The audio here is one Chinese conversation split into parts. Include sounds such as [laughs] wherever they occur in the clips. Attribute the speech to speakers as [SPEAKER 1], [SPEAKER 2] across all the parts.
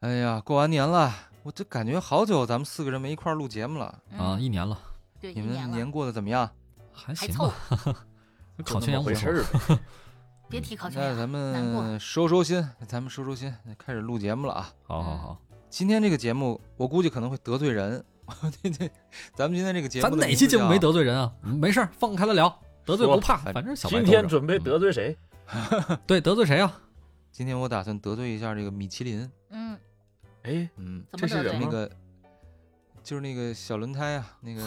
[SPEAKER 1] 哎呀，过完年了，我这感觉好久咱们四个人没一块儿录节目了。
[SPEAKER 2] 嗯
[SPEAKER 3] 啊，一年了，
[SPEAKER 2] 对，一
[SPEAKER 1] 你们
[SPEAKER 2] 年了，
[SPEAKER 1] 年过得怎么样？
[SPEAKER 3] 还
[SPEAKER 2] 还
[SPEAKER 3] 行
[SPEAKER 2] 凑
[SPEAKER 3] 吧
[SPEAKER 2] 合，，
[SPEAKER 3] 烤全羊不
[SPEAKER 4] 回
[SPEAKER 3] 错
[SPEAKER 4] 事。儿呗。
[SPEAKER 2] 别提烤全
[SPEAKER 1] 嗯那
[SPEAKER 2] 羊，
[SPEAKER 1] 咱
[SPEAKER 2] 啊难过
[SPEAKER 1] 们收收心，咱们收收心，开始录节目了啊！
[SPEAKER 3] 好好好，
[SPEAKER 1] 今天这个节目，我估计可能会得罪人。 [laughs] 这这，咱们今天这个节目，
[SPEAKER 3] 咱哪期节目没？得罪人啊？没事儿，放开了聊，得罪
[SPEAKER 4] 说
[SPEAKER 3] 不怕，
[SPEAKER 1] 反
[SPEAKER 3] 反正小白
[SPEAKER 4] 今
[SPEAKER 3] 都
[SPEAKER 4] 天
[SPEAKER 3] 是
[SPEAKER 4] 准备得罪谁？
[SPEAKER 3] 嗯 [laughs] 对得罪谁啊？
[SPEAKER 1] 今天我打算得罪一下这个米其林，
[SPEAKER 2] 嗯，
[SPEAKER 4] 哎，
[SPEAKER 1] 嗯，
[SPEAKER 2] 怎
[SPEAKER 4] 这
[SPEAKER 2] 么
[SPEAKER 4] 是
[SPEAKER 2] 得
[SPEAKER 4] 人
[SPEAKER 2] 罪
[SPEAKER 1] 那
[SPEAKER 4] 吗？
[SPEAKER 1] 个就是那个小轮胎啊，那个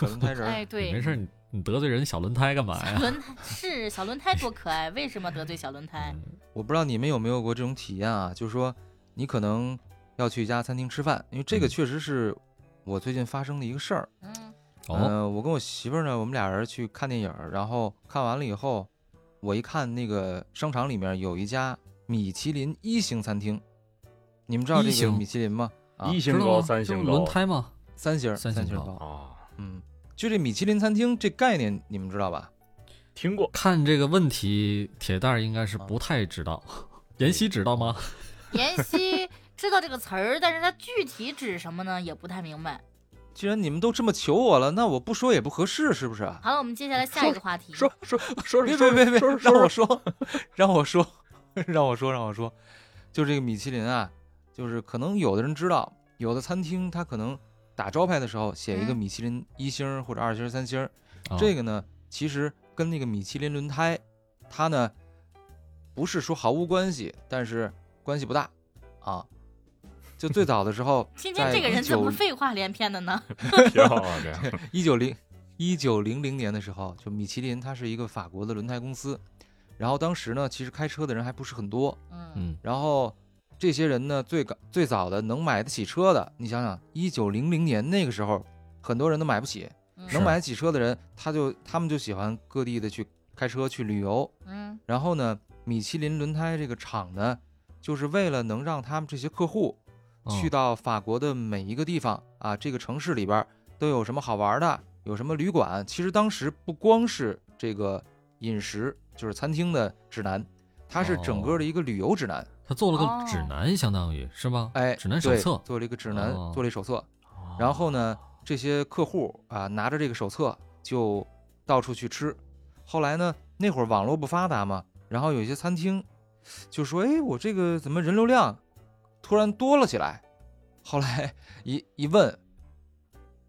[SPEAKER 1] 小轮胎人儿
[SPEAKER 2] [laughs] 哎，对，
[SPEAKER 3] 没事儿，你你得罪人小轮胎干嘛呀？
[SPEAKER 2] 轮胎是小轮胎多可爱，为什么得罪小轮胎？
[SPEAKER 3] 嗯
[SPEAKER 1] 我不知道你们有没有过这种体验啊，就是说你可能要去一家餐厅吃饭，因为这个
[SPEAKER 3] 嗯
[SPEAKER 1] 确实是我最近发生的一个事儿。
[SPEAKER 2] 嗯
[SPEAKER 3] 哦，
[SPEAKER 1] 呃，我跟我媳妇儿呢，我们俩人去看电影儿，然后看完了以后，我一看那个商场里面有一家米其林一星餐厅，你们知道
[SPEAKER 3] 一
[SPEAKER 1] 这个
[SPEAKER 3] 星
[SPEAKER 1] 米其林吗？啊，
[SPEAKER 4] 一星
[SPEAKER 3] 知道
[SPEAKER 4] 高，
[SPEAKER 3] 吗？就是
[SPEAKER 4] 三星
[SPEAKER 3] 轮
[SPEAKER 4] 高
[SPEAKER 3] 胎吗？
[SPEAKER 1] 三星儿，
[SPEAKER 3] 三
[SPEAKER 1] 星
[SPEAKER 3] 星
[SPEAKER 1] 儿
[SPEAKER 3] 高
[SPEAKER 1] 高。
[SPEAKER 4] 啊，
[SPEAKER 1] 嗯，就这米其林餐厅这概念，你们知道吧？
[SPEAKER 4] 听过。
[SPEAKER 3] 看这个问题，铁蛋儿应该是不太知道。妍希知道吗？
[SPEAKER 2] 妍希知道这个词儿，但是她具体指什么呢，也不太明白。
[SPEAKER 1] 既然你们都这么求我了，那我不说也不合适，是不是啊？
[SPEAKER 2] 好了，我们接下来下一个话题，
[SPEAKER 4] 说说说
[SPEAKER 1] 别
[SPEAKER 4] 说
[SPEAKER 1] 别别别，
[SPEAKER 4] 说
[SPEAKER 1] 让我
[SPEAKER 4] 说
[SPEAKER 1] [laughs] 说，让我说，让我说，让我说，就这个米其林啊，就是可能有的人知道，有的餐厅它可能打招牌的时候写一个
[SPEAKER 2] 嗯
[SPEAKER 1] 米其林一星儿或者二星儿、三星儿，
[SPEAKER 4] 哦
[SPEAKER 3] 啊
[SPEAKER 1] 这个呢其实跟那个米其林轮胎，它呢不是说毫无关系，但是关系不大啊。就最早的时
[SPEAKER 4] [laughs]
[SPEAKER 1] 候
[SPEAKER 2] 今天
[SPEAKER 1] 在嗯
[SPEAKER 2] 这个人怎么
[SPEAKER 1] 19
[SPEAKER 2] 废话连篇的呢？
[SPEAKER 4] 挺好啊，这样。
[SPEAKER 1] 一九零一九零零年的时候，就米其林它是一个法国的轮胎公司，然后当时呢，其实开车的人还不是很多，
[SPEAKER 2] 嗯，
[SPEAKER 3] 嗯，
[SPEAKER 1] 然后这些人呢，最高最早的能买得起车的，你想想，一九零零年那个时候，很多人都买不起，
[SPEAKER 2] 嗯
[SPEAKER 1] 能买得起车的人，他就他们就喜欢各地的去开车去旅游，
[SPEAKER 2] 嗯
[SPEAKER 1] 然后呢，米其林轮胎这个厂呢，就是为了能让他们这些客户
[SPEAKER 3] 哦
[SPEAKER 1] 去到法国的每一个地方啊，这个城市里边儿都有什么好玩的，有什么旅馆。其实当时不光是这个饮食，就是餐厅的指南，它是整个的一个旅游指南。
[SPEAKER 3] 他做了
[SPEAKER 2] 哦
[SPEAKER 3] 个指南，相当于是吧？
[SPEAKER 1] 哎，
[SPEAKER 3] 指南手册
[SPEAKER 1] 对做了一个指南，
[SPEAKER 3] 哦
[SPEAKER 1] 做了一手册。然后呢，这些客户啊拿着这个手册就到处去吃。后来呢，那会儿网络不发达嘛，然后有一些餐厅就说：“哎，我这个怎么人流量突然多了起来？”后来一一问，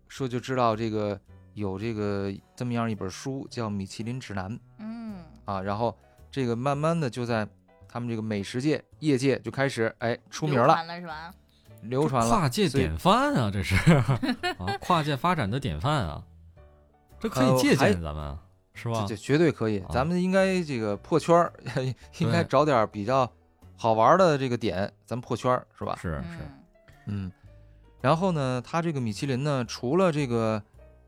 [SPEAKER 1] 说就知道这个有这个这么样一本书叫《米其林指南》
[SPEAKER 2] 嗯，
[SPEAKER 1] 啊，然后这个慢慢的就在他们这个美食界、业界就开始哎出名
[SPEAKER 2] 流
[SPEAKER 1] 了，
[SPEAKER 2] 传了是吧？
[SPEAKER 1] 流传了。
[SPEAKER 3] 跨界
[SPEAKER 1] 所以
[SPEAKER 3] 典范啊，这是 [laughs] 啊，跨界发展的典范啊，这可
[SPEAKER 1] 呃
[SPEAKER 3] 以借
[SPEAKER 1] 还
[SPEAKER 3] 鉴咱们啊是吧
[SPEAKER 1] 这？这绝对可以
[SPEAKER 3] 啊，
[SPEAKER 1] 咱们应该这个破圈儿， [laughs] 应该
[SPEAKER 3] 对
[SPEAKER 1] 找点儿比较好玩的这个点，咱们破圈儿是吧？
[SPEAKER 3] 是是，
[SPEAKER 2] 嗯，
[SPEAKER 1] 嗯。然后呢，它这个米其林呢，除了这个，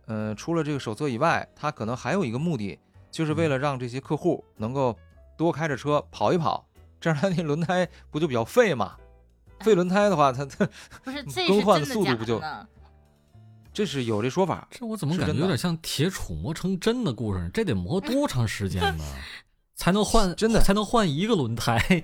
[SPEAKER 1] 呃，除了这个手册以外，它可能还有一个目的，就是
[SPEAKER 3] 嗯
[SPEAKER 1] 为了让这些客户能够多开着车跑一跑，这样它那轮胎不就比较费嘛？费轮胎的话，它它
[SPEAKER 2] 不是，这
[SPEAKER 1] 嗯更
[SPEAKER 2] 是
[SPEAKER 1] 换
[SPEAKER 2] 真的
[SPEAKER 1] 速度
[SPEAKER 2] 假
[SPEAKER 1] 不
[SPEAKER 2] 的
[SPEAKER 1] 就
[SPEAKER 2] 呢？
[SPEAKER 1] 这是有这说法，
[SPEAKER 3] 这我怎么
[SPEAKER 1] 是
[SPEAKER 3] 感
[SPEAKER 1] 真
[SPEAKER 3] 觉
[SPEAKER 1] 的
[SPEAKER 3] 有点像铁杵磨成针的故事呢？这得磨多长时间呢？才能换
[SPEAKER 1] 真的
[SPEAKER 3] 才能换一个轮胎？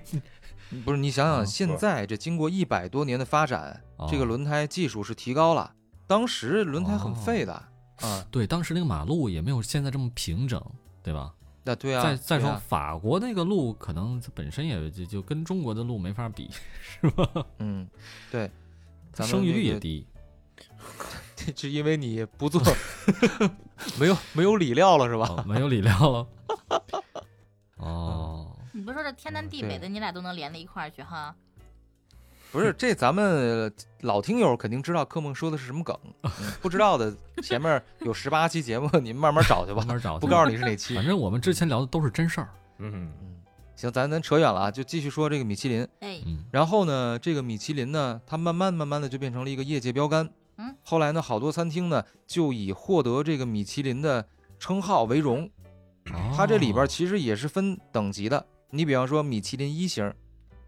[SPEAKER 1] 不是你想想，
[SPEAKER 3] 嗯
[SPEAKER 1] 现
[SPEAKER 4] 是
[SPEAKER 1] 在这经过一百多年的发展，
[SPEAKER 3] 哦
[SPEAKER 1] [laughs] 这个轮胎技术是提高了，当时轮胎很
[SPEAKER 3] 哦
[SPEAKER 1] 废的啊。
[SPEAKER 3] 对，当时那个马路也没有现在这么平整，对吧？
[SPEAKER 1] 那对啊，
[SPEAKER 3] 再再
[SPEAKER 1] 对
[SPEAKER 3] 说
[SPEAKER 1] 啊
[SPEAKER 3] 法国那个路，可能它本身也就就跟中国的路没法比，是吧？
[SPEAKER 1] 嗯，对，咱们
[SPEAKER 3] 生育
[SPEAKER 1] 这
[SPEAKER 3] 率也
[SPEAKER 1] 个，
[SPEAKER 3] 低。
[SPEAKER 1] [laughs] 是因为你不做， [laughs] 没有没有理料了是
[SPEAKER 3] [laughs]
[SPEAKER 1] 吧？
[SPEAKER 3] 哦没有理料
[SPEAKER 1] [laughs]
[SPEAKER 3] 了。
[SPEAKER 1] 嗯
[SPEAKER 3] 哦，
[SPEAKER 2] 你不是说这天南地
[SPEAKER 1] 对
[SPEAKER 2] 北的，你俩都能连到一块儿去哈？
[SPEAKER 1] 不是，这咱们老听友肯定知道柯梦说的是什么梗，嗯不知道的前面有十八期节目，你们慢慢找去
[SPEAKER 3] [laughs]
[SPEAKER 1] 吧
[SPEAKER 3] 慢，慢找去。
[SPEAKER 1] 不告诉你是哪期
[SPEAKER 3] 反。正我们之前聊的都是真事儿。
[SPEAKER 4] 嗯，
[SPEAKER 1] 嗯，行，咱咱扯远了啊，就继续说这个米其林。
[SPEAKER 2] 哎，
[SPEAKER 3] 嗯，
[SPEAKER 1] 然后呢，这个米其林呢，它慢慢慢慢的就变成了一个业界标杆。
[SPEAKER 2] 嗯，
[SPEAKER 1] 后来呢，好多餐厅呢就以获得这个米其林的称号为荣。它这里边
[SPEAKER 3] 哦
[SPEAKER 1] 其实也是分等级的。你比方说米其林一星，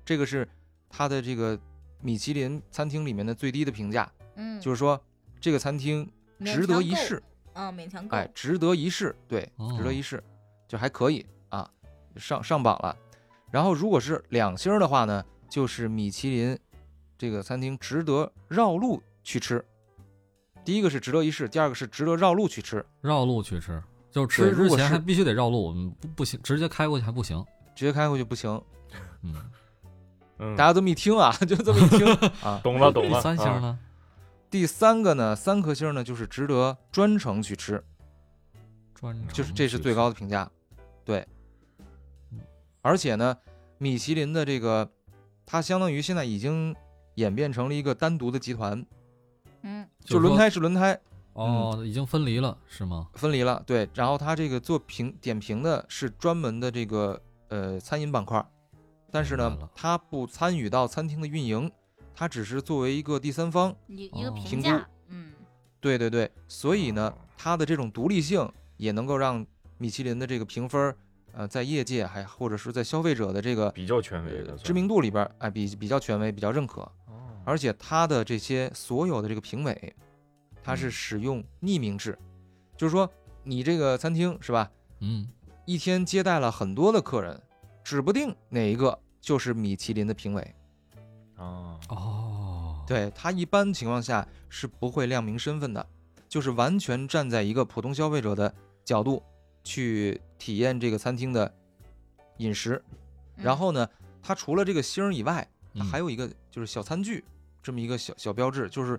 [SPEAKER 1] 这个是它的这个米其林餐厅里面的最低的评价，
[SPEAKER 2] 嗯，
[SPEAKER 1] 就是是说这个餐厅值得一试，，
[SPEAKER 2] 嗯，勉强够，
[SPEAKER 1] 哎，值得一试，对，值得一试，就还可以啊，上上榜了。然后如果是两星儿的话呢，就是米其林这个餐厅值得绕路去吃。第一个是值得一试，第二个是值得绕路去吃，
[SPEAKER 3] 绕路去吃，就是
[SPEAKER 1] 对
[SPEAKER 3] 吃
[SPEAKER 1] 如
[SPEAKER 3] 之
[SPEAKER 1] 果
[SPEAKER 3] 前
[SPEAKER 1] 是
[SPEAKER 3] 还必须得绕路，嗯不不行，直接开过去还不行。
[SPEAKER 1] 直接开过去不行。
[SPEAKER 3] 嗯，
[SPEAKER 4] 嗯
[SPEAKER 1] 大，家这么一听啊， [laughs] 就这么一听啊。
[SPEAKER 4] 懂了懂
[SPEAKER 3] 第
[SPEAKER 4] 了。
[SPEAKER 3] 三星
[SPEAKER 4] 啊
[SPEAKER 3] 呢？
[SPEAKER 1] 第三个呢，三颗星呢，就是值得专程去吃，
[SPEAKER 3] 专程
[SPEAKER 1] 就是这是最
[SPEAKER 3] 去
[SPEAKER 1] 高的评价，对。
[SPEAKER 3] 嗯
[SPEAKER 1] 而且呢，米其林的这个，它相当于现在已经演变成了一个单独的集团，
[SPEAKER 2] 嗯，
[SPEAKER 3] 吃，
[SPEAKER 1] 就
[SPEAKER 3] 就是
[SPEAKER 1] 轮
[SPEAKER 3] 说
[SPEAKER 1] 胎嗯是轮胎
[SPEAKER 3] 哦，已经分离了是吗？
[SPEAKER 1] 分离了，对。然后它这个做评点评的是专门的这个呃餐饮板块儿，但是
[SPEAKER 3] 明白
[SPEAKER 1] 呢
[SPEAKER 3] 了，
[SPEAKER 1] 它不参与到餐厅的运营，它只是作为一个第三方
[SPEAKER 2] 一一个
[SPEAKER 3] 哦
[SPEAKER 2] 评
[SPEAKER 1] 评
[SPEAKER 2] 价
[SPEAKER 1] 估，
[SPEAKER 2] 嗯，
[SPEAKER 1] 对对对，所以呢
[SPEAKER 4] 哦，
[SPEAKER 1] 它的这种独立性也能够让米其林的这个评分儿，呃，在业界还或者是在消费者的这个
[SPEAKER 4] 比较权威
[SPEAKER 1] 呃
[SPEAKER 4] 的
[SPEAKER 1] 知名度里边儿，哎、比比较权威，比较认可。而且它的这些所有的这个评委，它是
[SPEAKER 4] 嗯
[SPEAKER 1] 使用匿名制，就是说你这个餐厅是吧，
[SPEAKER 3] 嗯，
[SPEAKER 1] 一天接待了很多的客人，指不定哪一个就是米其林的评委。
[SPEAKER 4] 啊，
[SPEAKER 3] 哦，
[SPEAKER 1] 对他一般情况下是不会亮明身份的，就是完全站在一个普通消费者的角度去体验这个餐厅的饮食。
[SPEAKER 2] 嗯
[SPEAKER 1] 然后呢，它除了这个星儿以外，它
[SPEAKER 3] 嗯
[SPEAKER 1] 还有一个就是小餐具，这么一个小小标志，就是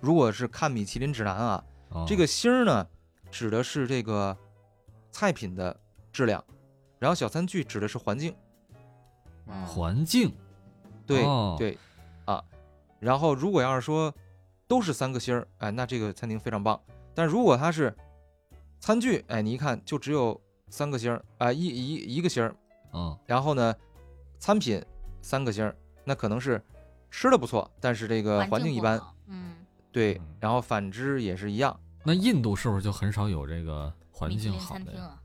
[SPEAKER 1] 如果是看米其林指南啊，
[SPEAKER 3] 哦
[SPEAKER 1] 这个星儿呢指的是这个菜品的质量，然后小餐具指的是环境。
[SPEAKER 2] 嗯
[SPEAKER 3] 环境
[SPEAKER 1] 对、
[SPEAKER 3] 哦
[SPEAKER 1] 对，啊，然后如果要是说都是三个星儿，哎，那这个餐厅非常棒。但如果它是餐具，哎，你一看就只有三个星儿，啊、一一一个星儿，
[SPEAKER 3] 嗯，
[SPEAKER 1] 然后呢，餐品三个星儿，那可能是吃的不错，但是这个环境一
[SPEAKER 2] 不
[SPEAKER 1] 般，
[SPEAKER 2] 好，嗯，
[SPEAKER 1] 对
[SPEAKER 4] 嗯，
[SPEAKER 1] 然后反之也是一样，
[SPEAKER 3] 那印度是不是就很少有这个环
[SPEAKER 2] 米其
[SPEAKER 3] 境
[SPEAKER 2] 林
[SPEAKER 3] 好
[SPEAKER 2] 餐
[SPEAKER 3] 的
[SPEAKER 2] 厅
[SPEAKER 3] 呀？
[SPEAKER 2] 啊，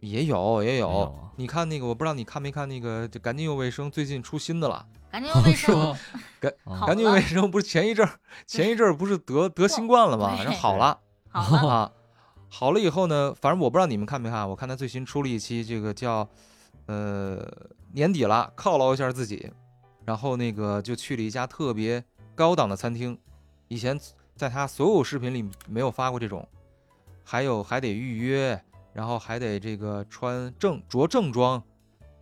[SPEAKER 1] 也有也有。
[SPEAKER 3] 没有啊
[SPEAKER 1] 你看那个，我不知道你看没看那个，就赶紧有卫生最近出新的了，
[SPEAKER 2] 赶紧用卫
[SPEAKER 3] 是
[SPEAKER 2] 生
[SPEAKER 3] 吗，
[SPEAKER 1] 赶
[SPEAKER 3] 哦
[SPEAKER 2] 好
[SPEAKER 1] 赶紧有
[SPEAKER 2] 了
[SPEAKER 1] 卫生不是前一阵儿前一阵儿不是得得新冠了吗？
[SPEAKER 2] 对
[SPEAKER 1] 然后好了。
[SPEAKER 2] 好了，
[SPEAKER 1] 啊， [laughs] 好了以后呢，反正我不知道你们看没看，我看他最新出了一期这个叫，呃，年底了，犒劳一下自己，然后那个就去了一家特别高档的餐厅，以前在他所有视频里没有发过这种，还有还得预约，然后还得这个穿正着正装，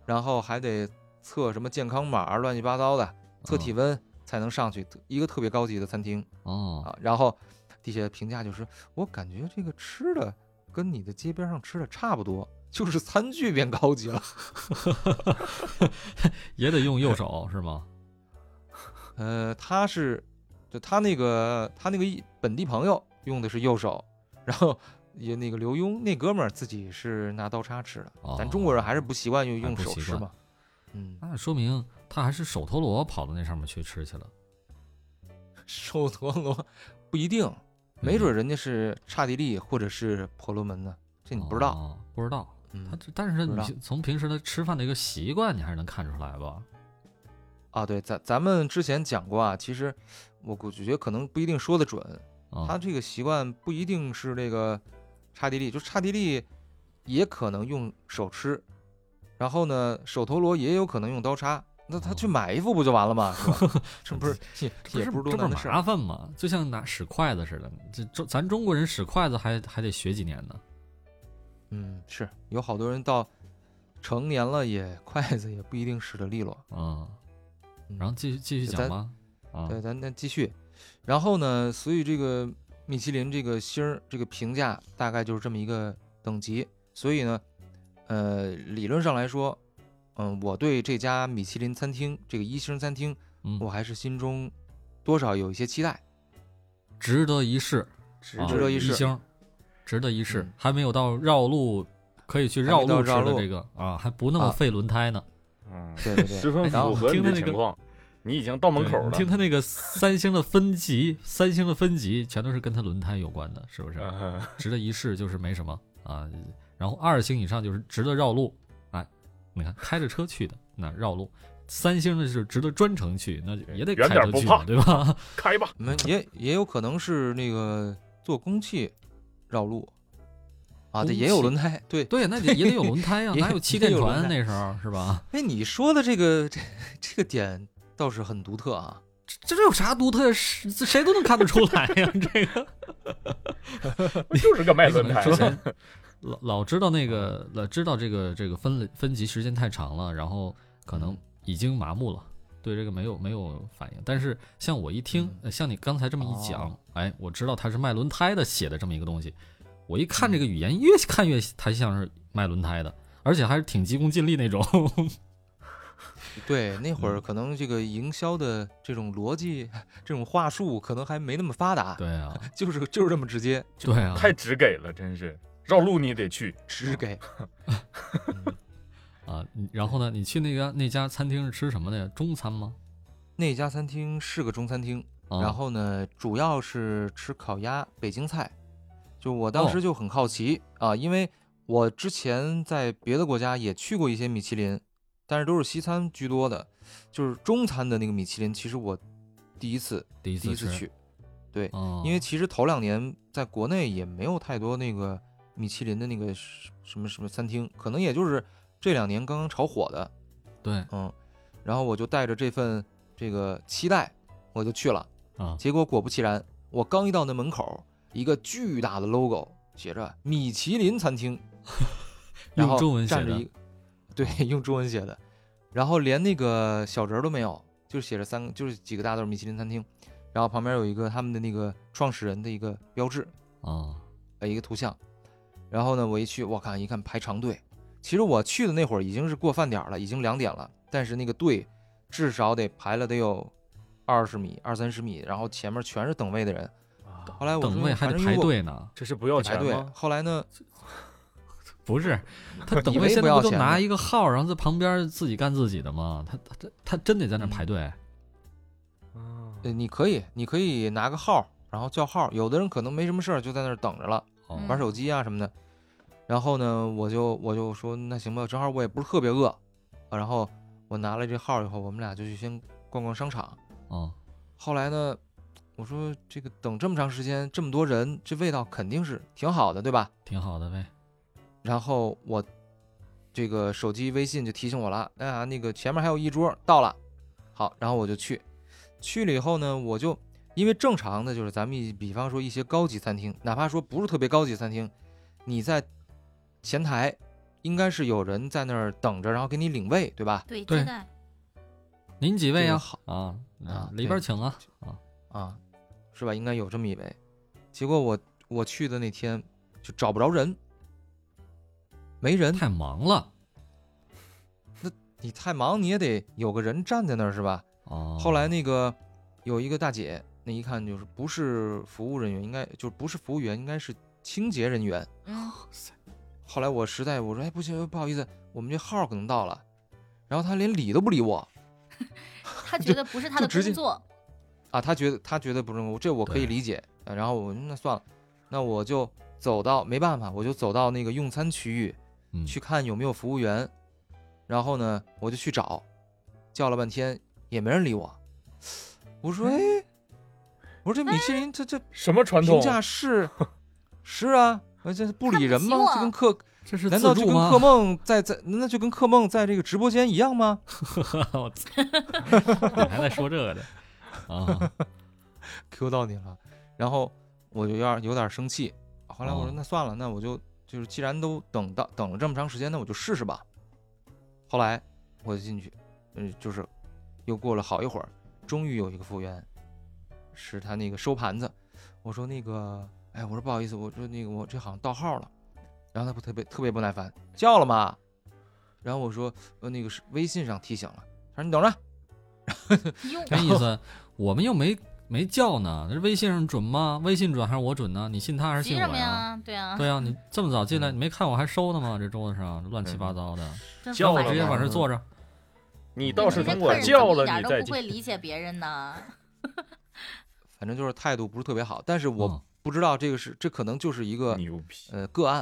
[SPEAKER 1] 然后还得测什么健康码儿，乱七八糟的，测体温才能上去，一个特别高级的餐厅。
[SPEAKER 3] 哦，
[SPEAKER 1] 啊，然后底下评价就是，我感觉这个吃的跟你的街边上吃的差不多，就是餐具变高级
[SPEAKER 3] [laughs]
[SPEAKER 1] 了。
[SPEAKER 3] 也得用右
[SPEAKER 1] [laughs]
[SPEAKER 3] 手是吗？
[SPEAKER 1] 呃，他是，就他那个他那个一本地朋友用的是右手，然后也那个刘墉那哥们儿自己是拿刀叉吃的，咱中国人还是不习惯用
[SPEAKER 3] 哦还
[SPEAKER 1] 用
[SPEAKER 3] 不
[SPEAKER 1] 手
[SPEAKER 3] 习
[SPEAKER 1] 吃
[SPEAKER 3] 惯
[SPEAKER 1] 嘛。嗯，
[SPEAKER 3] 那说明他还是手陀螺跑到那上面去吃去了。
[SPEAKER 1] 手陀螺不一
[SPEAKER 3] 嗯
[SPEAKER 1] 定，没准人家是刹帝利或者是婆罗门呢，这你不知道。
[SPEAKER 3] 哦，不知道。他
[SPEAKER 1] 嗯
[SPEAKER 3] 这但是
[SPEAKER 1] 不知
[SPEAKER 3] 你
[SPEAKER 1] 道
[SPEAKER 3] 从平时的吃饭的一个习惯，你还是能看出来吧？
[SPEAKER 1] 啊，对，咱咱们之前讲过啊，其实我估觉得可能不一定说得准，
[SPEAKER 3] 啊，
[SPEAKER 1] 他这个习惯不一定是这个刹帝利，就刹帝利也可能用手吃，然后呢，手陀螺也有可能用刀叉，那他去
[SPEAKER 3] 哦
[SPEAKER 1] 买一副不就完了吗？是
[SPEAKER 3] [laughs]
[SPEAKER 1] 吧这不是也也
[SPEAKER 3] 这
[SPEAKER 1] 不是多
[SPEAKER 3] 这
[SPEAKER 1] 难
[SPEAKER 3] 不
[SPEAKER 1] 的
[SPEAKER 3] 是
[SPEAKER 1] 事
[SPEAKER 3] 麻
[SPEAKER 1] 儿。
[SPEAKER 3] 烦吗？就像拿使筷子似的，这中咱中国人使筷子还还得学几年呢。
[SPEAKER 1] 嗯，是有好多人到成年了也筷子也不一定使得利落。
[SPEAKER 3] 啊，
[SPEAKER 1] 嗯
[SPEAKER 3] 然后继续继续
[SPEAKER 1] 就
[SPEAKER 3] 讲
[SPEAKER 1] 咱
[SPEAKER 3] 吧。啊，
[SPEAKER 1] 对，咱咱继续。然后呢，所以这个米其林这个星儿这个评价大概就是这么一个等级。所以呢，呃，理论上来说，嗯、我对这家米其林餐厅这个一星餐厅，
[SPEAKER 3] 嗯
[SPEAKER 1] 我还是心中多少有一些期
[SPEAKER 3] [laughs]
[SPEAKER 1] 待。
[SPEAKER 3] 值得一试，
[SPEAKER 4] 值
[SPEAKER 3] 啊
[SPEAKER 1] 值得一试
[SPEAKER 3] 星，值得一试
[SPEAKER 1] 嗯，
[SPEAKER 3] 还没有到绕路可以去绕
[SPEAKER 1] 还没
[SPEAKER 3] 路
[SPEAKER 1] 到
[SPEAKER 3] 吃
[SPEAKER 1] 绕
[SPEAKER 3] 的
[SPEAKER 1] 路
[SPEAKER 3] 这个啊，还不那么
[SPEAKER 1] 啊
[SPEAKER 3] 费轮胎呢。
[SPEAKER 4] 嗯，
[SPEAKER 1] 对对对，
[SPEAKER 4] 十分
[SPEAKER 1] 然
[SPEAKER 4] 符
[SPEAKER 1] 后
[SPEAKER 4] 合你
[SPEAKER 3] 听他
[SPEAKER 4] 的
[SPEAKER 3] 那个
[SPEAKER 4] 情况，你已经到门
[SPEAKER 3] 对
[SPEAKER 4] 口
[SPEAKER 3] 你
[SPEAKER 4] 了。
[SPEAKER 3] 听他那个三星的分级，三星的分级全都是跟他轮胎有关的，是不是？
[SPEAKER 4] 嗯
[SPEAKER 3] 值得一试就是没什么啊。然后二星以上就是值得绕路，哎，你看开着车去的那绕路，三星的是值得专程去，那也得
[SPEAKER 4] 远
[SPEAKER 3] 开
[SPEAKER 4] 点
[SPEAKER 3] 车
[SPEAKER 4] 不
[SPEAKER 3] 去
[SPEAKER 4] 怕
[SPEAKER 3] 嘛，对吧？ [laughs]
[SPEAKER 4] 开吧，
[SPEAKER 1] 没也也有可能是那个做工器绕路啊，对，
[SPEAKER 3] 工
[SPEAKER 1] 也有
[SPEAKER 3] 器
[SPEAKER 1] 轮胎。对，
[SPEAKER 3] 对，那得也得有轮胎 [laughs] 呀、
[SPEAKER 1] 也
[SPEAKER 3] 哪
[SPEAKER 1] 有
[SPEAKER 3] 有气垫
[SPEAKER 1] 也有轮
[SPEAKER 3] 船啊
[SPEAKER 1] 胎
[SPEAKER 3] 那时候是吧？
[SPEAKER 1] 哎，你说的这个这这个点倒是很独特啊。
[SPEAKER 3] [laughs] 这这有啥独特？谁谁都能看得出来呀、这 [laughs] 个
[SPEAKER 4] 不就是个卖轮
[SPEAKER 3] 你
[SPEAKER 4] 胎
[SPEAKER 3] 哎可 [laughs] 能之？前老老知道那个老知道这个这个分类分级时间太长了，然后可能已经麻木了，对这个没有没有反应。但是像我一听
[SPEAKER 1] 嗯，
[SPEAKER 3] 呃像你刚才这么一讲
[SPEAKER 4] 哦，
[SPEAKER 3] 哎，我知道他是卖轮胎的写的这么一个东西。我一
[SPEAKER 1] 嗯
[SPEAKER 3] 看这个语言，越看越他像是卖轮胎的，而且还是挺急功近利那
[SPEAKER 1] [laughs]
[SPEAKER 3] 种。
[SPEAKER 1] 对，那会儿
[SPEAKER 3] 嗯
[SPEAKER 1] 可能这个营销的这种逻辑、这种话术可能还没那么发达，
[SPEAKER 3] 对啊，
[SPEAKER 1] 就是就是这么直接，
[SPEAKER 3] 对啊，
[SPEAKER 4] [laughs] 太直给了，真是绕路你也得去。
[SPEAKER 1] 直给。嗯
[SPEAKER 3] 啊，你然后呢，你去那个那家餐厅是吃什么的呀？中餐吗？
[SPEAKER 1] 那家餐厅是个中餐厅，
[SPEAKER 3] 啊、
[SPEAKER 1] 然后呢，主要是吃烤鸭、北京菜。就我当
[SPEAKER 3] 哦
[SPEAKER 1] 时就很好奇、啊，因为我之前在别的国家也去过一些米其林，但是都是西餐居多的，就是中餐的那个米其林，其实我第一次
[SPEAKER 3] 第一
[SPEAKER 1] 第
[SPEAKER 3] 次
[SPEAKER 1] 一次
[SPEAKER 3] 吃，
[SPEAKER 1] 去，
[SPEAKER 3] 哦、
[SPEAKER 1] 因为其实头两年在国内也没有太多那个米其林的那个什什么什么餐厅，可能也就是这两年刚刚炒火的，
[SPEAKER 3] 对
[SPEAKER 1] 嗯，然后我就带着这份这个期待，我就去了。
[SPEAKER 3] 啊，
[SPEAKER 1] 结果果不其然，我刚一到那门口，一个巨大的 logo 写着“米其林餐厅”，然后
[SPEAKER 3] [laughs] 用中文写
[SPEAKER 1] 站着
[SPEAKER 3] 的
[SPEAKER 1] 一，对， [laughs] 用中文写的，然后连那个小人儿都没有，就写着三个，就是几个大字儿“米其林餐厅”，然后旁边有一个他们的那个创始人的一个标志，
[SPEAKER 3] 啊，
[SPEAKER 1] 呃，一个图像。然后呢，我一去，我看一看排长队。其实我去的那会儿已经是过饭点儿了，已经两点了，但是那个队至少得排了得有二十米、二三十米，然后前面全是等位的人。后来我
[SPEAKER 3] 等
[SPEAKER 1] 说
[SPEAKER 3] 位还
[SPEAKER 1] 反
[SPEAKER 3] 得
[SPEAKER 1] 正
[SPEAKER 3] 排
[SPEAKER 1] 如果
[SPEAKER 3] 队呢。
[SPEAKER 4] 这是不要
[SPEAKER 1] 啊排
[SPEAKER 4] 钱
[SPEAKER 1] 队
[SPEAKER 4] 吗。？
[SPEAKER 1] 后来呢，[laughs]
[SPEAKER 3] 不是，他等
[SPEAKER 1] 以
[SPEAKER 3] 位
[SPEAKER 1] 为
[SPEAKER 3] 现
[SPEAKER 1] 不
[SPEAKER 3] 在
[SPEAKER 1] 要
[SPEAKER 3] 都
[SPEAKER 1] 钱
[SPEAKER 3] 拿
[SPEAKER 1] 呢
[SPEAKER 3] 一个号，然后在旁边自己干自己的吗？他他他他真得在那儿排
[SPEAKER 1] 嗯
[SPEAKER 3] 队。啊
[SPEAKER 4] 嗯
[SPEAKER 1] 呃，你可以，你可以拿个号，然后叫号。有的人可能没什么事儿，就在那儿等着了，
[SPEAKER 3] 哦
[SPEAKER 2] 嗯
[SPEAKER 1] 玩手机啊什么的。然后呢，我就我就说那行吧，正好我也不是特别饿，啊然后我拿了这号以后，我们俩就去先逛逛商场。
[SPEAKER 3] 哦
[SPEAKER 1] 后来呢，我说这个等这么长时间，这么多人，这味道肯定是挺好的，对吧？
[SPEAKER 3] 挺好的呗。
[SPEAKER 1] 然后我这个手机微信就提醒我了，哎呀，那个前面还有一桌到了，好，然后我就去，去了以后呢，我就因为正常的就是咱们一比方说一些高级餐厅，哪怕说不是特别高级餐厅，你在前台应该是有人在那儿等着，然后给你领位，对吧？
[SPEAKER 2] 对，
[SPEAKER 3] 对
[SPEAKER 2] 接待
[SPEAKER 3] 您几位
[SPEAKER 1] 这个
[SPEAKER 3] 呀？
[SPEAKER 1] 好
[SPEAKER 3] 啊
[SPEAKER 1] 啊
[SPEAKER 3] 里边
[SPEAKER 1] 对
[SPEAKER 3] 请啊啊
[SPEAKER 1] 啊，是吧？应该有这么一位。结果我我去的那天就找不着人，没人。
[SPEAKER 3] 太忙了
[SPEAKER 1] 你太忙，你也得有个人站在那儿是吧？
[SPEAKER 3] 哦。
[SPEAKER 1] 后来那个有一个大姐，那一看就是不是服务人员，应该就是不是服务员，应该是清洁人员。
[SPEAKER 2] 嗯，
[SPEAKER 1] 后来我实在我说哎不行不好意思，我们这号可能到了，然后她连理都不理我
[SPEAKER 2] 他觉得不是他
[SPEAKER 1] 就
[SPEAKER 2] 的
[SPEAKER 1] 直接
[SPEAKER 2] 工作，
[SPEAKER 1] 啊，她觉得她觉得不是我，这我可以
[SPEAKER 3] 对
[SPEAKER 1] 理解。啊然后我那算了，那我就走到没办法，我就走到那个用餐区域，
[SPEAKER 3] 嗯
[SPEAKER 1] 去看有没有服务员，然后呢，我就去找，叫了半天也没人理我。我说，哎，我说这米其
[SPEAKER 3] 哎
[SPEAKER 1] 林这这
[SPEAKER 4] 什么传统
[SPEAKER 1] 评？价
[SPEAKER 3] [laughs]
[SPEAKER 1] 是是啊，我这不理人吗？
[SPEAKER 2] 看不起我
[SPEAKER 1] 就跟客
[SPEAKER 3] 这是
[SPEAKER 1] 难
[SPEAKER 3] 自
[SPEAKER 1] 道就
[SPEAKER 3] 助
[SPEAKER 1] 跟
[SPEAKER 3] 吗
[SPEAKER 1] 客？梦在在那就跟客梦在这个直播间一样吗？
[SPEAKER 3] [laughs] 我操你还在说这个呢？啊
[SPEAKER 1] Q 到你了，然后我就有点有点生气。后来我
[SPEAKER 3] 哦
[SPEAKER 1] 说那算了，那我就就是既然都等到等了这么长时间，那我就试试吧。后来我就进去，嗯，就是又过了好一会儿，终于有一个服务员，是他那个收盘子。我说那个，哎，我说不好意思，我说那个我这好像到号了。然后他不特别特别不耐烦，叫了吗？然后我说，呃，那个是微信上提醒了。他说你等着，
[SPEAKER 2] 用
[SPEAKER 3] 什么意思？我们又没没叫呢，这微信上准吗？微信准还是我准呢？你信他还是
[SPEAKER 2] 急
[SPEAKER 3] 信
[SPEAKER 2] 什
[SPEAKER 3] 我
[SPEAKER 2] 么？呀？对啊，
[SPEAKER 3] 对呀，你这么早进来，
[SPEAKER 1] 嗯
[SPEAKER 3] 你没看我还收呢吗？这桌子上乱七八糟的，
[SPEAKER 2] 真
[SPEAKER 4] 叫
[SPEAKER 2] 烦
[SPEAKER 4] 了
[SPEAKER 3] 直接
[SPEAKER 4] 吗
[SPEAKER 3] 往
[SPEAKER 1] 嗯
[SPEAKER 3] 这儿坐着。
[SPEAKER 4] 你倒是
[SPEAKER 2] 人家
[SPEAKER 4] 等
[SPEAKER 2] 客
[SPEAKER 4] 我
[SPEAKER 2] 人
[SPEAKER 4] 叫了
[SPEAKER 2] 一点
[SPEAKER 4] 你
[SPEAKER 2] 都
[SPEAKER 4] 再
[SPEAKER 2] 不
[SPEAKER 4] 进
[SPEAKER 2] 会。理解别人呢。
[SPEAKER 1] 反正就是态度不是特别好。但是我
[SPEAKER 3] 嗯
[SPEAKER 1] 不知道这个是这可能就是一个
[SPEAKER 4] 牛逼！
[SPEAKER 1] 呃个案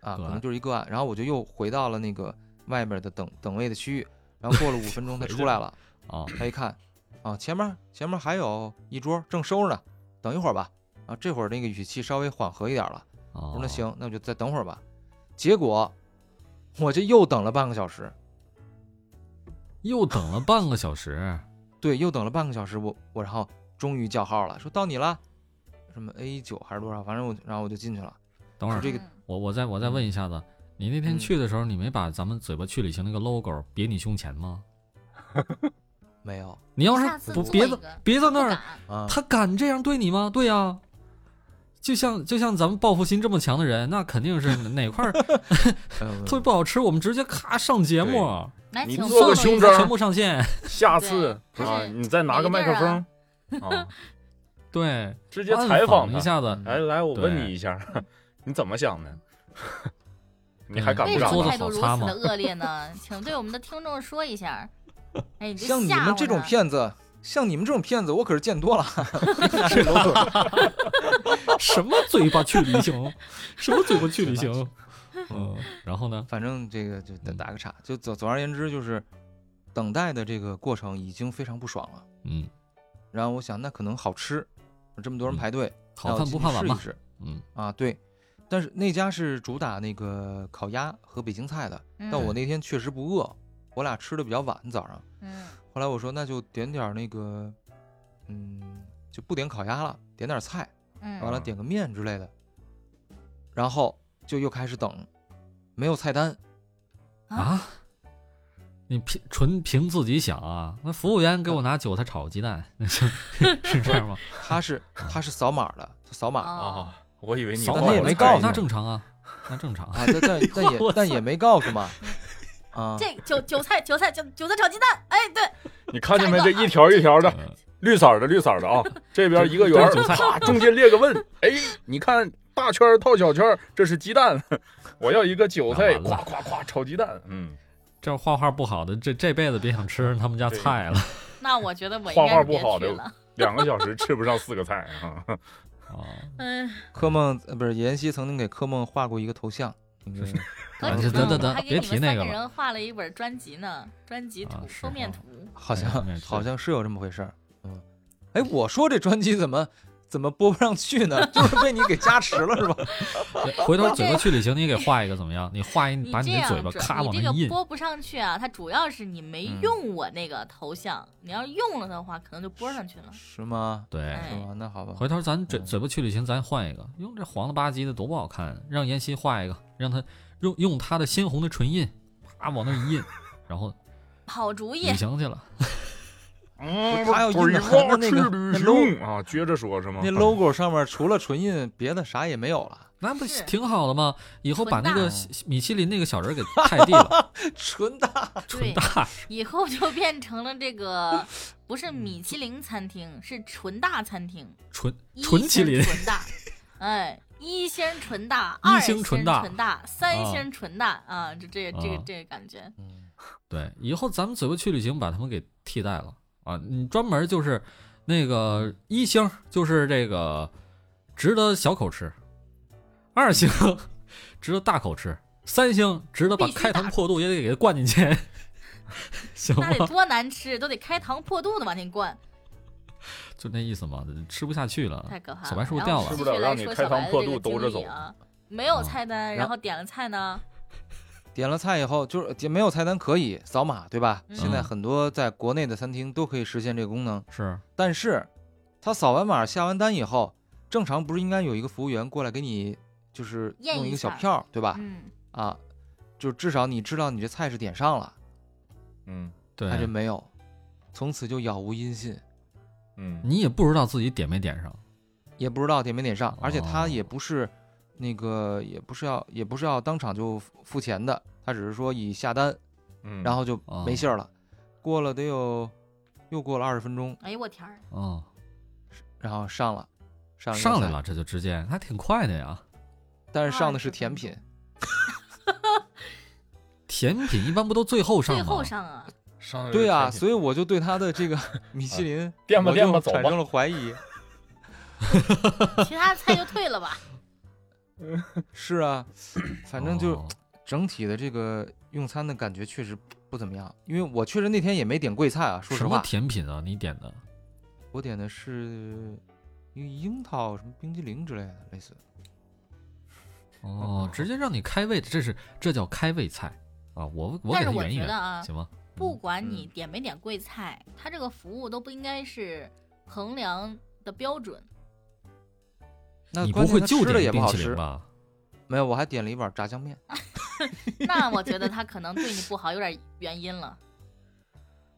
[SPEAKER 1] 啊，
[SPEAKER 3] 个
[SPEAKER 1] 可
[SPEAKER 3] 案
[SPEAKER 1] 能就是一个案。然后我就又回到了那个外面的等等位的区域，然后过了五分钟他
[SPEAKER 3] 回
[SPEAKER 1] 出
[SPEAKER 3] 去
[SPEAKER 1] 来了，
[SPEAKER 3] 啊，
[SPEAKER 1] 他一看啊，前面前面还有一桌正收拾呢，等一会儿吧。啊，这会儿那个语气稍微缓和一点了，我
[SPEAKER 3] 哦
[SPEAKER 1] 说那行，那我就再等会儿吧。结果我这又等了半个小时，
[SPEAKER 3] 又等了半个小时，
[SPEAKER 1] 对，又等了半个小时，我我然后终于叫号了，说到你了，什么 A 九还是多少，反正我然后我就进去了。
[SPEAKER 3] 等会儿
[SPEAKER 1] 这个
[SPEAKER 2] 嗯
[SPEAKER 3] 我我再我再问一下子，你那天
[SPEAKER 1] 嗯
[SPEAKER 3] 去的时候，你没把咱们嘴巴去旅行那个 logo 别你胸前吗？
[SPEAKER 1] 没有
[SPEAKER 3] 你要
[SPEAKER 2] 下
[SPEAKER 3] 是
[SPEAKER 2] 次
[SPEAKER 3] 不
[SPEAKER 2] 做
[SPEAKER 3] 别
[SPEAKER 2] 一
[SPEAKER 3] 在
[SPEAKER 2] 个
[SPEAKER 3] 别在那
[SPEAKER 2] 不
[SPEAKER 3] 儿，
[SPEAKER 2] 敢
[SPEAKER 1] 啊，
[SPEAKER 3] 他敢这样对你吗？对呀、就像就像咱们报复心这么强的人，那肯定是哪块儿
[SPEAKER 1] 嗯
[SPEAKER 3] 特别不好吃，我们直接咔上节目，
[SPEAKER 2] 来
[SPEAKER 4] 你
[SPEAKER 2] 请
[SPEAKER 4] 做
[SPEAKER 2] 放
[SPEAKER 4] 个
[SPEAKER 2] 一下
[SPEAKER 4] 胸针儿
[SPEAKER 3] 全部上线。
[SPEAKER 4] 下次
[SPEAKER 2] 对
[SPEAKER 4] 啊，
[SPEAKER 2] 就是
[SPEAKER 4] 你再拿个麦克
[SPEAKER 2] 没
[SPEAKER 4] 风
[SPEAKER 2] [laughs]
[SPEAKER 4] 啊，
[SPEAKER 3] 对，
[SPEAKER 4] 直接
[SPEAKER 3] 暗
[SPEAKER 4] 采
[SPEAKER 3] 访
[SPEAKER 4] 访他哎
[SPEAKER 3] 一。下子，
[SPEAKER 1] 嗯
[SPEAKER 4] 来来，我
[SPEAKER 3] 对
[SPEAKER 4] 问你一下，你怎么想的？ [laughs] 你还敢
[SPEAKER 2] 嗯为
[SPEAKER 4] 不
[SPEAKER 2] 什
[SPEAKER 4] 敢
[SPEAKER 3] 做
[SPEAKER 2] 么态度
[SPEAKER 3] 得好
[SPEAKER 4] 了？
[SPEAKER 2] 如
[SPEAKER 3] 擦
[SPEAKER 2] 此的
[SPEAKER 3] 吗
[SPEAKER 2] 恶劣呢？请对我们的听众说一下。哎，这
[SPEAKER 1] 像你
[SPEAKER 2] 吓
[SPEAKER 1] 们
[SPEAKER 2] 唬
[SPEAKER 1] 这种
[SPEAKER 2] 他
[SPEAKER 1] 骗子，像你们这种骗子，我可是见多了。 [laughs]
[SPEAKER 2] 哦
[SPEAKER 3] 什么嘴巴去旅行，什么嘴巴去旅
[SPEAKER 4] [laughs]
[SPEAKER 3] 行，嗯，然后呢？
[SPEAKER 1] 反正这个就打
[SPEAKER 3] 嗯
[SPEAKER 1] 打个岔，就总总而言之就是，等待的这个过程已经非常不爽了。
[SPEAKER 3] 嗯，
[SPEAKER 1] 然后我想，那可能好吃，这么多人
[SPEAKER 3] 嗯
[SPEAKER 1] 排队，那
[SPEAKER 3] 好
[SPEAKER 1] 我
[SPEAKER 3] 饭
[SPEAKER 1] 进
[SPEAKER 3] 不
[SPEAKER 1] 去
[SPEAKER 3] 怕晚
[SPEAKER 1] 试一
[SPEAKER 3] 嘛，
[SPEAKER 1] 试
[SPEAKER 3] 嗯，
[SPEAKER 1] 啊，对。但是那家是主打那个烤鸭和北京菜的，
[SPEAKER 2] 嗯
[SPEAKER 1] 但我那天确实不饿，我俩吃的比较晚，早上。
[SPEAKER 2] 嗯
[SPEAKER 1] 后来我说那就点点儿那个，嗯，就不点烤鸭了，点点儿菜，
[SPEAKER 2] 嗯，
[SPEAKER 1] 完了
[SPEAKER 4] 嗯
[SPEAKER 1] 点个面之类的。然后就又开始等，没有菜单，
[SPEAKER 3] 啊，你凭纯凭自己想啊？那服务员给我拿韭菜炒鸡蛋，那
[SPEAKER 2] [laughs]
[SPEAKER 3] 是是这样吗？
[SPEAKER 1] 他是他是扫码的，他扫码
[SPEAKER 2] 哦，
[SPEAKER 4] 啊，我以为你
[SPEAKER 1] 扫
[SPEAKER 4] 问
[SPEAKER 1] 码
[SPEAKER 4] 我
[SPEAKER 1] 也没
[SPEAKER 4] 的
[SPEAKER 1] 告诉
[SPEAKER 4] 菜
[SPEAKER 3] 那
[SPEAKER 1] 你
[SPEAKER 3] 正常啊，那正常。
[SPEAKER 1] 啊，但
[SPEAKER 2] [laughs]
[SPEAKER 1] 但但也
[SPEAKER 3] 我
[SPEAKER 1] 但也没告诉嘛，
[SPEAKER 4] 哦
[SPEAKER 1] 啊，
[SPEAKER 2] 这韭韭菜韭菜韭韭菜炒鸡蛋，哎对，
[SPEAKER 4] 你看见没？这一条
[SPEAKER 2] [laughs]
[SPEAKER 4] 一条的，
[SPEAKER 3] 嗯
[SPEAKER 4] 绿色儿的绿色儿的啊，这边一个圆儿，
[SPEAKER 3] 这是韭菜
[SPEAKER 4] 啪，中间列个问，哎，你看大圈儿套小圈儿，这是鸡蛋， [laughs] 我要一个韭菜，
[SPEAKER 3] 完了
[SPEAKER 4] 咵咵咵炒鸡蛋，嗯，
[SPEAKER 3] 这画画不好的，这这辈子别想吃他们家菜了
[SPEAKER 2] 那我觉得我
[SPEAKER 4] 画
[SPEAKER 2] 应该
[SPEAKER 4] 画
[SPEAKER 2] 是
[SPEAKER 4] 不
[SPEAKER 2] 别
[SPEAKER 4] 好
[SPEAKER 2] 去
[SPEAKER 4] 的
[SPEAKER 2] 了。
[SPEAKER 4] 两个小时吃不上四个菜啊，
[SPEAKER 3] 啊！
[SPEAKER 2] 嗯，
[SPEAKER 1] 柯梦呃不是妍希曾经给柯梦画过一个头像，那个
[SPEAKER 2] 我
[SPEAKER 3] 哎
[SPEAKER 2] 只知
[SPEAKER 3] 这
[SPEAKER 2] 道
[SPEAKER 3] 等等
[SPEAKER 2] 我嗯
[SPEAKER 3] 等
[SPEAKER 2] 还给
[SPEAKER 3] 别
[SPEAKER 2] 你们
[SPEAKER 3] 提那
[SPEAKER 2] 三
[SPEAKER 3] 个
[SPEAKER 2] 个
[SPEAKER 3] 了
[SPEAKER 2] 人画了一本专辑呢，专辑
[SPEAKER 3] 啊
[SPEAKER 2] 图
[SPEAKER 3] 是
[SPEAKER 2] 封面
[SPEAKER 3] 哈
[SPEAKER 2] 图。
[SPEAKER 1] 好
[SPEAKER 3] 哎
[SPEAKER 1] 像
[SPEAKER 3] 没事
[SPEAKER 1] 好像是有这么回事儿，嗯，哎，我说这专辑怎么怎么播不上去呢？ [laughs] 就是被你给加持了是吧？ [laughs]
[SPEAKER 3] 回头嘴巴去旅行，你给画一个怎么样？你画一
[SPEAKER 2] 你
[SPEAKER 3] 把
[SPEAKER 2] 这
[SPEAKER 3] 你的
[SPEAKER 2] 样
[SPEAKER 3] 嘴巴
[SPEAKER 2] 转
[SPEAKER 3] 咔
[SPEAKER 2] 你
[SPEAKER 3] 往
[SPEAKER 2] 这
[SPEAKER 3] 那
[SPEAKER 2] 个
[SPEAKER 3] 印，
[SPEAKER 2] 播不上去啊，它主要是你没
[SPEAKER 1] 嗯
[SPEAKER 2] 用我那个头像，你要用了的话，可能就播上去了。
[SPEAKER 1] 是吗？
[SPEAKER 3] 对。
[SPEAKER 2] 哎
[SPEAKER 1] 是吗？那好吧，
[SPEAKER 3] 回头咱嘴
[SPEAKER 1] 嗯
[SPEAKER 3] 嘴巴去旅行，咱换一个，用这黄了吧唧的多不好看，让妍希画一个，让她用用她的鲜红的唇印，啪往那一印，然后
[SPEAKER 2] 好主意啊
[SPEAKER 3] 旅，行去了。
[SPEAKER 4] 嗯，
[SPEAKER 1] 他要
[SPEAKER 4] 鬼
[SPEAKER 1] 硬
[SPEAKER 4] 话
[SPEAKER 1] 汉
[SPEAKER 4] 去
[SPEAKER 1] 那个
[SPEAKER 4] 旅
[SPEAKER 1] 那
[SPEAKER 4] 行啊，接着说是吗
[SPEAKER 1] 那？logo 上面除了唇印，别的啥也没有了， [laughs]
[SPEAKER 3] 那不
[SPEAKER 2] 是
[SPEAKER 3] 挺好的吗？以后把那
[SPEAKER 1] 纯
[SPEAKER 3] 个
[SPEAKER 1] 大
[SPEAKER 3] 西米其林那个小人儿给泰地了， [laughs]
[SPEAKER 1] 纯大
[SPEAKER 3] 纯
[SPEAKER 2] 对，
[SPEAKER 3] 大啊
[SPEAKER 2] 以后就变成了这
[SPEAKER 3] [laughs]
[SPEAKER 2] 个不是米其林餐厅，是纯大餐厅，
[SPEAKER 3] 纯
[SPEAKER 2] 一
[SPEAKER 3] 纯
[SPEAKER 2] 星
[SPEAKER 3] 麒麟，
[SPEAKER 2] 纯大，哎，一星纯大，
[SPEAKER 3] 一
[SPEAKER 2] 二
[SPEAKER 3] 星
[SPEAKER 2] 星
[SPEAKER 3] 纯
[SPEAKER 2] 纯
[SPEAKER 3] 大
[SPEAKER 2] 三
[SPEAKER 3] 啊
[SPEAKER 2] 星纯大啊，就这个这
[SPEAKER 3] 啊
[SPEAKER 2] 个这个感
[SPEAKER 3] [laughs]
[SPEAKER 2] 觉，
[SPEAKER 1] 嗯，
[SPEAKER 3] 对，以后咱们嘴巴去旅行把他们给替代了啊！你专门就是那个一星，就是这个值得小口吃；二星 [laughs] 值得大口吃；三星值得把
[SPEAKER 2] 必须
[SPEAKER 3] 开
[SPEAKER 2] 大
[SPEAKER 3] 膛
[SPEAKER 2] 口
[SPEAKER 3] 破肚也得给它灌
[SPEAKER 2] [laughs]
[SPEAKER 3] 进去，行
[SPEAKER 2] 那得
[SPEAKER 3] 吗？
[SPEAKER 2] 多难吃，都得开膛破肚的往进灌，
[SPEAKER 3] 就那意思嘛，吃不下去了，
[SPEAKER 2] 太可怕了。
[SPEAKER 3] 啊小白树
[SPEAKER 2] 然
[SPEAKER 3] 掉
[SPEAKER 2] 后
[SPEAKER 3] 了
[SPEAKER 4] 吃
[SPEAKER 2] 继
[SPEAKER 4] 不
[SPEAKER 2] 续
[SPEAKER 4] 了
[SPEAKER 2] 来
[SPEAKER 4] 让你
[SPEAKER 2] 说
[SPEAKER 4] 开
[SPEAKER 2] 小白
[SPEAKER 4] 膛
[SPEAKER 2] 的
[SPEAKER 4] 破
[SPEAKER 2] 这个
[SPEAKER 4] 肚兜
[SPEAKER 2] 经
[SPEAKER 4] 着
[SPEAKER 2] 历
[SPEAKER 4] 走
[SPEAKER 2] 啊，没有
[SPEAKER 3] 啊
[SPEAKER 2] 菜单，
[SPEAKER 1] 然
[SPEAKER 2] 然后点了菜呢，
[SPEAKER 1] 点了菜以后，就是也没有菜单可以扫码，对吧？现在
[SPEAKER 3] 嗯
[SPEAKER 1] 很多在国内的餐厅都可以实现这个功能，
[SPEAKER 3] 是
[SPEAKER 1] 但是他扫完码下完单以后，正常不是应该有一个服务员过来给你就是
[SPEAKER 2] 验
[SPEAKER 1] 弄一
[SPEAKER 2] 一
[SPEAKER 1] 个小
[SPEAKER 2] 下
[SPEAKER 1] 票儿，对吧？
[SPEAKER 2] 嗯，
[SPEAKER 1] 啊，就至少你知道你这菜是点上了，
[SPEAKER 4] 嗯
[SPEAKER 1] 他这
[SPEAKER 3] 对，
[SPEAKER 1] 没有，从此就杳无音信，
[SPEAKER 4] 嗯，
[SPEAKER 3] 你也不知道自己点没点上，
[SPEAKER 1] 也不知道点没点上，而且他
[SPEAKER 3] 哦
[SPEAKER 1] 也不是那个也不是要也不是要当场就付付钱的，他只是说已下单，
[SPEAKER 4] 嗯
[SPEAKER 1] 然后就
[SPEAKER 3] 哦
[SPEAKER 1] 没信儿了。过了得有又过了二十分钟，
[SPEAKER 2] 哎呦我天儿，
[SPEAKER 3] 嗯，
[SPEAKER 1] 然后上了，上了一个
[SPEAKER 3] 上来
[SPEAKER 1] 菜，
[SPEAKER 3] 了这就直接，还挺快的呀。
[SPEAKER 1] 但是上的是
[SPEAKER 2] 20
[SPEAKER 1] 甜
[SPEAKER 2] 分
[SPEAKER 1] 品，
[SPEAKER 3] 甜品一般不都最后上
[SPEAKER 2] 最
[SPEAKER 3] 吗？
[SPEAKER 2] 后上啊，
[SPEAKER 4] 上来就
[SPEAKER 1] 对呀、
[SPEAKER 4] 甜品
[SPEAKER 1] 所以我就对他的
[SPEAKER 3] [laughs]
[SPEAKER 1] 这个米其
[SPEAKER 3] 啊
[SPEAKER 1] 林，
[SPEAKER 4] 垫吧
[SPEAKER 1] 我
[SPEAKER 4] 垫吧
[SPEAKER 1] 就
[SPEAKER 4] 走
[SPEAKER 1] 产
[SPEAKER 4] 吧
[SPEAKER 1] 生了怀疑。
[SPEAKER 2] 其他菜就退了吧，
[SPEAKER 3] [laughs]
[SPEAKER 1] 是啊，反正就
[SPEAKER 3] 哦
[SPEAKER 1] 整体的这个用餐的感觉确实不怎么样，因为我确实那天也没点贵菜啊，说实
[SPEAKER 3] 什么
[SPEAKER 1] 话，
[SPEAKER 3] 甜品啊？你点的
[SPEAKER 1] 我点的是一个樱桃什么冰激凌之类的，类似。
[SPEAKER 3] 哦，直接让你开胃，这是这叫开胃菜啊！我我
[SPEAKER 2] 但
[SPEAKER 3] 给
[SPEAKER 2] 是
[SPEAKER 3] 他
[SPEAKER 2] 我
[SPEAKER 3] 圆一
[SPEAKER 2] 觉
[SPEAKER 3] 圆
[SPEAKER 2] 得，啊，
[SPEAKER 3] 行吗？
[SPEAKER 2] 不管你
[SPEAKER 1] 嗯
[SPEAKER 2] 点没点贵菜，它这个服务都不应该是衡量的标准。
[SPEAKER 1] 那
[SPEAKER 3] 你
[SPEAKER 1] 关
[SPEAKER 3] 不
[SPEAKER 1] 键
[SPEAKER 3] 会
[SPEAKER 1] 它
[SPEAKER 3] 就
[SPEAKER 1] 吃的也
[SPEAKER 3] 点
[SPEAKER 1] 不
[SPEAKER 3] 冰
[SPEAKER 1] 好
[SPEAKER 3] 淇淋
[SPEAKER 1] 吃，
[SPEAKER 3] 吧？
[SPEAKER 1] 没有，我还点了一碗炸酱面。
[SPEAKER 2] 那我觉得他可能对你不好有点原因了。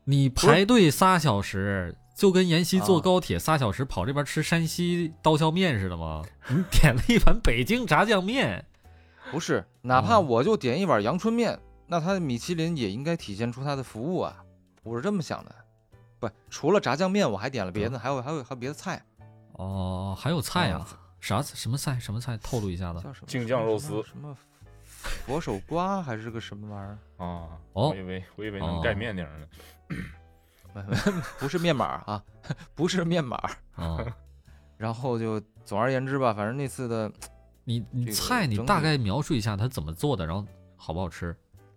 [SPEAKER 3] 你排队仨小时，就跟延禧坐
[SPEAKER 1] 啊
[SPEAKER 3] 高铁仨小时跑这边吃山西刀削面似
[SPEAKER 1] [laughs]
[SPEAKER 3] 的吗？你点了一碗北京炸酱面，
[SPEAKER 1] 不是，哪怕
[SPEAKER 3] 哦
[SPEAKER 1] 我就点一碗阳春面，那它的米其林也应该体现出它的服务啊，我是这么想的。不，除了炸酱面，我还点了别的，还有还有还有别的菜，
[SPEAKER 3] 哦，还有菜啊？啥什么菜？什么菜？透露一下子。
[SPEAKER 1] 叫什么
[SPEAKER 4] 京
[SPEAKER 1] 什
[SPEAKER 4] 酱
[SPEAKER 1] 么
[SPEAKER 4] 肉
[SPEAKER 1] 什么什么佛手瓜还是个什么玩意儿？
[SPEAKER 4] 啊，
[SPEAKER 3] 哦
[SPEAKER 4] 我以为我以为能
[SPEAKER 1] 哦
[SPEAKER 4] 盖面顶呢。
[SPEAKER 1] 没没不是面码儿啊， [laughs] 不是面码儿。
[SPEAKER 3] 啊，
[SPEAKER 1] 然后就总而言之吧，反正那次的
[SPEAKER 3] 你你
[SPEAKER 1] [laughs] 这个
[SPEAKER 3] 菜你
[SPEAKER 1] 整
[SPEAKER 3] 大
[SPEAKER 1] 体
[SPEAKER 3] 概描述一下它怎么做的，然后好不好吃？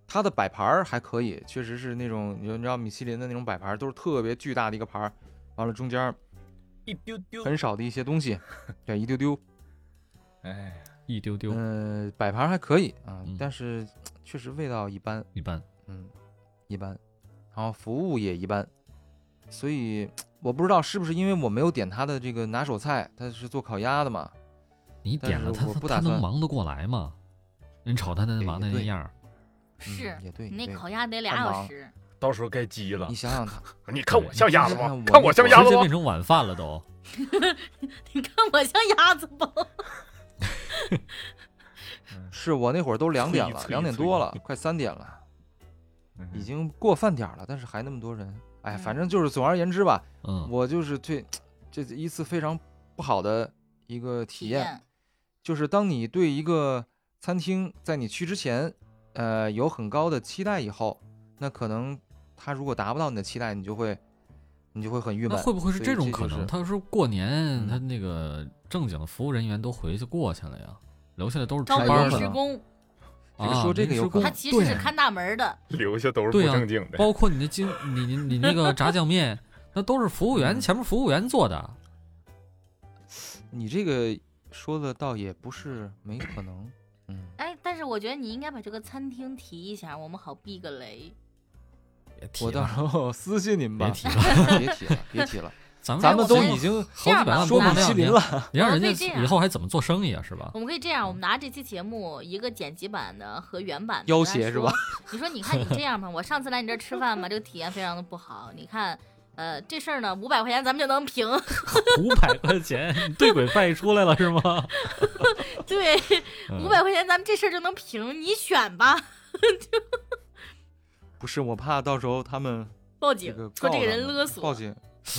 [SPEAKER 1] 它的摆盘儿还可以，确实是那种你知道米其林的那种摆盘儿都是特别巨大的一个盘儿，完了中间儿
[SPEAKER 4] 一丢丢，
[SPEAKER 1] 很少的一些东西， [laughs] 对，一丢丢。
[SPEAKER 4] 哎，
[SPEAKER 3] 一丢丢，
[SPEAKER 1] 嗯，摆盘还可以啊
[SPEAKER 3] 嗯，
[SPEAKER 1] 但是确实味道一般，
[SPEAKER 3] 一般。
[SPEAKER 1] 嗯，一般，然后服务也一般，所以我不知道是不是因为我没有点他的这个拿手菜，他是做烤鸭的嘛，
[SPEAKER 3] 你
[SPEAKER 1] 但
[SPEAKER 3] 点了
[SPEAKER 1] 是
[SPEAKER 3] 它，
[SPEAKER 1] 我
[SPEAKER 3] 它
[SPEAKER 1] 不
[SPEAKER 3] 它
[SPEAKER 1] 打
[SPEAKER 3] 能
[SPEAKER 1] 算
[SPEAKER 3] 忙得过来吗？你瞅它那
[SPEAKER 1] 也
[SPEAKER 3] 忙
[SPEAKER 1] 也
[SPEAKER 3] 那
[SPEAKER 1] 对
[SPEAKER 3] 样儿，
[SPEAKER 1] 嗯
[SPEAKER 2] 是，
[SPEAKER 1] 也对，
[SPEAKER 2] 你
[SPEAKER 1] 也
[SPEAKER 2] 那
[SPEAKER 1] 对
[SPEAKER 2] 烤鸭得俩
[SPEAKER 1] 太忙
[SPEAKER 2] 小时， [laughs]
[SPEAKER 4] 到时候该鸡了
[SPEAKER 1] 你。想想他，
[SPEAKER 4] 你看我像鸭子吗
[SPEAKER 1] 你？
[SPEAKER 4] 看我像
[SPEAKER 1] 鸭
[SPEAKER 4] 鸭
[SPEAKER 3] 直
[SPEAKER 4] 子
[SPEAKER 3] 接
[SPEAKER 4] 吗
[SPEAKER 3] 变？成晚饭了都。
[SPEAKER 2] 你看我像鸭子不？
[SPEAKER 1] 是我那会儿都两点了
[SPEAKER 4] 催，
[SPEAKER 1] 两点
[SPEAKER 4] 催
[SPEAKER 1] 多了，快三点了，已
[SPEAKER 4] 嗯
[SPEAKER 1] 经过饭点儿了，但是还那么多人，哎，反
[SPEAKER 2] 嗯
[SPEAKER 1] 正就是总而言之吧，
[SPEAKER 3] 嗯，
[SPEAKER 1] 我就是对这一次非常不好的一个 [laughs] 体
[SPEAKER 2] 体
[SPEAKER 1] 验。
[SPEAKER 2] 验
[SPEAKER 1] 就是当你对一个餐厅在你去之前，呃，有很高的期待以后，那可能他如果达不到你的期待，你就会，你就会很郁
[SPEAKER 3] 那
[SPEAKER 1] 闷。
[SPEAKER 3] 会不会是
[SPEAKER 1] 所以
[SPEAKER 3] 这种
[SPEAKER 1] 就
[SPEAKER 3] 可能？
[SPEAKER 1] 是
[SPEAKER 3] 他说过年
[SPEAKER 1] 嗯
[SPEAKER 3] 他那个正经的服务人员都回去过去了呀，留下来都是值
[SPEAKER 2] 招
[SPEAKER 1] 开
[SPEAKER 3] 班
[SPEAKER 1] 门
[SPEAKER 2] 临
[SPEAKER 3] 的
[SPEAKER 1] 了
[SPEAKER 2] 时
[SPEAKER 1] 呢
[SPEAKER 2] 工，
[SPEAKER 1] 这个
[SPEAKER 3] 啊
[SPEAKER 1] 说这个
[SPEAKER 3] 临时
[SPEAKER 1] 有可
[SPEAKER 3] 工
[SPEAKER 1] 能
[SPEAKER 2] 他其实是
[SPEAKER 3] 对
[SPEAKER 2] 看大门的。
[SPEAKER 4] 留下都是不
[SPEAKER 3] 对啊
[SPEAKER 4] 正经的。
[SPEAKER 3] 包括你的经，你你你那个炸酱面， [laughs] 那都是服务员
[SPEAKER 1] 嗯
[SPEAKER 3] 前面服务员做的。
[SPEAKER 1] 你这个说的倒也不是没可能。嗯，
[SPEAKER 2] 哎，但是我觉得你应该把这个餐厅提一下，我们好避个雷。
[SPEAKER 3] 别提
[SPEAKER 1] 我到
[SPEAKER 3] 了，
[SPEAKER 1] 时候私信您吧。
[SPEAKER 3] 别提
[SPEAKER 1] 了，别提了，别提了，
[SPEAKER 3] 咱们
[SPEAKER 1] 咱们都
[SPEAKER 2] 哎我
[SPEAKER 1] 已经
[SPEAKER 3] 好几百万
[SPEAKER 1] 说
[SPEAKER 2] 我
[SPEAKER 1] 米
[SPEAKER 2] 们
[SPEAKER 3] 那
[SPEAKER 1] 其
[SPEAKER 3] 样
[SPEAKER 1] 林
[SPEAKER 3] 你
[SPEAKER 1] 了。
[SPEAKER 3] 你让人
[SPEAKER 2] [laughs] 我们可以这
[SPEAKER 3] 家
[SPEAKER 2] 样
[SPEAKER 3] 以后还怎么做生意啊？是吧？
[SPEAKER 2] 我们可以这样，我们拿这期节目一个剪辑版的和原版的
[SPEAKER 1] 要
[SPEAKER 2] 跟他
[SPEAKER 1] 挟是
[SPEAKER 2] 说
[SPEAKER 1] 吧？ [laughs]
[SPEAKER 2] 你说，你看你这样吧，我上次来你这儿吃饭吧，这个体验非常的不好。你看，呃，这事儿呢，五百块钱咱们就能平。 [laughs]
[SPEAKER 3] 五百块钱， [laughs] 你对鬼拜出来了是
[SPEAKER 2] [laughs]
[SPEAKER 3] 吗？
[SPEAKER 2] 对，
[SPEAKER 3] 嗯
[SPEAKER 2] 五百块钱咱们这事儿就能平，你选吧。
[SPEAKER 1] 不是，我怕到时候他们
[SPEAKER 2] 报
[SPEAKER 1] 这
[SPEAKER 2] 警
[SPEAKER 1] 个告
[SPEAKER 2] 说这个
[SPEAKER 1] 了
[SPEAKER 2] 人
[SPEAKER 1] 呢
[SPEAKER 2] 勒索，
[SPEAKER 1] 报警。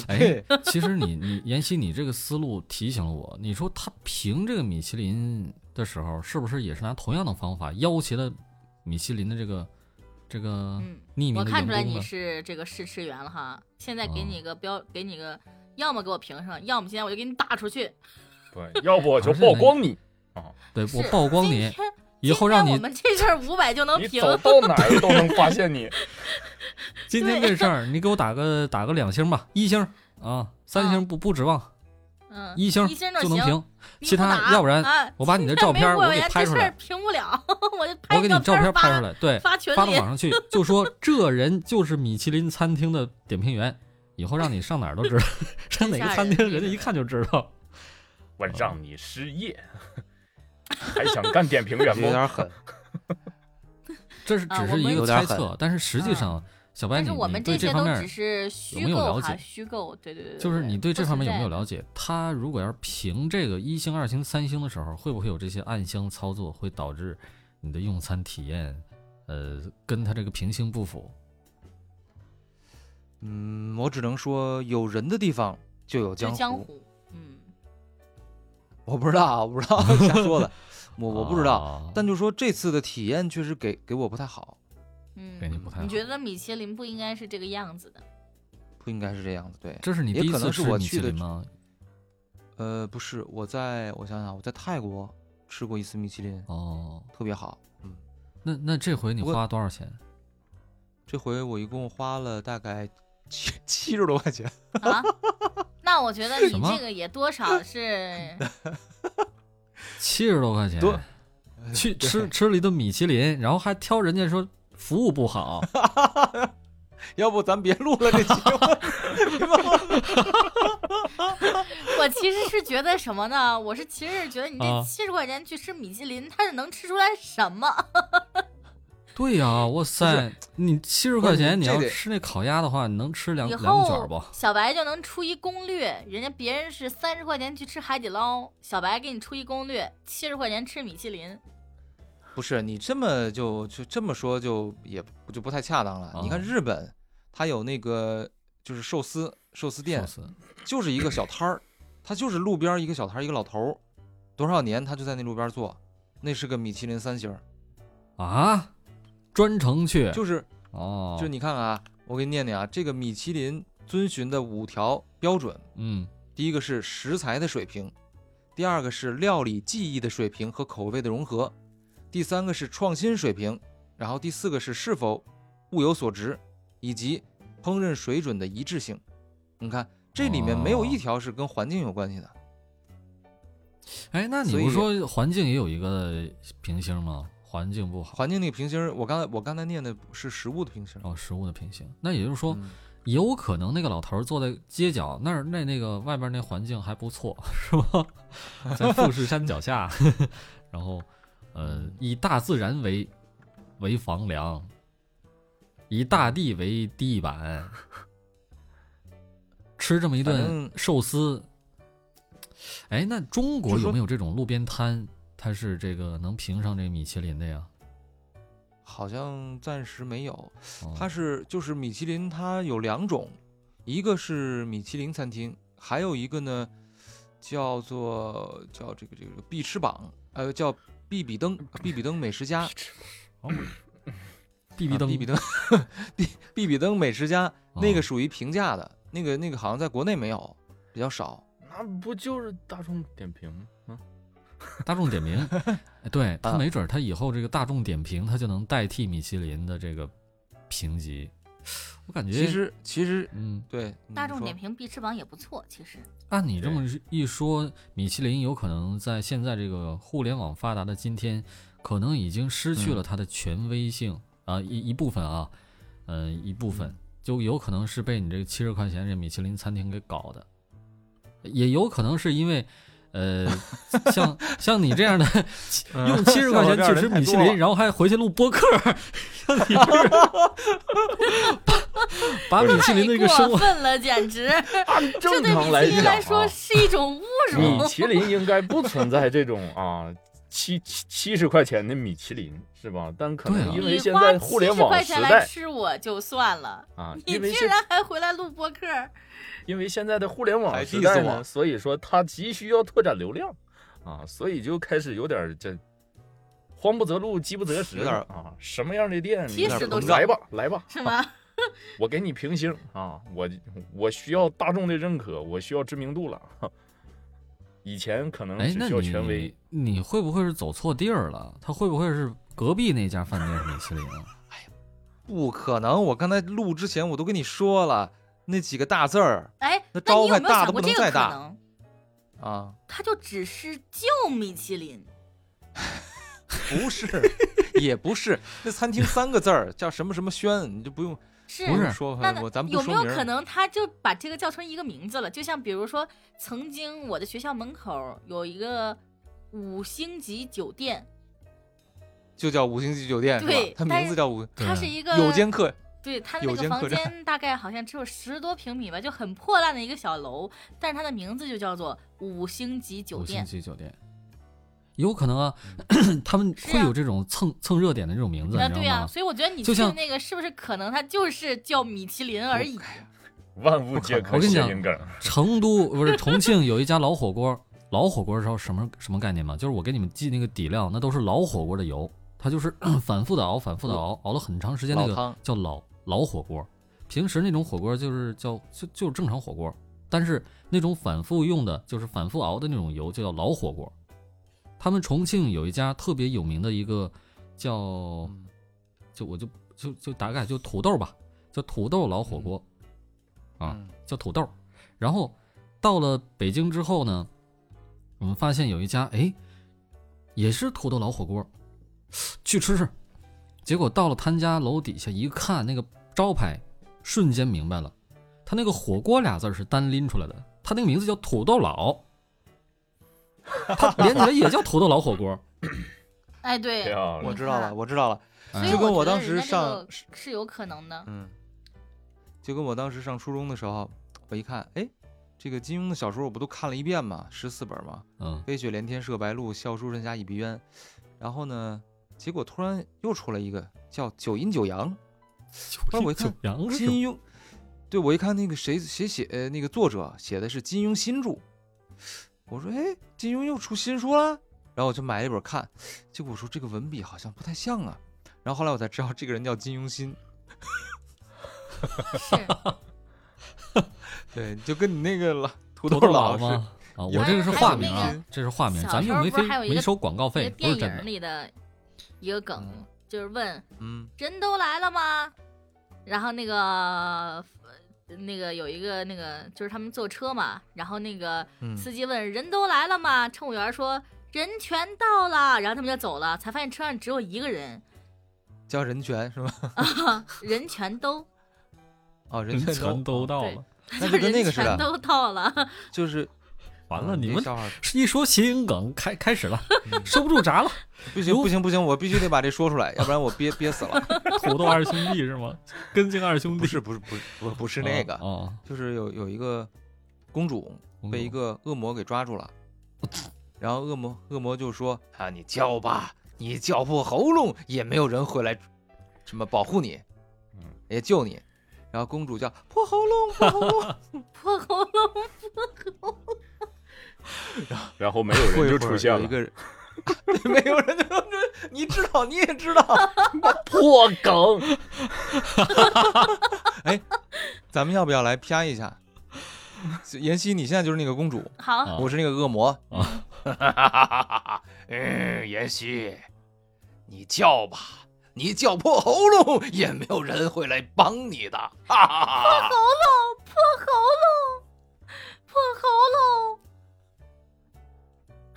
[SPEAKER 3] 哎
[SPEAKER 1] 对，
[SPEAKER 3] 其实你你妍希，你这个思路提醒了我。你说他评这个米其林的时候，是不是也是拿同样的方法要挟了米其林的这个这个
[SPEAKER 2] 嗯，
[SPEAKER 3] 匿名
[SPEAKER 2] 我
[SPEAKER 3] 的
[SPEAKER 2] 看
[SPEAKER 3] 员
[SPEAKER 2] 出来
[SPEAKER 3] 工
[SPEAKER 2] 你
[SPEAKER 3] 呢？
[SPEAKER 2] 是这个试吃员了哈。现在给
[SPEAKER 3] 哦
[SPEAKER 2] 你个标，给你个，要么给我评上，要么现在我就给你打出去。
[SPEAKER 4] 对，要不我就曝光你，
[SPEAKER 3] 对我
[SPEAKER 2] 是
[SPEAKER 3] 曝光
[SPEAKER 2] 今
[SPEAKER 3] 你，
[SPEAKER 2] 天
[SPEAKER 3] 以后
[SPEAKER 2] 今天
[SPEAKER 3] 让
[SPEAKER 2] 我
[SPEAKER 3] 你
[SPEAKER 2] 们这事儿五百就能
[SPEAKER 4] 你
[SPEAKER 2] 平。
[SPEAKER 4] 走到哪儿都能发现你。
[SPEAKER 3] 今天
[SPEAKER 2] 对
[SPEAKER 3] 这事儿，你给我打个打个两星吧，一星啊，三星不不指望，
[SPEAKER 2] 嗯，
[SPEAKER 3] 一星
[SPEAKER 2] 一星就
[SPEAKER 3] 就能
[SPEAKER 2] 行
[SPEAKER 3] 评。
[SPEAKER 2] 你
[SPEAKER 3] 其
[SPEAKER 2] 不
[SPEAKER 3] 他
[SPEAKER 2] 打
[SPEAKER 3] 要不然
[SPEAKER 2] 啊
[SPEAKER 3] 我把你的
[SPEAKER 2] 这
[SPEAKER 3] 照片
[SPEAKER 2] 没
[SPEAKER 3] 儿
[SPEAKER 2] 过
[SPEAKER 3] 我给
[SPEAKER 2] 人
[SPEAKER 3] 拍
[SPEAKER 2] 这
[SPEAKER 3] 出
[SPEAKER 2] 事儿
[SPEAKER 3] 来，
[SPEAKER 2] 评不了，我就拍
[SPEAKER 3] 我给你照
[SPEAKER 2] 片
[SPEAKER 3] 片
[SPEAKER 2] 儿
[SPEAKER 3] 拍
[SPEAKER 2] 发
[SPEAKER 3] 出来，对，
[SPEAKER 2] 发群
[SPEAKER 3] 发到
[SPEAKER 2] 里。
[SPEAKER 3] 网上去，就说这人就是米其林餐厅的点评员，以后让你上哪儿都知道， [laughs] 上哪个餐厅人家一看就知道。
[SPEAKER 4] 我让你失业， [laughs] 还想干点
[SPEAKER 1] [laughs]
[SPEAKER 4] 评员
[SPEAKER 1] 有
[SPEAKER 4] 吗？
[SPEAKER 1] 点狠，
[SPEAKER 3] 这是
[SPEAKER 2] 啊
[SPEAKER 3] 只
[SPEAKER 2] 我
[SPEAKER 3] 是
[SPEAKER 2] 们
[SPEAKER 3] 一个
[SPEAKER 1] 有点
[SPEAKER 3] 猜测，但是实际上，小白
[SPEAKER 2] 啊但
[SPEAKER 3] 你
[SPEAKER 2] 是我们
[SPEAKER 3] 你对
[SPEAKER 2] 这些
[SPEAKER 3] 方
[SPEAKER 2] 都
[SPEAKER 3] 面
[SPEAKER 2] 只是虚
[SPEAKER 3] 有没有
[SPEAKER 2] 构
[SPEAKER 3] 了
[SPEAKER 2] 哈，
[SPEAKER 3] 解
[SPEAKER 2] 虚构，对对对，
[SPEAKER 3] 就是你对这方面有没有
[SPEAKER 2] 解？
[SPEAKER 3] 了解？他如果要是评这个一星、二星、三星的时候，会不会有这些暗箱操作，会导致你的用餐体验，呃，跟他这个评星不符？
[SPEAKER 1] 嗯，我只能说有人的地方就有
[SPEAKER 2] 就
[SPEAKER 1] 江
[SPEAKER 2] 江湖，嗯，
[SPEAKER 1] 我不知道，啊，我不知道， [laughs] 瞎说的，我我不知道。
[SPEAKER 3] 啊
[SPEAKER 1] 但就说这次的体验确实给给我不太好，
[SPEAKER 3] 感
[SPEAKER 2] 嗯，
[SPEAKER 3] 觉哎不太好
[SPEAKER 2] 你。觉得米其林不应该是这个样子的？
[SPEAKER 1] 不应该是这样子。对，
[SPEAKER 3] 这是你
[SPEAKER 1] 也
[SPEAKER 3] 第一
[SPEAKER 1] 可
[SPEAKER 3] 次
[SPEAKER 1] 能是
[SPEAKER 3] 吃
[SPEAKER 1] 我
[SPEAKER 3] 米
[SPEAKER 1] 去
[SPEAKER 3] 其
[SPEAKER 1] 的
[SPEAKER 3] 林吗？
[SPEAKER 1] 呃，不是，我在我想啊想，我在泰国吃过一次米其林，
[SPEAKER 3] 哦，
[SPEAKER 1] 特别好。嗯，
[SPEAKER 3] 那那这回你
[SPEAKER 1] 不过
[SPEAKER 3] 花多少钱？
[SPEAKER 1] 这回我一共花了大概七七十多块钱，
[SPEAKER 2] [laughs] 啊，那我觉得你
[SPEAKER 3] 什么
[SPEAKER 2] 这个也多少是， [laughs]
[SPEAKER 3] 七十多块钱，
[SPEAKER 1] 多 [laughs]
[SPEAKER 3] 去吃吃了一顿米其林，然后还挑人家说服务不好，
[SPEAKER 1] 要不咱别录了这
[SPEAKER 3] [laughs]
[SPEAKER 1] 节目。
[SPEAKER 2] 我其实是觉得什么呢？我是其实是觉得你
[SPEAKER 3] 啊
[SPEAKER 2] 这七十块钱去吃米其林，它是能吃出来什么？
[SPEAKER 3] 对呀、哇塞！你七十
[SPEAKER 1] 不是
[SPEAKER 3] 块
[SPEAKER 1] 你
[SPEAKER 3] 钱，你
[SPEAKER 1] 这
[SPEAKER 3] 要
[SPEAKER 1] 得
[SPEAKER 3] 吃那烤鸭的话，你能吃两
[SPEAKER 2] 以
[SPEAKER 3] 两卷儿
[SPEAKER 2] 后
[SPEAKER 3] 吧？
[SPEAKER 2] 小白就能出一攻略，人家别人是三十块钱去吃海底捞，小白给你出一攻略，七十块钱吃米其
[SPEAKER 3] 嗯
[SPEAKER 2] 林。
[SPEAKER 1] 不是你这么就就这么说就也不就不太恰当了。你看
[SPEAKER 3] 哦
[SPEAKER 1] 日本，它有那个就是寿司寿司店
[SPEAKER 3] 寿，司
[SPEAKER 1] 就是一个小摊儿，他就是路边儿一个小摊儿，一个老头儿，多少年他就在那路边儿做，那是个米其林三星儿，
[SPEAKER 3] 啊，专程去
[SPEAKER 1] 就是
[SPEAKER 3] 哦，
[SPEAKER 1] 就你看啊，我给你念念啊，这个米其林遵循的五条标准，
[SPEAKER 3] 嗯
[SPEAKER 1] 第一个是食材的水平，第二个是料理技艺的水平和口味的融合，第三个是创新水平，然后第四个是是否物有所值，以及烹饪水准的一致性。你看这里面没有一
[SPEAKER 3] 哦
[SPEAKER 1] 条是跟环境有关系的。
[SPEAKER 3] 哎，那你
[SPEAKER 1] 所以
[SPEAKER 3] 不说环境也有一个评星吗？环境不好
[SPEAKER 1] 环境那个平行儿，我刚才我刚才念的是食物的平行儿。
[SPEAKER 3] 哦，食物的评星。那也就是说，
[SPEAKER 1] 嗯
[SPEAKER 3] 有可能那个老头儿坐在街角那儿，那那个外边那环境还不错， [laughs] 是吧？在富士山脚下， [laughs] 然后呃，以大自然为为房梁，以大地为地板，吃这么一
[SPEAKER 1] 反
[SPEAKER 3] 顿
[SPEAKER 1] 正
[SPEAKER 3] 寿司。哎，那中国
[SPEAKER 1] 就说
[SPEAKER 3] 有没有这种路边摊？它是这个能评上这米其林的呀？
[SPEAKER 1] 好像暂时没有，
[SPEAKER 3] 哦
[SPEAKER 1] 它是就是米其林，它有两种，一个是米其林餐厅，还有一个呢叫做叫这个这个必吃榜，呃叫必比
[SPEAKER 3] [laughs]
[SPEAKER 1] 登必比登美食家，
[SPEAKER 3] 哦必比
[SPEAKER 1] 啊
[SPEAKER 3] 登
[SPEAKER 1] 必比登 [laughs] 必必比登美食家，那
[SPEAKER 3] 哦
[SPEAKER 1] 个属于平价的，那个那个好像在国内没有，比较少。
[SPEAKER 4] 那不就是大众点评吗？
[SPEAKER 3] 大众
[SPEAKER 1] [laughs]
[SPEAKER 3] 点评，哎对他
[SPEAKER 1] 啊
[SPEAKER 3] 没准儿他以后这个大众点评，他就能代替米其林的这个评级。我感觉
[SPEAKER 1] 其实其实
[SPEAKER 3] 嗯，
[SPEAKER 1] 对你
[SPEAKER 2] 大众
[SPEAKER 1] 说
[SPEAKER 2] 点评必吃榜也不错，其实
[SPEAKER 3] 按你这么一说，米其林有可能在现在这个互联网发达的今天，可能已经失去了它的权威性啊、一一部分啊，嗯、一部分就有可能是被你这个七十块钱这米其林餐厅给搞的，也有可能是因为。呃， [laughs] 像像你这样的用七十块钱去吃米其林，然后还回去录播客， [laughs] 像你这样 [laughs] 把把米其林的一个
[SPEAKER 2] 太
[SPEAKER 3] 生
[SPEAKER 2] 过
[SPEAKER 3] 活
[SPEAKER 2] 分了，简
[SPEAKER 3] [laughs]
[SPEAKER 2] 直！
[SPEAKER 4] 按
[SPEAKER 2] 这
[SPEAKER 4] 正
[SPEAKER 2] 对
[SPEAKER 4] 常
[SPEAKER 2] 米其林
[SPEAKER 4] 讲
[SPEAKER 2] 来
[SPEAKER 1] [laughs]
[SPEAKER 4] 啊
[SPEAKER 2] 说，是一种侮辱
[SPEAKER 3] [laughs] 嗯
[SPEAKER 4] 米。其林应该不存在这种啊七七七十块钱的米其林是吧？但可
[SPEAKER 3] 对啊
[SPEAKER 4] 能因为
[SPEAKER 2] 你
[SPEAKER 4] 现
[SPEAKER 2] 花
[SPEAKER 4] 在
[SPEAKER 2] 七
[SPEAKER 4] 互
[SPEAKER 2] 十
[SPEAKER 4] 联网
[SPEAKER 2] 块
[SPEAKER 4] 时
[SPEAKER 2] 钱来
[SPEAKER 4] 代
[SPEAKER 2] 吃我就算了，
[SPEAKER 4] 啊，
[SPEAKER 2] 你
[SPEAKER 4] 因为
[SPEAKER 2] 居
[SPEAKER 4] 现
[SPEAKER 2] 然还回来录播客，
[SPEAKER 4] 因为现在的互联网
[SPEAKER 1] 还
[SPEAKER 4] 时
[SPEAKER 1] diss
[SPEAKER 4] 代
[SPEAKER 1] 我
[SPEAKER 4] 呢，所以说它急需要拓展流量啊，所以就开始有点儿这慌不择路、饥不择食
[SPEAKER 1] 有点儿
[SPEAKER 4] 啊，什么样的店
[SPEAKER 2] 其实都是
[SPEAKER 4] 来吧，来吧，
[SPEAKER 1] 哦
[SPEAKER 2] 是吗？
[SPEAKER 4] 我给你评星啊，我我需要大众的认可，我需要知名度了。 [laughs] 以前可能
[SPEAKER 3] 哎，
[SPEAKER 4] 只
[SPEAKER 3] 那
[SPEAKER 4] 需要权威
[SPEAKER 3] 你，你会不会是走错地儿了？他会不会是隔壁那家饭店是米其林啊？
[SPEAKER 1] 不可能！我刚才录之前我都跟你说了，那几个大字儿
[SPEAKER 2] 哎，
[SPEAKER 1] 那
[SPEAKER 2] 你
[SPEAKER 1] 招
[SPEAKER 2] 有
[SPEAKER 1] 牌
[SPEAKER 2] 没有
[SPEAKER 1] 大
[SPEAKER 2] 想
[SPEAKER 1] 的
[SPEAKER 2] 过
[SPEAKER 1] 不
[SPEAKER 2] 这
[SPEAKER 1] 能
[SPEAKER 2] 个
[SPEAKER 1] 再
[SPEAKER 2] 可
[SPEAKER 1] 大
[SPEAKER 2] 能？
[SPEAKER 1] 啊，
[SPEAKER 2] 它就只是就米其林，
[SPEAKER 1] 不是， [laughs] 也不是。那餐厅三个字儿叫什么什么轩，你就不用
[SPEAKER 2] 是
[SPEAKER 1] 不
[SPEAKER 3] 是
[SPEAKER 1] 用说，
[SPEAKER 2] 那
[SPEAKER 1] 反正
[SPEAKER 2] 那
[SPEAKER 1] 呃我咱们不
[SPEAKER 2] 有没
[SPEAKER 1] 说
[SPEAKER 2] 有
[SPEAKER 1] 名儿
[SPEAKER 2] 可能他就把这个叫成一个名字了？就像比如说，曾经我的学校门口有一个五星级酒店，
[SPEAKER 1] 就叫五星级酒店是吧
[SPEAKER 2] 对
[SPEAKER 1] 它
[SPEAKER 2] 但
[SPEAKER 1] 名字
[SPEAKER 2] 是
[SPEAKER 1] 叫五
[SPEAKER 3] 对
[SPEAKER 2] 它是一个
[SPEAKER 1] 啊有间客，
[SPEAKER 2] 对它的那
[SPEAKER 1] 有
[SPEAKER 2] 个
[SPEAKER 1] 间
[SPEAKER 2] 房
[SPEAKER 1] 客栈
[SPEAKER 2] 间大概好像只有十多平米吧，就很破烂的一个小楼，但是它的名字就叫做五星级酒
[SPEAKER 3] 五星
[SPEAKER 2] 店。
[SPEAKER 3] 级酒店，有可能啊， [coughs] 他们
[SPEAKER 2] 是
[SPEAKER 3] 会
[SPEAKER 2] 啊
[SPEAKER 3] 有这种蹭蹭热点的这种名字，
[SPEAKER 2] 那
[SPEAKER 3] 你
[SPEAKER 2] 对啊
[SPEAKER 3] 知道
[SPEAKER 2] 呀、
[SPEAKER 3] 吗？
[SPEAKER 2] 所以我觉得你
[SPEAKER 3] 就
[SPEAKER 2] 去的
[SPEAKER 3] 像
[SPEAKER 2] 那个是不是可能它就是叫米其林而已？
[SPEAKER 4] 万物皆
[SPEAKER 3] 我
[SPEAKER 4] 可
[SPEAKER 3] 跟你
[SPEAKER 4] 谐
[SPEAKER 3] 讲
[SPEAKER 4] 音梗。
[SPEAKER 3] 成都不是重庆有一家老火锅，老火锅知道什么什么概念吗？就是我给你们寄那个底料，那都是老火锅的油，
[SPEAKER 1] [coughs]
[SPEAKER 3] 它就是反复的熬，反复的熬，熬了很长时间，那
[SPEAKER 1] 老
[SPEAKER 3] 个
[SPEAKER 1] 汤
[SPEAKER 3] 叫老老火锅。平时那种火锅就是叫就就是正常火锅，但是那种反复用的，就是反复熬的那种油，就叫老火锅。他们重庆有一家特别有名的一个叫，就我就就就大概就土豆吧，叫土豆老火锅。啊
[SPEAKER 1] 嗯
[SPEAKER 3] 叫土豆。然后到了北京之后呢，我们发现有一家哎，也是土豆老火锅，去吃吃。结果到了他家楼底下一看，那个招牌瞬间明白了，他那个火锅俩字儿是单拎出来的，他那个名字叫土豆佬，他连起来也叫土豆佬火锅。
[SPEAKER 2] 哎，对，
[SPEAKER 4] 漂
[SPEAKER 1] 我
[SPEAKER 4] 亮，
[SPEAKER 1] 知道了，
[SPEAKER 2] 嗯
[SPEAKER 1] 我知道了，
[SPEAKER 2] 所以
[SPEAKER 3] 哎
[SPEAKER 1] 就跟
[SPEAKER 2] 我
[SPEAKER 1] 我
[SPEAKER 2] 觉得
[SPEAKER 1] 当时
[SPEAKER 2] 人家这
[SPEAKER 1] 上
[SPEAKER 2] 个是有可能
[SPEAKER 1] [laughs]
[SPEAKER 2] 的。
[SPEAKER 1] 嗯，就跟我当时上初中的时候，我一看，哎，这个金庸的小说我不都看了一遍嘛，十四本嘛，
[SPEAKER 3] 嗯
[SPEAKER 1] 《飞雪连天射白鹿，笑书人侠倚碧鸳》，然后呢，结果突然又出来一个叫《九阴九阳》，不是我一看
[SPEAKER 3] 羊是
[SPEAKER 1] 金庸，对我一看那个谁谁写呃那个作者写的是金庸新著，我说哎，金庸又出新书了，然后我就买了一本看，结果我说这个文笔好像不太像啊，然后后来我才知道这个人叫金庸新，
[SPEAKER 2] 是，
[SPEAKER 1] 对，就跟你那个老土
[SPEAKER 3] 土
[SPEAKER 1] 豆
[SPEAKER 3] 豆
[SPEAKER 1] 老
[SPEAKER 3] 佬
[SPEAKER 1] 师，
[SPEAKER 3] 吗？啊，
[SPEAKER 1] 有
[SPEAKER 3] 我这个是化名
[SPEAKER 1] 还有
[SPEAKER 3] 啊
[SPEAKER 1] 那个，
[SPEAKER 3] 这是化名，
[SPEAKER 2] 哎小
[SPEAKER 3] 咱
[SPEAKER 2] 时
[SPEAKER 3] 又
[SPEAKER 2] 候
[SPEAKER 3] 没
[SPEAKER 2] 不是
[SPEAKER 3] 飞
[SPEAKER 2] 还有一
[SPEAKER 3] 没
[SPEAKER 2] 个
[SPEAKER 3] 收广告
[SPEAKER 2] 一
[SPEAKER 3] 费
[SPEAKER 2] 个，电
[SPEAKER 3] 不是真
[SPEAKER 2] 影
[SPEAKER 3] 的。
[SPEAKER 2] 里的一个梗
[SPEAKER 1] 嗯，
[SPEAKER 2] 就是问
[SPEAKER 1] 嗯，
[SPEAKER 2] 人都来了吗？然后那个呃那个有一个那个就是他们坐车嘛，然后那个
[SPEAKER 1] 嗯
[SPEAKER 2] 司机问人都来了吗？乘务员说人全到了，然后他们就走了，才发现车上只有一个人，
[SPEAKER 1] 叫人权是吧？
[SPEAKER 2] 人全都 [laughs]
[SPEAKER 1] 哦，人权
[SPEAKER 3] 全都到了，
[SPEAKER 1] 那就
[SPEAKER 2] 就
[SPEAKER 1] 跟那
[SPEAKER 2] 人
[SPEAKER 1] 个似
[SPEAKER 2] 全
[SPEAKER 1] 的，
[SPEAKER 2] 都到了， [laughs]
[SPEAKER 1] 就是
[SPEAKER 3] 完
[SPEAKER 1] 啊
[SPEAKER 3] 了，你
[SPEAKER 1] 这
[SPEAKER 3] 们
[SPEAKER 1] 笑话
[SPEAKER 3] 一说谐音梗开开始了，收不住闸了。
[SPEAKER 1] 不行不行不行，我必须得把这说出来，要不然我憋憋死了。
[SPEAKER 3] [laughs] 土豆二兄弟是吗？根茎二兄弟
[SPEAKER 1] [laughs]
[SPEAKER 3] [laughs]
[SPEAKER 1] 不是不是不是不不是那个，
[SPEAKER 3] 哦，
[SPEAKER 1] 就是有有一个公主
[SPEAKER 3] 哦
[SPEAKER 1] 被一个恶魔给抓住了，嗯然后恶魔恶魔就说啊，你叫吧，你叫破喉咙也没有人会来什么保护你，
[SPEAKER 4] 嗯
[SPEAKER 1] 也救你。然后公主叫破喉咙破喉咙，
[SPEAKER 2] 破喉咙。
[SPEAKER 4] 然后 [laughs] 没有
[SPEAKER 1] 过
[SPEAKER 4] 人
[SPEAKER 1] 一
[SPEAKER 4] 就
[SPEAKER 1] 会儿
[SPEAKER 4] 出现
[SPEAKER 1] 有一
[SPEAKER 4] 了，
[SPEAKER 1] 个人， [laughs] 对没有人就说这你知道你也知道， [laughs]
[SPEAKER 4] 破梗，
[SPEAKER 1] 哎咱们要不要来啪一 [laughs] 下？妍希，你现在就是那个公主，
[SPEAKER 2] 好，
[SPEAKER 3] 啊
[SPEAKER 1] 我是那个恶魔
[SPEAKER 3] 啊。
[SPEAKER 1] [laughs] 嗯，妍希，你叫吧，你叫破喉咙也没有人会来帮你的。 [laughs] 哈哈哈
[SPEAKER 2] 破喉咙，破喉咙，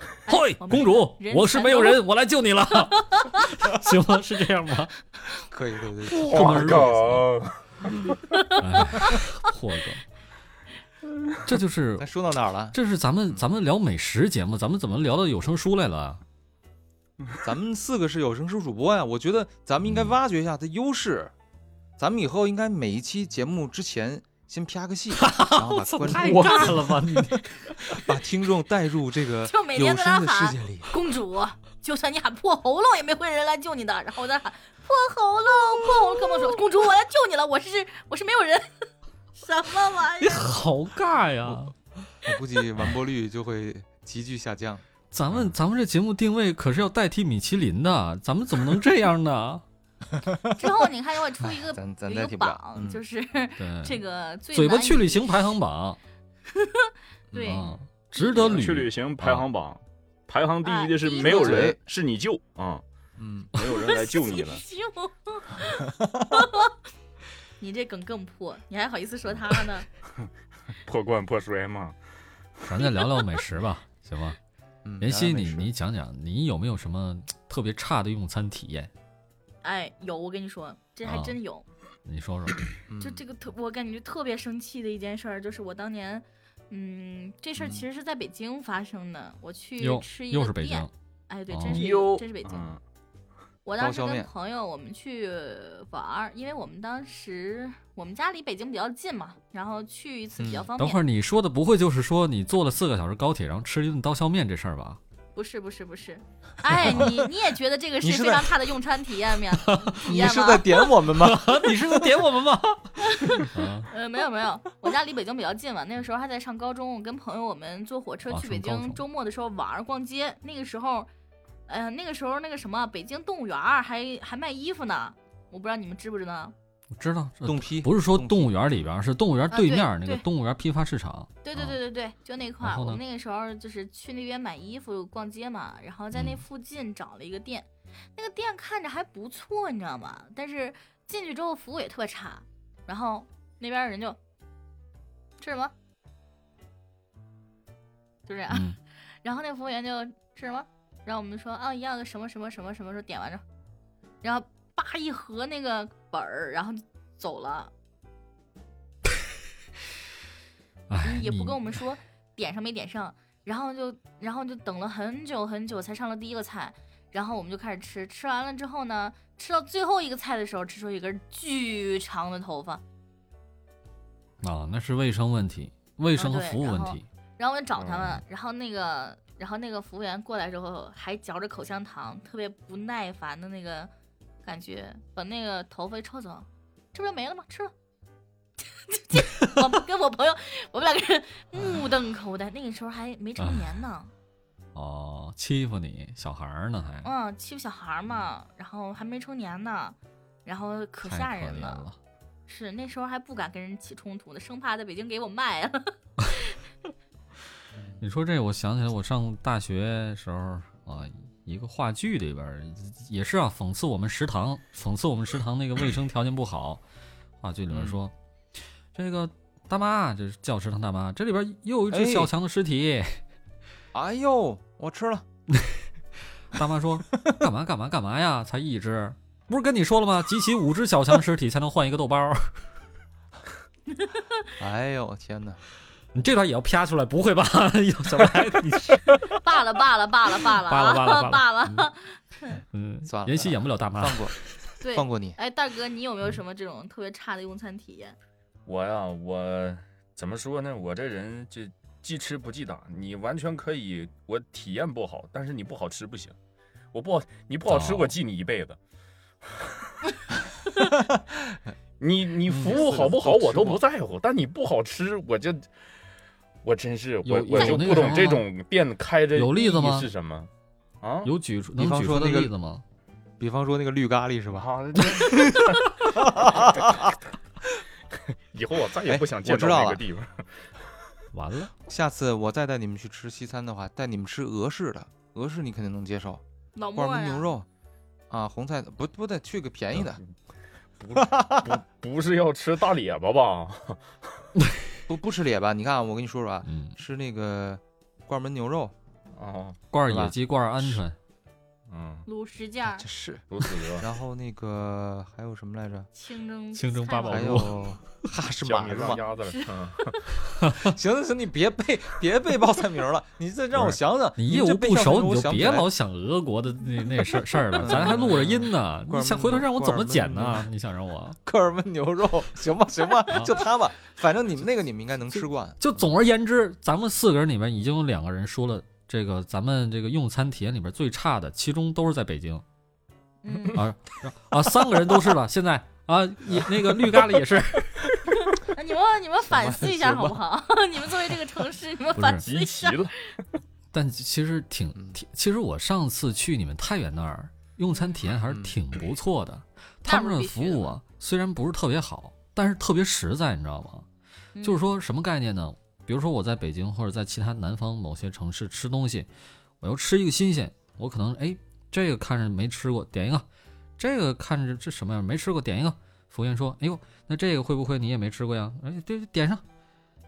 [SPEAKER 2] 破喉咙。
[SPEAKER 3] 嘿，
[SPEAKER 2] 哎我们
[SPEAKER 3] 公主
[SPEAKER 2] 人，
[SPEAKER 3] 我是没有人，我来救
[SPEAKER 2] [laughs]
[SPEAKER 3] 你了， [laughs] 行吗？是这样吗？
[SPEAKER 1] 可以，可以，可以。
[SPEAKER 3] 这么
[SPEAKER 4] 破
[SPEAKER 3] 热
[SPEAKER 4] 梗，
[SPEAKER 3] 哎霍哥，这就是
[SPEAKER 1] 那说到哪儿了？
[SPEAKER 3] 这是咱们咱们聊美食节目，咱们怎么聊到有声书来了？啊
[SPEAKER 1] 咱们四个是有声书主播呀，我觉得咱们应该挖掘一下它优势。咱们以后应该每一期节目之前先啪个
[SPEAKER 2] [laughs]
[SPEAKER 1] 戏，然后把观
[SPEAKER 3] 太
[SPEAKER 1] 众、
[SPEAKER 3] 尬了 [laughs] 吧你！
[SPEAKER 1] 把听众带入这个
[SPEAKER 2] [laughs] 就每天
[SPEAKER 1] 有
[SPEAKER 2] 在那
[SPEAKER 1] 声的
[SPEAKER 2] 喊
[SPEAKER 1] 世界里。
[SPEAKER 2] 公主，就算你喊破喉咙，也没会有人来救你的。然后我在喊破喉咙，破喉咙，跟我说，公主，我来救你了，我是我是没有人， [laughs] 什么玩意
[SPEAKER 3] 你
[SPEAKER 2] 儿？
[SPEAKER 3] 好尬呀！
[SPEAKER 1] 我估计完播率就会急剧下降。
[SPEAKER 3] 咱们咱们这节目定位可是要代替米其林的，咱们怎么能这
[SPEAKER 2] [laughs]
[SPEAKER 3] 样呢？
[SPEAKER 2] 之后你看，如果出 [laughs] 一个
[SPEAKER 1] 咱咱
[SPEAKER 2] 有一
[SPEAKER 1] 代
[SPEAKER 2] 个
[SPEAKER 1] 替不了
[SPEAKER 2] 榜
[SPEAKER 1] 嗯，
[SPEAKER 2] 就是
[SPEAKER 3] 对，
[SPEAKER 2] [laughs] 这个最
[SPEAKER 3] 嘴巴
[SPEAKER 2] 难以
[SPEAKER 3] 去旅行排行榜，
[SPEAKER 2] [laughs] 对
[SPEAKER 3] 啊，值得
[SPEAKER 4] 去旅
[SPEAKER 3] 旅。
[SPEAKER 4] 行排行榜，排行第
[SPEAKER 2] 啊
[SPEAKER 4] 一的是
[SPEAKER 2] 第一，
[SPEAKER 4] 没有
[SPEAKER 1] 名
[SPEAKER 4] 人，是你救啊，
[SPEAKER 1] 嗯，
[SPEAKER 4] 没有人来救你了
[SPEAKER 2] [laughs] 救你这梗更破，你还好意思说他 [laughs] 呢？
[SPEAKER 4] 破罐破摔嘛，
[SPEAKER 3] 咱再聊聊美食
[SPEAKER 2] [laughs]
[SPEAKER 3] 吧，行吗？
[SPEAKER 1] 嗯
[SPEAKER 3] 妍希，你
[SPEAKER 1] 聊聊美食
[SPEAKER 3] 你讲讲，你有没有什么特别差的用餐体验？
[SPEAKER 2] 哎，有，我跟你说，这还
[SPEAKER 3] 啊
[SPEAKER 2] 真有。
[SPEAKER 3] 你说说。 [clears throat]
[SPEAKER 1] 嗯
[SPEAKER 2] 就
[SPEAKER 3] 嗯
[SPEAKER 2] 这个特，我感觉特别生气的一件事儿，就是我当年，嗯，这事儿其实是在北京发生的。我去
[SPEAKER 3] 哟，
[SPEAKER 2] 吃一
[SPEAKER 3] 又是
[SPEAKER 2] 个
[SPEAKER 3] 北
[SPEAKER 2] 店
[SPEAKER 3] 京，，
[SPEAKER 2] 哎，对，
[SPEAKER 3] 哦
[SPEAKER 2] 真是
[SPEAKER 4] 哟，
[SPEAKER 2] 真是北京。
[SPEAKER 4] 嗯
[SPEAKER 2] 我当时
[SPEAKER 1] 刀削啊
[SPEAKER 2] 跟
[SPEAKER 1] 面
[SPEAKER 2] 朋友我们去玩儿，因为我们当时我们家离北京比较近嘛，然后去一次比较
[SPEAKER 1] 嗯
[SPEAKER 2] 方
[SPEAKER 3] 等会
[SPEAKER 2] 便。
[SPEAKER 3] 儿你说的不会就是说你坐了四个小时高铁，然后吃了一顿刀削面这事儿
[SPEAKER 2] [laughs]
[SPEAKER 3] 吧？
[SPEAKER 2] 不是不是不是，哎，你你也觉得
[SPEAKER 3] [laughs]
[SPEAKER 2] 这个
[SPEAKER 1] 你
[SPEAKER 2] 是
[SPEAKER 1] 是
[SPEAKER 2] 非常差的用餐体验面体
[SPEAKER 1] 你
[SPEAKER 2] 验
[SPEAKER 1] 是
[SPEAKER 2] 吗
[SPEAKER 1] 在？点我们吗？ [laughs]
[SPEAKER 2] 啊
[SPEAKER 3] 你是在点我们吗？啊，
[SPEAKER 2] 呃，没有没有，我家离北京比较近嘛，那个时候还在上高中，我跟朋友我们坐火车
[SPEAKER 3] 啊
[SPEAKER 2] 去北
[SPEAKER 3] 上高
[SPEAKER 2] 京，
[SPEAKER 3] 中
[SPEAKER 2] 周末的时候玩儿逛街，那个时候，哎、呀，那个时候那个什么，北京动物园儿还还卖衣服呢，我不知道你们知不知道。
[SPEAKER 3] [laughs] 我知道，这
[SPEAKER 1] 冻批
[SPEAKER 3] 不是说
[SPEAKER 1] 冻批
[SPEAKER 3] 动物园里边儿，是动物园
[SPEAKER 2] 啊
[SPEAKER 3] 对
[SPEAKER 2] 对
[SPEAKER 3] 面儿那个
[SPEAKER 2] 对
[SPEAKER 3] 动物园批发市场。
[SPEAKER 2] 对对
[SPEAKER 3] 啊
[SPEAKER 2] 对对对，就那块
[SPEAKER 3] 然
[SPEAKER 2] 儿，
[SPEAKER 3] 后
[SPEAKER 2] 我
[SPEAKER 3] 呢
[SPEAKER 2] 们那个时候就是去那边买衣服逛街嘛，然后在那
[SPEAKER 3] 嗯
[SPEAKER 2] 附近找了一个店，那个店看着还不错，你知道吗？但是进去之后服务也特差，然后那边儿人就吃什么，就这样。
[SPEAKER 3] 嗯，
[SPEAKER 2] [laughs] 然后那服务员就吃什么，然后我们说啊要个什么什么什么什么，说点完之后，然后叭一合那个本儿，然后就走了。
[SPEAKER 3] 哎，
[SPEAKER 2] 也不
[SPEAKER 3] 你
[SPEAKER 2] 跟我们说点上没点上，然后就然后就等了很久很久才上了第一个菜，然后我们就开始吃，吃完了之后呢，吃到最后一个菜的时候，吃出一根巨长的头发，
[SPEAKER 3] 啊，那是卫生问题，卫生和
[SPEAKER 2] 啊对
[SPEAKER 3] 服务
[SPEAKER 2] 然
[SPEAKER 3] 问
[SPEAKER 2] 后
[SPEAKER 3] 题。
[SPEAKER 2] 然后我就找他们，
[SPEAKER 4] 嗯
[SPEAKER 2] 然后那个然后那个服务员过来之后还嚼着口香糖，特别不耐烦的那个感觉，把那个头发一抽走，这不就没了吗？吃了。 [laughs] 这 [laughs] 我跟我朋友，我们两个人目瞪口呆。那个时候还没成年呢，
[SPEAKER 3] 哦，欺负你小孩儿呢还，
[SPEAKER 2] 嗯，欺负小孩儿嘛，然后还没成年呢，然后可吓
[SPEAKER 3] 太可
[SPEAKER 2] 人
[SPEAKER 3] 怜
[SPEAKER 2] 了。
[SPEAKER 3] 了。
[SPEAKER 2] 是那时候还不敢跟人起冲突呢，生怕在北京给我卖啊了。
[SPEAKER 3] 你说这，我想起来我上大学时候啊，一个话剧里边儿也是啊，讽刺我们食堂，讽刺我们食堂那个卫生条件不好。话剧里
[SPEAKER 1] 嗯
[SPEAKER 3] 面说，这个大妈，这是叫食堂大妈，这里边又有一只
[SPEAKER 1] 哎
[SPEAKER 3] 小强的尸体。
[SPEAKER 1] 哎呦，我吃了，
[SPEAKER 3] 大妈说，干嘛干嘛干嘛呀？才一只，不是跟你说了吗？集齐五只小强尸体才能换一个豆包儿， [laughs]
[SPEAKER 1] 哎呦天哪！
[SPEAKER 3] 你这段也要啪出来，不会吧？ [laughs] 小白，你
[SPEAKER 1] [laughs]
[SPEAKER 3] 是
[SPEAKER 2] 罢了罢了罢了罢了
[SPEAKER 3] 罢
[SPEAKER 2] [laughs]
[SPEAKER 3] 了罢了
[SPEAKER 2] 啊罢了。
[SPEAKER 3] 嗯，
[SPEAKER 1] 算了
[SPEAKER 3] 妍希演不了大妈。
[SPEAKER 1] 放过
[SPEAKER 2] 对，
[SPEAKER 1] 放过你，
[SPEAKER 2] 哎，大哥，你有没有什么这种特别差的用餐体验？
[SPEAKER 4] 我呀，我怎么说呢？我这人就记吃不记打，你完全可以，我体验不好，但是你不好吃不行。我不好，你不好吃，
[SPEAKER 3] 哦
[SPEAKER 4] 我记你一辈子。 [laughs] 你你
[SPEAKER 3] 嗯
[SPEAKER 4] 服
[SPEAKER 1] 这
[SPEAKER 4] 务
[SPEAKER 1] 个
[SPEAKER 4] 好不好
[SPEAKER 1] 都吃
[SPEAKER 4] 我都
[SPEAKER 1] 过
[SPEAKER 4] 不在乎，但你不好吃，我就我真是
[SPEAKER 3] 有
[SPEAKER 4] 我我
[SPEAKER 3] 有
[SPEAKER 4] 就
[SPEAKER 3] 那个
[SPEAKER 4] 不懂
[SPEAKER 3] 什
[SPEAKER 4] 这
[SPEAKER 3] 么吗
[SPEAKER 4] 种店开着
[SPEAKER 3] 有例子
[SPEAKER 4] 意义
[SPEAKER 3] 吗
[SPEAKER 4] 是什么啊？
[SPEAKER 3] 有举出
[SPEAKER 1] 比
[SPEAKER 3] 能
[SPEAKER 1] 方
[SPEAKER 3] 举
[SPEAKER 1] 说
[SPEAKER 3] 出的
[SPEAKER 1] 那个
[SPEAKER 3] 例子吗？
[SPEAKER 1] 比方说那个绿咖喱是吧？
[SPEAKER 4] 啊，这 [laughs] 以后我再也
[SPEAKER 1] 哎
[SPEAKER 4] 不想
[SPEAKER 1] 我
[SPEAKER 4] 见
[SPEAKER 1] 知
[SPEAKER 4] 到
[SPEAKER 1] 道
[SPEAKER 4] 那个
[SPEAKER 1] 了
[SPEAKER 4] 地方。
[SPEAKER 3] 完了，
[SPEAKER 1] 下次我再带你们去吃西餐的话，带你们吃俄式的，俄式你肯定能接受，
[SPEAKER 2] 老
[SPEAKER 1] 罐
[SPEAKER 2] 莫
[SPEAKER 1] 焖
[SPEAKER 2] 呀、
[SPEAKER 1] 牛肉啊，红菜不不得去个便宜的，
[SPEAKER 4] 嗯不不不是要吃大列巴吧？
[SPEAKER 1] 不不吃列巴。你看啊我跟你说说啊，
[SPEAKER 3] 嗯，
[SPEAKER 1] 吃那个罐焖牛肉，
[SPEAKER 4] 啊，
[SPEAKER 3] 罐儿
[SPEAKER 1] 是吧
[SPEAKER 3] 野鸡，罐儿鹌鹑，
[SPEAKER 4] 嗯，
[SPEAKER 2] 卤石件儿
[SPEAKER 1] 这、是，
[SPEAKER 4] 如此得。
[SPEAKER 1] 然后那个还有什么来着？
[SPEAKER 2] 清蒸
[SPEAKER 3] 清蒸
[SPEAKER 2] 菜
[SPEAKER 3] 八宝
[SPEAKER 1] 还
[SPEAKER 2] 吧
[SPEAKER 3] 肉
[SPEAKER 1] 有 [laughs] 哈什
[SPEAKER 4] 小
[SPEAKER 1] 马 [laughs]
[SPEAKER 4] 米
[SPEAKER 1] 是
[SPEAKER 4] 让
[SPEAKER 1] 吧？
[SPEAKER 4] 鸭子了，嗯
[SPEAKER 1] 行行行，你别背别背报菜名了，你再让我
[SPEAKER 4] 不是
[SPEAKER 1] 想想。
[SPEAKER 3] 你
[SPEAKER 1] 这
[SPEAKER 3] 业务
[SPEAKER 1] 背
[SPEAKER 3] 不
[SPEAKER 1] 上名
[SPEAKER 3] 熟，
[SPEAKER 1] 我
[SPEAKER 3] 你就
[SPEAKER 1] 想不
[SPEAKER 3] 别
[SPEAKER 1] 起来
[SPEAKER 3] 老想俄国的那那事儿事儿了，
[SPEAKER 1] 嗯
[SPEAKER 3] 咱还录着音呢。
[SPEAKER 1] 罐
[SPEAKER 3] 你
[SPEAKER 1] 儿
[SPEAKER 3] 想
[SPEAKER 1] 焖
[SPEAKER 3] 回头
[SPEAKER 1] 的
[SPEAKER 3] 让我怎
[SPEAKER 1] 罐儿
[SPEAKER 3] 么
[SPEAKER 1] 焖
[SPEAKER 3] 剪
[SPEAKER 1] 的
[SPEAKER 3] 呢？你想让我
[SPEAKER 1] 科尔温牛肉，行吧行
[SPEAKER 3] [laughs]
[SPEAKER 1] 吧，就它吧，反正你们那个你们应该能吃惯。
[SPEAKER 3] 啊就总而言之，咱们四个人里面已经有两个人说了这个咱们这个用餐体验里边最差的，其中都是在北京
[SPEAKER 2] 嗯，
[SPEAKER 3] 啊啊，三个人都是了。现在啊，也那个绿咖喱也是， [laughs]
[SPEAKER 2] 那你们你们反思一下
[SPEAKER 1] 行吧
[SPEAKER 2] 好不好？ [laughs] 你们作为这个城市，你们
[SPEAKER 3] 不是
[SPEAKER 2] 反思
[SPEAKER 4] 集
[SPEAKER 2] 一
[SPEAKER 4] 齐
[SPEAKER 2] 下。
[SPEAKER 4] 了。
[SPEAKER 3] 但其实挺挺，其实我上次去你们太原那儿用餐体验还是挺不错的，他们的服务啊虽然不是特别好，但是特别实在，你知道吗？
[SPEAKER 2] 嗯
[SPEAKER 3] 就是说什么概念呢？比如说我在北京或者在其他南方某些城市吃东西，我要吃一个新鲜，我可能哎这个看着没吃过，点一个；这个看着这什么样没吃过，点一个。服务员说：“哎呦，那这个会不会你也没吃过呀？哎，对，点上。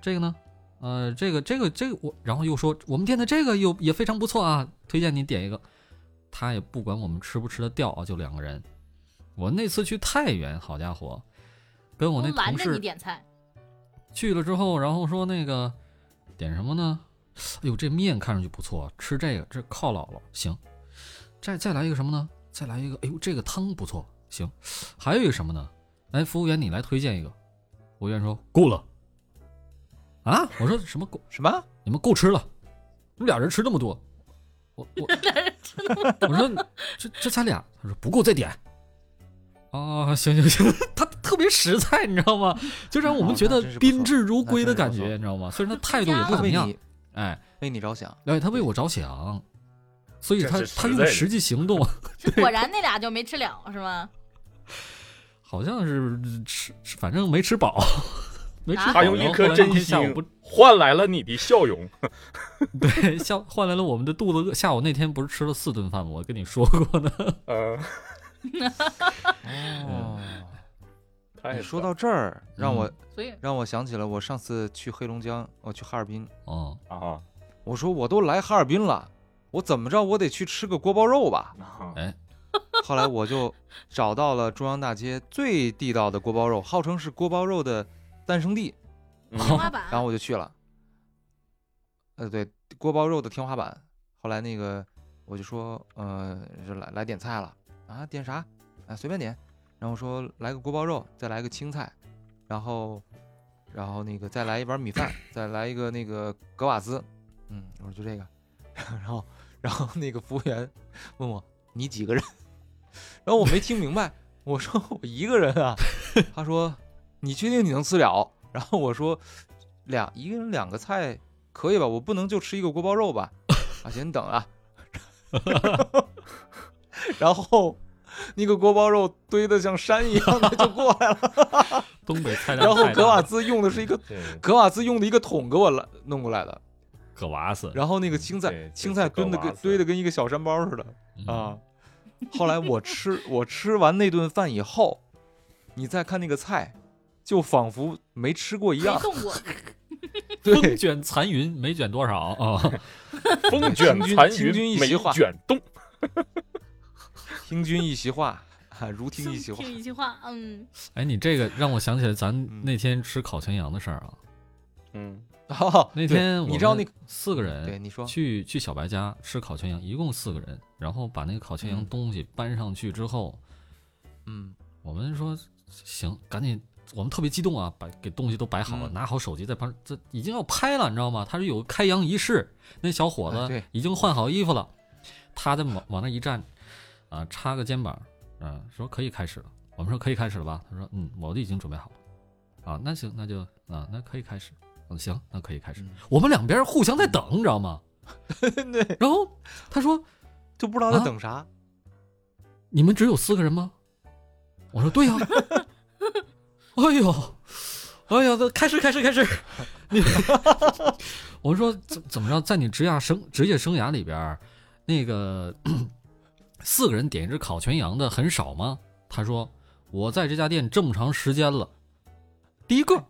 [SPEAKER 3] 这个呢？呃，这个这个这个我，然后又说我们店的这个又也非常不错啊，推荐你点一个。他也不管我们吃不吃得掉啊，就两个人。我那次去太原，好家伙，跟我那
[SPEAKER 2] 都拦
[SPEAKER 3] 同
[SPEAKER 2] 着
[SPEAKER 3] 事
[SPEAKER 2] 哦你点
[SPEAKER 3] [laughs]
[SPEAKER 2] 菜，
[SPEAKER 3] 去了之后，然后说那个点什么呢？哎呦，这面看上去不错，吃这个这犒劳了，行。再再来一个什么呢？再来一个，哎呦，这个汤不错，行。还有一个什么呢？哎，服务员你来推荐一个。服务员说够了。啊，我说什么够？
[SPEAKER 1] 什么？
[SPEAKER 3] 你们够吃了，你们俩人吃那么多，我我我说这这才俩，他说不够再点。啊，行行 [laughs] 行，他特别实在，你知道吗？就让我们觉得
[SPEAKER 1] 哦那真是不错
[SPEAKER 3] 宾至如归的感
[SPEAKER 1] 那真是不
[SPEAKER 3] 觉，
[SPEAKER 1] 错
[SPEAKER 3] 你知道吗？虽然他态度也不
[SPEAKER 1] 他
[SPEAKER 3] 怎么
[SPEAKER 1] 为
[SPEAKER 3] 样，
[SPEAKER 1] 你
[SPEAKER 3] 哎，
[SPEAKER 1] 为你着想，
[SPEAKER 3] 哎，他为我着想，所以
[SPEAKER 4] 这
[SPEAKER 3] 他
[SPEAKER 4] 是实
[SPEAKER 3] 他
[SPEAKER 4] 在
[SPEAKER 3] 用
[SPEAKER 4] 的
[SPEAKER 3] 实际行动，
[SPEAKER 2] 是果然那俩就没吃了是吗？
[SPEAKER 3] 好像是吃，吃反正没吃饱，没吃
[SPEAKER 2] 啊
[SPEAKER 3] 饱。
[SPEAKER 4] 他用
[SPEAKER 3] 然
[SPEAKER 4] 一
[SPEAKER 3] 后
[SPEAKER 4] 颗
[SPEAKER 3] 后来
[SPEAKER 4] 真
[SPEAKER 3] 那天下午
[SPEAKER 4] 心
[SPEAKER 3] 不
[SPEAKER 4] 换来了你的笑容。
[SPEAKER 3] 对，下换来了我们的肚子饿。下午那天不是吃了四顿饭吗？我跟你说过呢。
[SPEAKER 4] 嗯，
[SPEAKER 1] 哦，
[SPEAKER 4] 太
[SPEAKER 1] 你哎说
[SPEAKER 4] 爽
[SPEAKER 1] 到这儿，让
[SPEAKER 3] 嗯
[SPEAKER 1] 我
[SPEAKER 2] 所以
[SPEAKER 1] 让我想起了我上次去黑龙江，我去哈尔滨，
[SPEAKER 3] 哦，
[SPEAKER 4] 啊
[SPEAKER 1] 我说我都来哈尔滨了，我怎么着我得去吃个锅包肉吧。
[SPEAKER 4] 啊
[SPEAKER 3] 哎，
[SPEAKER 1] 后来我就找到了中央大街最地道的锅包肉，号称是锅包肉的诞生地，
[SPEAKER 2] [laughs]
[SPEAKER 4] 嗯
[SPEAKER 2] 天花板。啊
[SPEAKER 1] 然后我就去了。呃，对，锅包肉的天花板。后来那个我就说，呃，就来来点菜了啊，点啥？啊，随便点。然后说来个锅包肉，再来个青菜，然后，然后那个再来一碗米饭，再来一个那个格瓦兹。嗯，我说就这个。 [laughs] 然后，然后那个服务员问我你几个人？ [laughs] 然后我没听明白，我说我一个人啊。他说你确定你能吃了？然后我说两一个人两个菜可以吧？我不能就吃一个锅包肉吧？啊，行，你等啊。然后那个锅包肉堆得像山一样的就过来了，
[SPEAKER 3] 东北菜单
[SPEAKER 1] 然后
[SPEAKER 3] 太大
[SPEAKER 1] 格瓦
[SPEAKER 3] 了
[SPEAKER 1] 兹用的是一个
[SPEAKER 4] 对，
[SPEAKER 1] 格瓦兹用的一个桶给我来弄过来的，
[SPEAKER 3] 葛瓦斯
[SPEAKER 1] 然后那个青
[SPEAKER 4] 对
[SPEAKER 1] 菜
[SPEAKER 4] 就
[SPEAKER 1] 青菜
[SPEAKER 4] 是格
[SPEAKER 1] 蹲的跟
[SPEAKER 4] 瓦斯
[SPEAKER 1] 堆的跟一个小山包似的。
[SPEAKER 3] 嗯
[SPEAKER 1] 啊。后来我吃我吃完那顿饭以后，你再看那个菜，就仿佛没吃过一
[SPEAKER 2] 没
[SPEAKER 1] 样。
[SPEAKER 2] 动过，
[SPEAKER 1] 对
[SPEAKER 3] 风，卷残云没卷多少啊，
[SPEAKER 4] 风卷
[SPEAKER 1] 平均
[SPEAKER 4] 残
[SPEAKER 1] 平均一
[SPEAKER 4] 云
[SPEAKER 1] 席
[SPEAKER 4] 美
[SPEAKER 1] 话
[SPEAKER 4] 卷动，
[SPEAKER 1] 听君一席话，啊，如听一席话
[SPEAKER 2] 听。一句话，
[SPEAKER 1] [laughs]
[SPEAKER 2] 嗯，
[SPEAKER 3] [laughs] 哎，你这个让我想起来
[SPEAKER 1] 嗯
[SPEAKER 3] 咱那天吃烤全羊的事儿啊。
[SPEAKER 4] 嗯，
[SPEAKER 1] [laughs] 哦，
[SPEAKER 3] 那
[SPEAKER 1] 对
[SPEAKER 3] 天
[SPEAKER 1] 你知道那个
[SPEAKER 3] 个四个
[SPEAKER 1] 对
[SPEAKER 3] 人
[SPEAKER 1] 你说
[SPEAKER 3] 去去小白家吃烤全羊，一共四个人，然后把那个烤全羊
[SPEAKER 1] 嗯
[SPEAKER 3] 东西搬上去之后，
[SPEAKER 1] 嗯
[SPEAKER 3] 我们说行，赶紧，我们特别激动啊，把给东西都摆好了，
[SPEAKER 1] 嗯
[SPEAKER 3] 拿好手机在旁，这已经要拍了，你知道吗？他是有个开阳仪式，那小伙
[SPEAKER 1] 哎
[SPEAKER 3] 子
[SPEAKER 1] 对
[SPEAKER 3] 已经换好衣服了，他在往往那一站，啊、插个肩膀，啊、说可以开始了。我们说可以开始了吧？他说嗯，我都已经准备好了。啊，那行，那就啊，那可以开始。嗯，行，那可以开始。
[SPEAKER 1] 嗯
[SPEAKER 3] 我们两边互相在等，你知道吗？
[SPEAKER 1] [laughs] 对，
[SPEAKER 3] 然后他说
[SPEAKER 1] 就不知道在
[SPEAKER 3] 啊
[SPEAKER 1] 等啥。
[SPEAKER 3] 你们只有四个人吗？我说
[SPEAKER 1] [laughs]
[SPEAKER 3] 对呀、哎呦，哎呀，开始开始开始！
[SPEAKER 1] [laughs]
[SPEAKER 3] 你，我说怎怎么着，在你职涯生职业生涯里边儿，那个 [clears throat] 四个人点一只烤全羊的很少吗？他说我在这家店这么长时间了，第一个。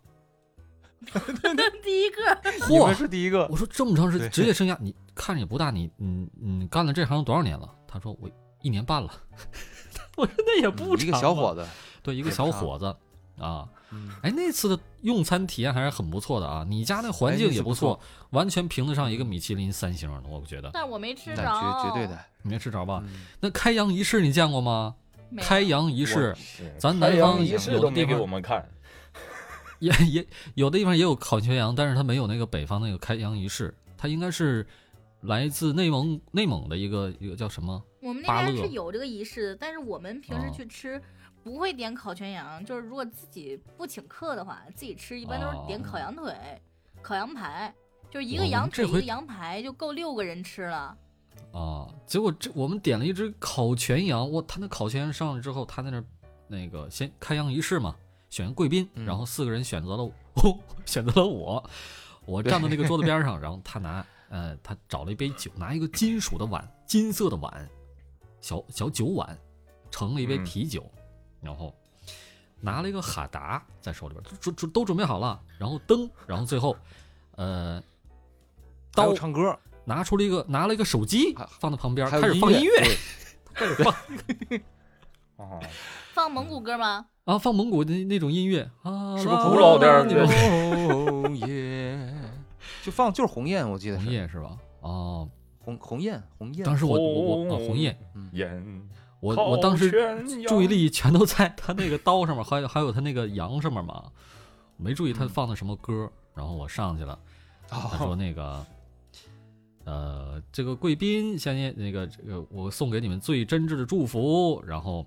[SPEAKER 2] 第一个
[SPEAKER 1] 哎你
[SPEAKER 3] 嚯
[SPEAKER 1] 们，是第一个
[SPEAKER 3] 我，说这么长时间
[SPEAKER 1] 对
[SPEAKER 3] 职业生涯，你看着也不大，你你你干了这行多少年了？他说我一年
[SPEAKER 1] [laughs]
[SPEAKER 3] 半了。我说那也不
[SPEAKER 1] 嗯一个
[SPEAKER 3] 长啊嘛，
[SPEAKER 1] 小伙子。
[SPEAKER 3] 对，一个
[SPEAKER 1] 也不
[SPEAKER 3] 小
[SPEAKER 1] 差
[SPEAKER 3] 伙子啊。
[SPEAKER 1] 嗯，
[SPEAKER 3] 哎，那次的用餐体验还是很不错的啊！你家那环
[SPEAKER 1] 哎
[SPEAKER 3] 境
[SPEAKER 1] 那
[SPEAKER 3] 也
[SPEAKER 1] 次不
[SPEAKER 3] 错，
[SPEAKER 1] 错
[SPEAKER 3] 完全评得上一个米其林三星的，我觉得。
[SPEAKER 2] 但我没吃
[SPEAKER 1] 那
[SPEAKER 2] 着，
[SPEAKER 1] 绝绝对的。
[SPEAKER 3] 没吃着吧？
[SPEAKER 1] 嗯
[SPEAKER 3] 那开阳仪式你见过吗？
[SPEAKER 2] 没有
[SPEAKER 3] 开阳仪
[SPEAKER 4] 仪
[SPEAKER 3] 式，咱南方
[SPEAKER 4] 仪式
[SPEAKER 3] 有
[SPEAKER 4] 都
[SPEAKER 3] 的地
[SPEAKER 4] 没给
[SPEAKER 3] 方
[SPEAKER 4] 我们看，
[SPEAKER 3] 也也有的地方也有烤全羊，但是它没有那个北方那个开阳仪式，它应该是来自内蒙内蒙的一个一个叫什么？
[SPEAKER 2] 我们
[SPEAKER 3] 芭
[SPEAKER 2] 那边
[SPEAKER 3] 乐
[SPEAKER 2] 是有这个仪式的，但是我们平
[SPEAKER 1] 哦
[SPEAKER 2] 时去吃不会点烤全羊，就是如果自己不请客的话，自己吃一般都
[SPEAKER 3] 哦
[SPEAKER 2] 是点烤羊腿、烤羊排，就是一个
[SPEAKER 3] 我们
[SPEAKER 2] 羊
[SPEAKER 3] 这
[SPEAKER 2] 腿一
[SPEAKER 3] 回
[SPEAKER 2] 个羊排就够六个人吃了。
[SPEAKER 3] 啊，结果这我们点了一只烤全羊，我他那烤全羊上来之后，他在那儿那个先开羊仪式嘛，选贵宾，
[SPEAKER 1] 嗯
[SPEAKER 3] 然后四个人选择了我， [laughs] 选择了我，我站到那个桌子边上，然后他拿呃他找了一杯酒，拿一个金属的碗，金色的碗，小小酒碗，盛了一杯
[SPEAKER 4] 嗯
[SPEAKER 3] 啤酒，然后拿了一个哈达在手里边，准准都准备好了，然后灯，然后最后呃
[SPEAKER 1] 还
[SPEAKER 3] 刀
[SPEAKER 1] 有唱歌，
[SPEAKER 3] 拿出了一个拿了一个手机
[SPEAKER 1] 还
[SPEAKER 3] 放在旁边，
[SPEAKER 1] 还
[SPEAKER 3] 开
[SPEAKER 1] 有
[SPEAKER 3] 始放音乐，
[SPEAKER 1] 对
[SPEAKER 3] 开始放
[SPEAKER 4] 啊，
[SPEAKER 2] 放
[SPEAKER 1] 嗯
[SPEAKER 2] 蒙古歌吗？
[SPEAKER 3] 啊放蒙古的那种音乐啊，
[SPEAKER 4] 是不是
[SPEAKER 3] 啦
[SPEAKER 4] 古老点
[SPEAKER 3] 啦
[SPEAKER 4] 儿的
[SPEAKER 3] 啦啦
[SPEAKER 1] 红叶， [laughs] 就放就是鸿雁，我记得
[SPEAKER 3] 红
[SPEAKER 1] 是
[SPEAKER 3] 叶是吧？哦，
[SPEAKER 1] 鸿鸿雁鸿雁
[SPEAKER 3] 当。时我我我啊红叶，
[SPEAKER 4] 眼
[SPEAKER 3] 我我当时
[SPEAKER 4] 时
[SPEAKER 3] 注意力全都在他那个刀上面，还有还有他那个羊上面嘛，我没注意他
[SPEAKER 1] 嗯
[SPEAKER 3] 放的什么歌，然后我上去了，他说
[SPEAKER 1] 哦，
[SPEAKER 3] 那个。呃，这个贵宾，先先那个这个，我送给你们最真挚的祝福。然后，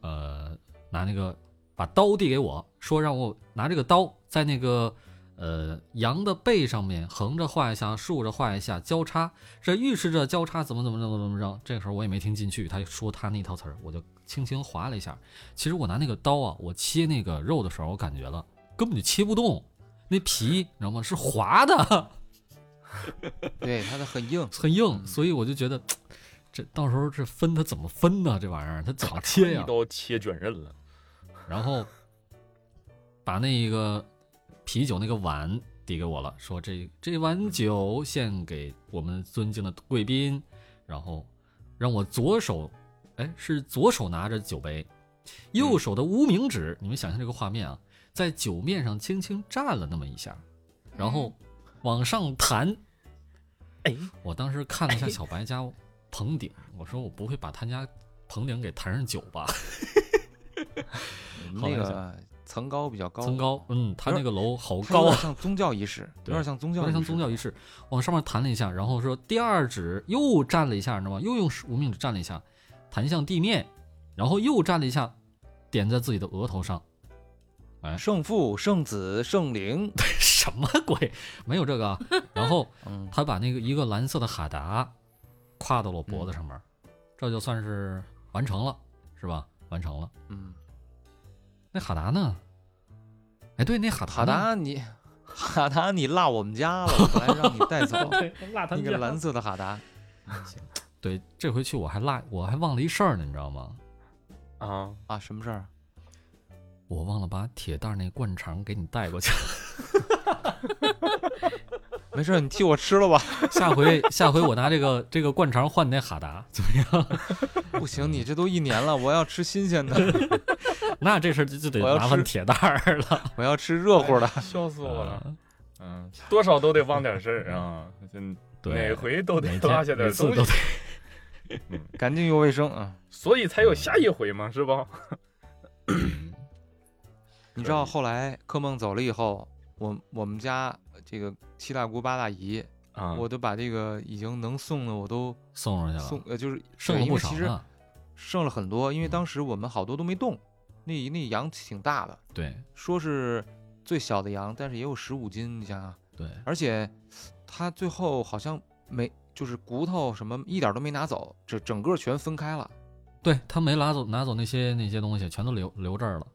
[SPEAKER 3] 呃，拿那个把刀递给我，说让我拿这个刀在那个呃羊的背上面横着画一下，竖着画一下，交叉，这预示着交叉怎么怎么怎么怎么着。这个时候我也没听进去，他说他那套词儿，我就轻轻划了一下。其实我拿那个刀啊，我切那个肉的时候，我感觉了，根本就切不动，那皮你知道吗？是滑的， [laughs]
[SPEAKER 1] 对，它的很硬，
[SPEAKER 3] 很硬，所以我就觉得。这到时候这分它怎么分呢？这玩意儿它怎么切呀
[SPEAKER 4] 一？刀切卷刃了，
[SPEAKER 3] 然后把那个啤酒那个碗递给我了，说这这碗酒献给我们尊敬的贵宾，然后让我左手，哎，是左手拿着酒杯，右手的无名指，你们想象这个画面啊，在酒面上轻轻蘸了那么一下，然后往上弹。
[SPEAKER 4] 哎，
[SPEAKER 3] 我当时看了一下小白家棚顶，我说我不会把他家棚顶给弹上酒吧？ [laughs] 好
[SPEAKER 1] 那
[SPEAKER 3] 像
[SPEAKER 1] 个层高比较高，
[SPEAKER 3] 增高，嗯，他那个楼好
[SPEAKER 1] 它有
[SPEAKER 3] 高
[SPEAKER 1] 点
[SPEAKER 3] 啊，
[SPEAKER 1] 像宗教仪
[SPEAKER 3] [laughs]
[SPEAKER 1] 式，有
[SPEAKER 3] 对
[SPEAKER 1] 点像宗
[SPEAKER 3] 有
[SPEAKER 1] 教，
[SPEAKER 3] 点像宗教仪。式。往上面弹了一下，然后说第二指又蘸了一下，你知道吗？又用无名指蘸了一下，弹向地面，然后又蘸了一下，点在自己的额头上。 [laughs]
[SPEAKER 1] 圣父、圣子、圣灵，
[SPEAKER 3] 什么鬼？没有这个啊。然后
[SPEAKER 1] 嗯，
[SPEAKER 3] 他把那个一个蓝色的哈达挎到了我脖子上面，这就算是完成了，是吧？完成了。
[SPEAKER 1] 嗯，
[SPEAKER 3] 那哈达呢？哎，对，那哈
[SPEAKER 1] 哈
[SPEAKER 3] 达呢，
[SPEAKER 1] 嗯达你，哈达你落我们家了，我本来让你带
[SPEAKER 3] [laughs]
[SPEAKER 1] 走
[SPEAKER 3] 辣
[SPEAKER 1] 那个蓝色的哈达，
[SPEAKER 3] 对，这回去我还落，我还忘了一事儿呢，你知道吗？
[SPEAKER 4] 啊，
[SPEAKER 1] 啊，什么事儿？
[SPEAKER 3] 我忘了把铁蛋儿那灌肠给你带过去，
[SPEAKER 1] 没事儿，你替我吃了吧。 [laughs]
[SPEAKER 3] 下回 [laughs] 下回我拿这个这个灌肠换那哈达， [laughs] 怎么样？
[SPEAKER 1] 不行，你这都一年了，我要吃新鲜的， [laughs]
[SPEAKER 3] 那这事儿就就得
[SPEAKER 1] 我要
[SPEAKER 3] 麻烦
[SPEAKER 1] 吃
[SPEAKER 3] 铁蛋
[SPEAKER 1] [laughs]
[SPEAKER 3] 儿了。
[SPEAKER 1] 我要吃热乎的。
[SPEAKER 4] [laughs] 笑死我了。
[SPEAKER 3] 嗯
[SPEAKER 4] 嗯，多少都得忘点事
[SPEAKER 1] [laughs]
[SPEAKER 4] 儿啊，嗯
[SPEAKER 3] 对，
[SPEAKER 4] 哪回都得
[SPEAKER 3] 每天
[SPEAKER 4] 落下
[SPEAKER 3] 每
[SPEAKER 4] 点
[SPEAKER 3] 次都
[SPEAKER 4] [laughs] 东
[SPEAKER 3] 得
[SPEAKER 4] 西，
[SPEAKER 1] 干净又卫生啊！
[SPEAKER 4] 所以才有下一回嘛，是吧？
[SPEAKER 1] 你知道后来柯梦走了以后，我我们家这个七大姑八大姨，
[SPEAKER 4] 啊
[SPEAKER 1] 我都把这个已经能送的我都
[SPEAKER 3] [laughs] 送上去嗯了
[SPEAKER 1] 送，，呃，就是
[SPEAKER 3] 剩了
[SPEAKER 1] 对因
[SPEAKER 3] 不
[SPEAKER 1] 为
[SPEAKER 3] 少
[SPEAKER 1] 其实
[SPEAKER 3] 呢。
[SPEAKER 1] 剩了很多，因为
[SPEAKER 3] 嗯
[SPEAKER 1] 当时我们好多都没动，那那羊挺大的，
[SPEAKER 3] 对
[SPEAKER 1] 说是最小的羊，但是也有十五斤，你想啊想，
[SPEAKER 3] 对，
[SPEAKER 1] 而且它最后好像没就是骨头什么一点都没拿走，整整个全分开了，
[SPEAKER 3] 对他没拿走拿走那些那些东西，全都留留这儿了。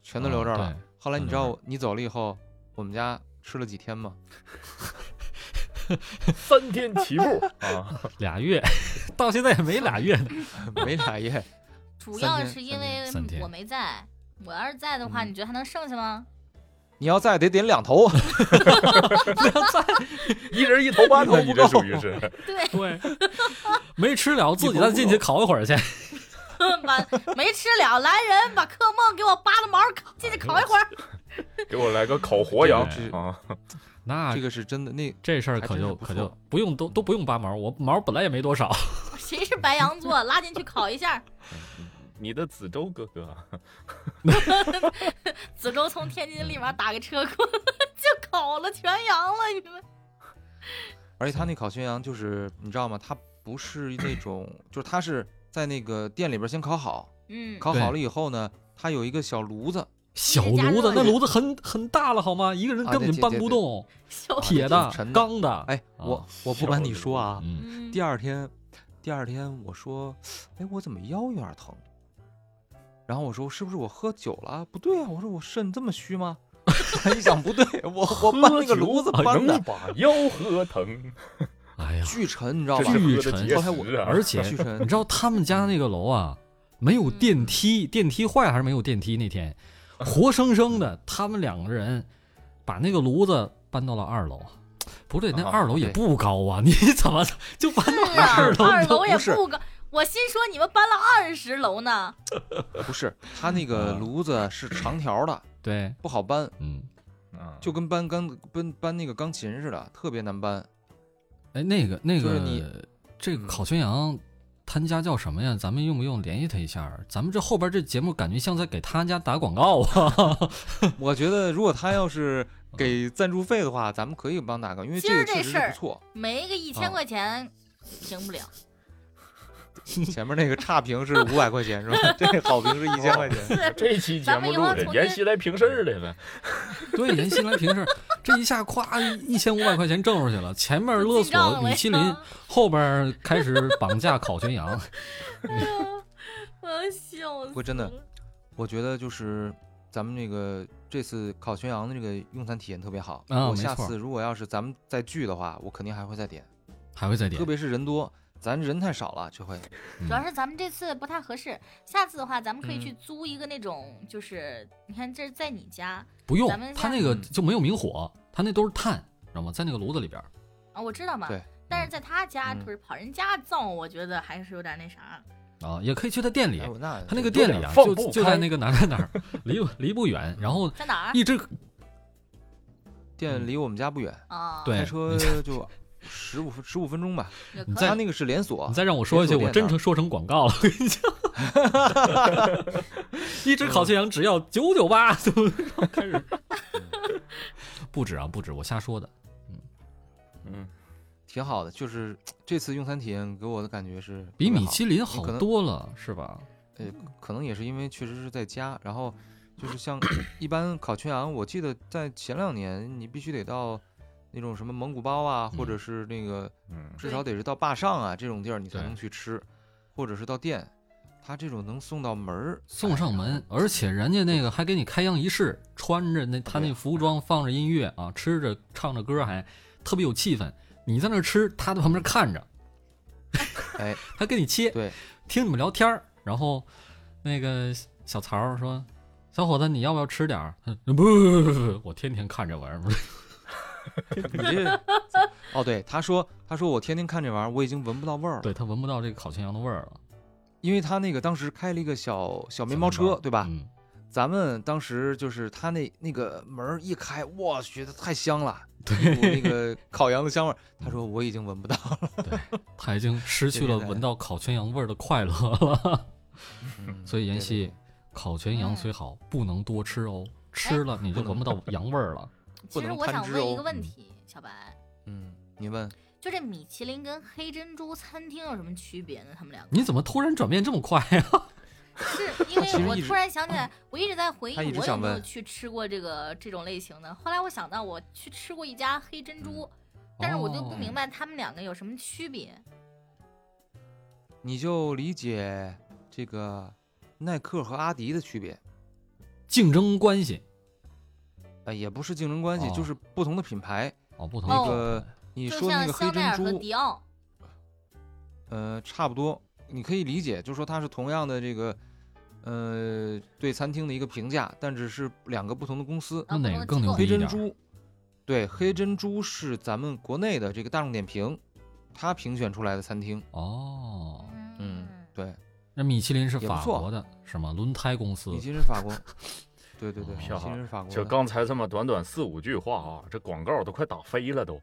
[SPEAKER 1] 全都留这儿了。
[SPEAKER 3] 啊对
[SPEAKER 1] 后来你知
[SPEAKER 3] 全留
[SPEAKER 1] 道你走了以后，我们家吃了几天吗？ [laughs]
[SPEAKER 4] 三天
[SPEAKER 1] [laughs]
[SPEAKER 4] 起步啊，
[SPEAKER 3] 俩月， [laughs] 到现在也没俩
[SPEAKER 2] [laughs]
[SPEAKER 3] 月呢。
[SPEAKER 1] 没俩月，
[SPEAKER 2] 主
[SPEAKER 1] 三
[SPEAKER 2] 要
[SPEAKER 1] 天
[SPEAKER 2] 是因
[SPEAKER 1] 三天
[SPEAKER 2] 为
[SPEAKER 3] 三天
[SPEAKER 2] 我没在，我要是在的话，
[SPEAKER 1] 嗯
[SPEAKER 2] 你觉得还能剩下吗？ [laughs]
[SPEAKER 1] 你要在得点两头，啊
[SPEAKER 4] 一人一头八头，
[SPEAKER 1] 一头
[SPEAKER 4] 你
[SPEAKER 1] 不
[SPEAKER 4] 这
[SPEAKER 1] 够
[SPEAKER 4] 属于是
[SPEAKER 2] 对，[laughs]
[SPEAKER 3] [laughs] 对，没吃了，自己再进去烤一会儿
[SPEAKER 1] [laughs]
[SPEAKER 3] 去。
[SPEAKER 2] 把没吃了，来人把克梦给我扒了毛，进
[SPEAKER 1] 哎
[SPEAKER 2] 去烤一会儿。
[SPEAKER 4] [laughs] 给我来个烤活羊
[SPEAKER 1] [laughs] 对
[SPEAKER 4] 啊！
[SPEAKER 3] 那
[SPEAKER 1] 这个是真的。那
[SPEAKER 3] 这事儿
[SPEAKER 1] 还
[SPEAKER 3] 可
[SPEAKER 1] 真
[SPEAKER 3] 就是
[SPEAKER 1] 不
[SPEAKER 3] 可
[SPEAKER 1] 错
[SPEAKER 3] 就不用都都不用拔毛，我毛本来也没多少。
[SPEAKER 2] 谁是白羊座，拉进去烤一下。
[SPEAKER 4] 你的子舟哥哥，
[SPEAKER 2] 子舟从天津立马打个车过来，就烤了全羊了，你们。
[SPEAKER 1] 而且它那烤全羊就是你知道吗？它不是那种，就是它是在那个店里边先烤好，
[SPEAKER 2] 嗯，
[SPEAKER 1] 烤好了以后呢，它有一个小炉子，
[SPEAKER 3] 小
[SPEAKER 2] 加
[SPEAKER 3] 炉子
[SPEAKER 2] 热，的
[SPEAKER 3] 那炉子很很大了，好吗？一个人
[SPEAKER 1] 啊
[SPEAKER 3] 根
[SPEAKER 1] 对
[SPEAKER 3] 本
[SPEAKER 1] 对
[SPEAKER 3] 搬
[SPEAKER 1] 对
[SPEAKER 3] 不
[SPEAKER 1] 对
[SPEAKER 3] 动，
[SPEAKER 2] 小
[SPEAKER 1] 啊
[SPEAKER 3] 铁
[SPEAKER 1] 这
[SPEAKER 3] 的
[SPEAKER 1] 挺沉、的
[SPEAKER 3] 钢的。
[SPEAKER 1] 哎，我我不瞒你说啊，
[SPEAKER 3] 嗯，
[SPEAKER 2] 嗯
[SPEAKER 1] 第，二天，第二天我说，哎，我怎么腰有点疼？然后我说是不是我喝酒了？不对啊，我说我肾这么虚吗？ [laughs] 我一想不对，我我搬那个炉子
[SPEAKER 4] 喝酒
[SPEAKER 1] 搬的
[SPEAKER 4] 能把腰喝疼，
[SPEAKER 3] 哎呀，
[SPEAKER 1] 巨沉，你知道
[SPEAKER 4] 这
[SPEAKER 1] 吧
[SPEAKER 4] 是？
[SPEAKER 3] 巨
[SPEAKER 4] 喝的
[SPEAKER 3] 沉
[SPEAKER 4] 结
[SPEAKER 1] 后来我
[SPEAKER 4] 石啊！
[SPEAKER 3] 而且
[SPEAKER 1] 巨
[SPEAKER 3] 你
[SPEAKER 1] 沉
[SPEAKER 3] 知道他们家那个楼啊，没有
[SPEAKER 1] 嗯
[SPEAKER 3] 电梯，电梯坏了还是没有电梯？那天
[SPEAKER 1] 啊
[SPEAKER 3] 活生生的，他们两个人把那个炉子搬到了二楼。不对，那
[SPEAKER 4] 啊
[SPEAKER 3] 二楼也
[SPEAKER 1] 对
[SPEAKER 3] 不高啊，你怎么就
[SPEAKER 1] [laughs]
[SPEAKER 3] 搬到
[SPEAKER 2] 是啊，
[SPEAKER 3] 二楼？
[SPEAKER 2] 二楼也
[SPEAKER 1] 不是
[SPEAKER 2] 不高。我心说你们搬了二十楼呢，
[SPEAKER 1] 不是，它那个炉子是长条的，
[SPEAKER 3] 对，
[SPEAKER 1] 不好搬，
[SPEAKER 3] 嗯，
[SPEAKER 4] 啊
[SPEAKER 1] 就跟搬钢搬搬那个钢琴似的，特别难搬。
[SPEAKER 3] 哎，那个那
[SPEAKER 1] 就是
[SPEAKER 3] 个，
[SPEAKER 1] 你嗯
[SPEAKER 3] 这个烤全羊，他家叫什么呀？咱们用不用联系他一下儿？咱们这后边这节目感觉像在给他家打广告啊！
[SPEAKER 1] 我觉得如果他要是给赞助费的话，咱们可以帮大哥，因为
[SPEAKER 2] 今
[SPEAKER 1] 这个
[SPEAKER 2] 儿这
[SPEAKER 1] 确实
[SPEAKER 2] 事
[SPEAKER 1] 是
[SPEAKER 2] 儿
[SPEAKER 1] 不错。
[SPEAKER 2] 没个一千
[SPEAKER 1] 啊
[SPEAKER 2] 块钱行不了。
[SPEAKER 1] 前面那个差评是五百块钱
[SPEAKER 4] [laughs]
[SPEAKER 1] 是吧？这个好评是一千块钱。
[SPEAKER 4] 这期节
[SPEAKER 2] 咱们
[SPEAKER 4] 目
[SPEAKER 2] 一会
[SPEAKER 4] 录
[SPEAKER 2] 儿
[SPEAKER 4] 的，
[SPEAKER 2] 重新
[SPEAKER 4] 沿袭来平事儿来了。
[SPEAKER 3] [laughs] 对，人新来平事儿，这一下咵一千五百块钱挣出去了，前面勒
[SPEAKER 2] 进账
[SPEAKER 3] 索
[SPEAKER 2] 了嗯
[SPEAKER 3] 米其林，后边开始绑架烤全羊。
[SPEAKER 2] 哎呀 [laughs] 我要笑死！
[SPEAKER 1] 不真的，我觉得就是咱们这个这次烤全羊的这个用餐体验特别好。
[SPEAKER 3] 啊
[SPEAKER 1] 我
[SPEAKER 3] 没
[SPEAKER 1] 下
[SPEAKER 3] 错
[SPEAKER 1] 次如果要是咱们再聚的话，我肯定还会再点，
[SPEAKER 3] 还会再点
[SPEAKER 1] 特，别是人多，咱人太少了，这回
[SPEAKER 2] 主要
[SPEAKER 3] 嗯
[SPEAKER 2] 是咱们这次不太合适，下次的话咱们可以
[SPEAKER 1] 嗯
[SPEAKER 2] 去租一个那种，就是你看这是在你家
[SPEAKER 3] 不用
[SPEAKER 2] 咱们
[SPEAKER 3] 他
[SPEAKER 2] 家
[SPEAKER 3] 那个
[SPEAKER 1] 嗯
[SPEAKER 3] 就没有明火，他那都是炭，知道吗？在那个炉子里边儿，
[SPEAKER 2] 啊，我知道嘛
[SPEAKER 1] 对。
[SPEAKER 2] 但是在他家
[SPEAKER 1] 嗯
[SPEAKER 2] 不是跑人家造，我觉得还是有点那啥。
[SPEAKER 3] 啊，也可以去他店里
[SPEAKER 1] 哎，呦那
[SPEAKER 3] 他那个
[SPEAKER 1] 就
[SPEAKER 3] 店里啊，
[SPEAKER 4] 放
[SPEAKER 3] 就
[SPEAKER 4] 不开
[SPEAKER 3] 就在那个哪哪哪儿，离不离不远，然后
[SPEAKER 2] 在哪儿
[SPEAKER 3] 一直
[SPEAKER 1] 店离我们家不远，
[SPEAKER 2] 啊？
[SPEAKER 3] 嗯对
[SPEAKER 1] 开车就十五分十五分钟吧。
[SPEAKER 2] 也
[SPEAKER 3] 你
[SPEAKER 2] 可
[SPEAKER 3] 在
[SPEAKER 1] 他
[SPEAKER 2] 以。
[SPEAKER 1] 那个是连锁
[SPEAKER 3] 你，再让我说下去，
[SPEAKER 1] 连锁店
[SPEAKER 3] 我真
[SPEAKER 1] 呢
[SPEAKER 3] 成说成广告了。我跟
[SPEAKER 1] [laughs]
[SPEAKER 3] 你讲，一只烤全羊只要九九
[SPEAKER 1] [laughs]
[SPEAKER 3] 八，怎么开始？ [laughs] 不止啊，不止，我瞎说的。
[SPEAKER 4] 嗯，
[SPEAKER 1] 挺好的。就是这次用餐体验给我的感觉是
[SPEAKER 3] 比
[SPEAKER 1] 特别
[SPEAKER 3] 米
[SPEAKER 1] 好
[SPEAKER 3] 其林
[SPEAKER 1] 可
[SPEAKER 3] 好
[SPEAKER 1] 能
[SPEAKER 3] 多了，是吧？
[SPEAKER 1] 可能也是因为确实是在家，然后就是像一般烤全羊，我记得在前两年你必须得到那种什么蒙古包啊，或者
[SPEAKER 3] 嗯
[SPEAKER 1] 是那个
[SPEAKER 4] 嗯，
[SPEAKER 1] 至
[SPEAKER 2] 对
[SPEAKER 1] 少得是到坝上啊这种地儿你才
[SPEAKER 3] 对
[SPEAKER 1] 能去吃，或者是到店，他这种能送到门儿，
[SPEAKER 3] [laughs] 送上门
[SPEAKER 1] 哎，
[SPEAKER 3] 而且人家那个还给你开箱仪式，穿着那他那服装，放着音乐啊，吃着唱着歌，还特别有气氛。你在那儿吃，他在旁边看着，
[SPEAKER 1] 哎，
[SPEAKER 3] 还跟你切，
[SPEAKER 1] 对，
[SPEAKER 3] 听你们聊天儿。然后那个小曹儿说：“小伙子，你要不要吃点儿？”他说不不不不不，我天天看这玩意儿。
[SPEAKER 1] 你这哦对，他说他说我天天看这玩意儿，我已经闻不到味儿了，
[SPEAKER 3] 对他闻不到这个烤全羊的味儿了。
[SPEAKER 1] 因为他那个当时开了一个小小面包车，对吧？
[SPEAKER 3] 嗯，
[SPEAKER 1] 咱们当时就是他那那个门儿一开，我去，它太香了，一股那
[SPEAKER 3] [laughs] 对，
[SPEAKER 1] 个烤羊的香味儿。他说我已经闻不到了，
[SPEAKER 3] 他已经失去了
[SPEAKER 1] 对对对
[SPEAKER 3] 闻到烤全羊味儿的快乐了。嗯所以妍
[SPEAKER 1] 对对
[SPEAKER 3] 希，烤全羊
[SPEAKER 2] 嗯
[SPEAKER 3] 虽好，不能多吃哦，
[SPEAKER 2] 哎
[SPEAKER 3] 吃了你就闻不到羊味儿了。 [laughs]
[SPEAKER 1] 不
[SPEAKER 2] 其实
[SPEAKER 1] 能
[SPEAKER 2] 我
[SPEAKER 1] 贪
[SPEAKER 2] 想
[SPEAKER 1] 吃
[SPEAKER 2] 问一
[SPEAKER 1] 哦
[SPEAKER 2] 个问
[SPEAKER 3] 嗯
[SPEAKER 2] 题，小白，
[SPEAKER 1] 嗯，你问
[SPEAKER 2] 就这米其林跟黑珍珠餐厅有什么区别呢？他们两个
[SPEAKER 3] 你怎么突然转变这么快呀、
[SPEAKER 2] 是因
[SPEAKER 1] 其
[SPEAKER 2] 为
[SPEAKER 1] 实
[SPEAKER 2] 我
[SPEAKER 1] 一直嗯
[SPEAKER 2] 突然想起来，我一直在回忆
[SPEAKER 1] 他一直
[SPEAKER 2] 我有
[SPEAKER 1] 想
[SPEAKER 2] 没有
[SPEAKER 1] 问
[SPEAKER 2] 去吃过这个这种类型的。后来我想到我去吃过一家黑珍珠， [laughs]
[SPEAKER 1] 嗯
[SPEAKER 2] 但是我
[SPEAKER 1] 哦
[SPEAKER 2] 就不
[SPEAKER 3] 哦
[SPEAKER 2] 明白他们两个有什么区别。
[SPEAKER 1] 你就理解这个耐克和阿迪的区别，
[SPEAKER 3] 竞争关系
[SPEAKER 1] 呃，也不是竞争关系，
[SPEAKER 3] 哦
[SPEAKER 1] 就是不同的品牌。
[SPEAKER 3] 哦，不同
[SPEAKER 2] 那
[SPEAKER 1] 那
[SPEAKER 3] 的口
[SPEAKER 1] 个
[SPEAKER 3] 感
[SPEAKER 1] 你
[SPEAKER 2] 就
[SPEAKER 1] 说那
[SPEAKER 2] 像
[SPEAKER 1] 个黑
[SPEAKER 2] 香奈
[SPEAKER 1] 珍
[SPEAKER 2] 儿和
[SPEAKER 1] 珠，
[SPEAKER 2] 迪奥，
[SPEAKER 1] 呃，差不多，你可以理解，就说它是同样的这个，呃，对餐厅的一个评价，但只是两个不同的公司。
[SPEAKER 3] 那哪个更牛
[SPEAKER 2] 然后
[SPEAKER 1] 黑
[SPEAKER 3] 逼哦
[SPEAKER 1] 珍
[SPEAKER 3] 一点儿？
[SPEAKER 1] 珠，对，黑珍珠是咱们国内的这个大众点评，它评选出来的餐厅。
[SPEAKER 3] 哦，
[SPEAKER 1] 嗯，对，
[SPEAKER 3] 那米其林是
[SPEAKER 1] 也不
[SPEAKER 3] 法
[SPEAKER 1] 错
[SPEAKER 3] 国的是吗？轮胎公司
[SPEAKER 1] 米其林是法
[SPEAKER 3] [laughs]
[SPEAKER 1] 国，对对对，
[SPEAKER 3] 哦
[SPEAKER 1] 米
[SPEAKER 4] 漂
[SPEAKER 1] 其林是
[SPEAKER 4] 亮
[SPEAKER 1] 法国
[SPEAKER 4] 就
[SPEAKER 1] 的。
[SPEAKER 4] 刚才这么短短四五句话啊，这广告都快打飞
[SPEAKER 2] [laughs]
[SPEAKER 4] 了都，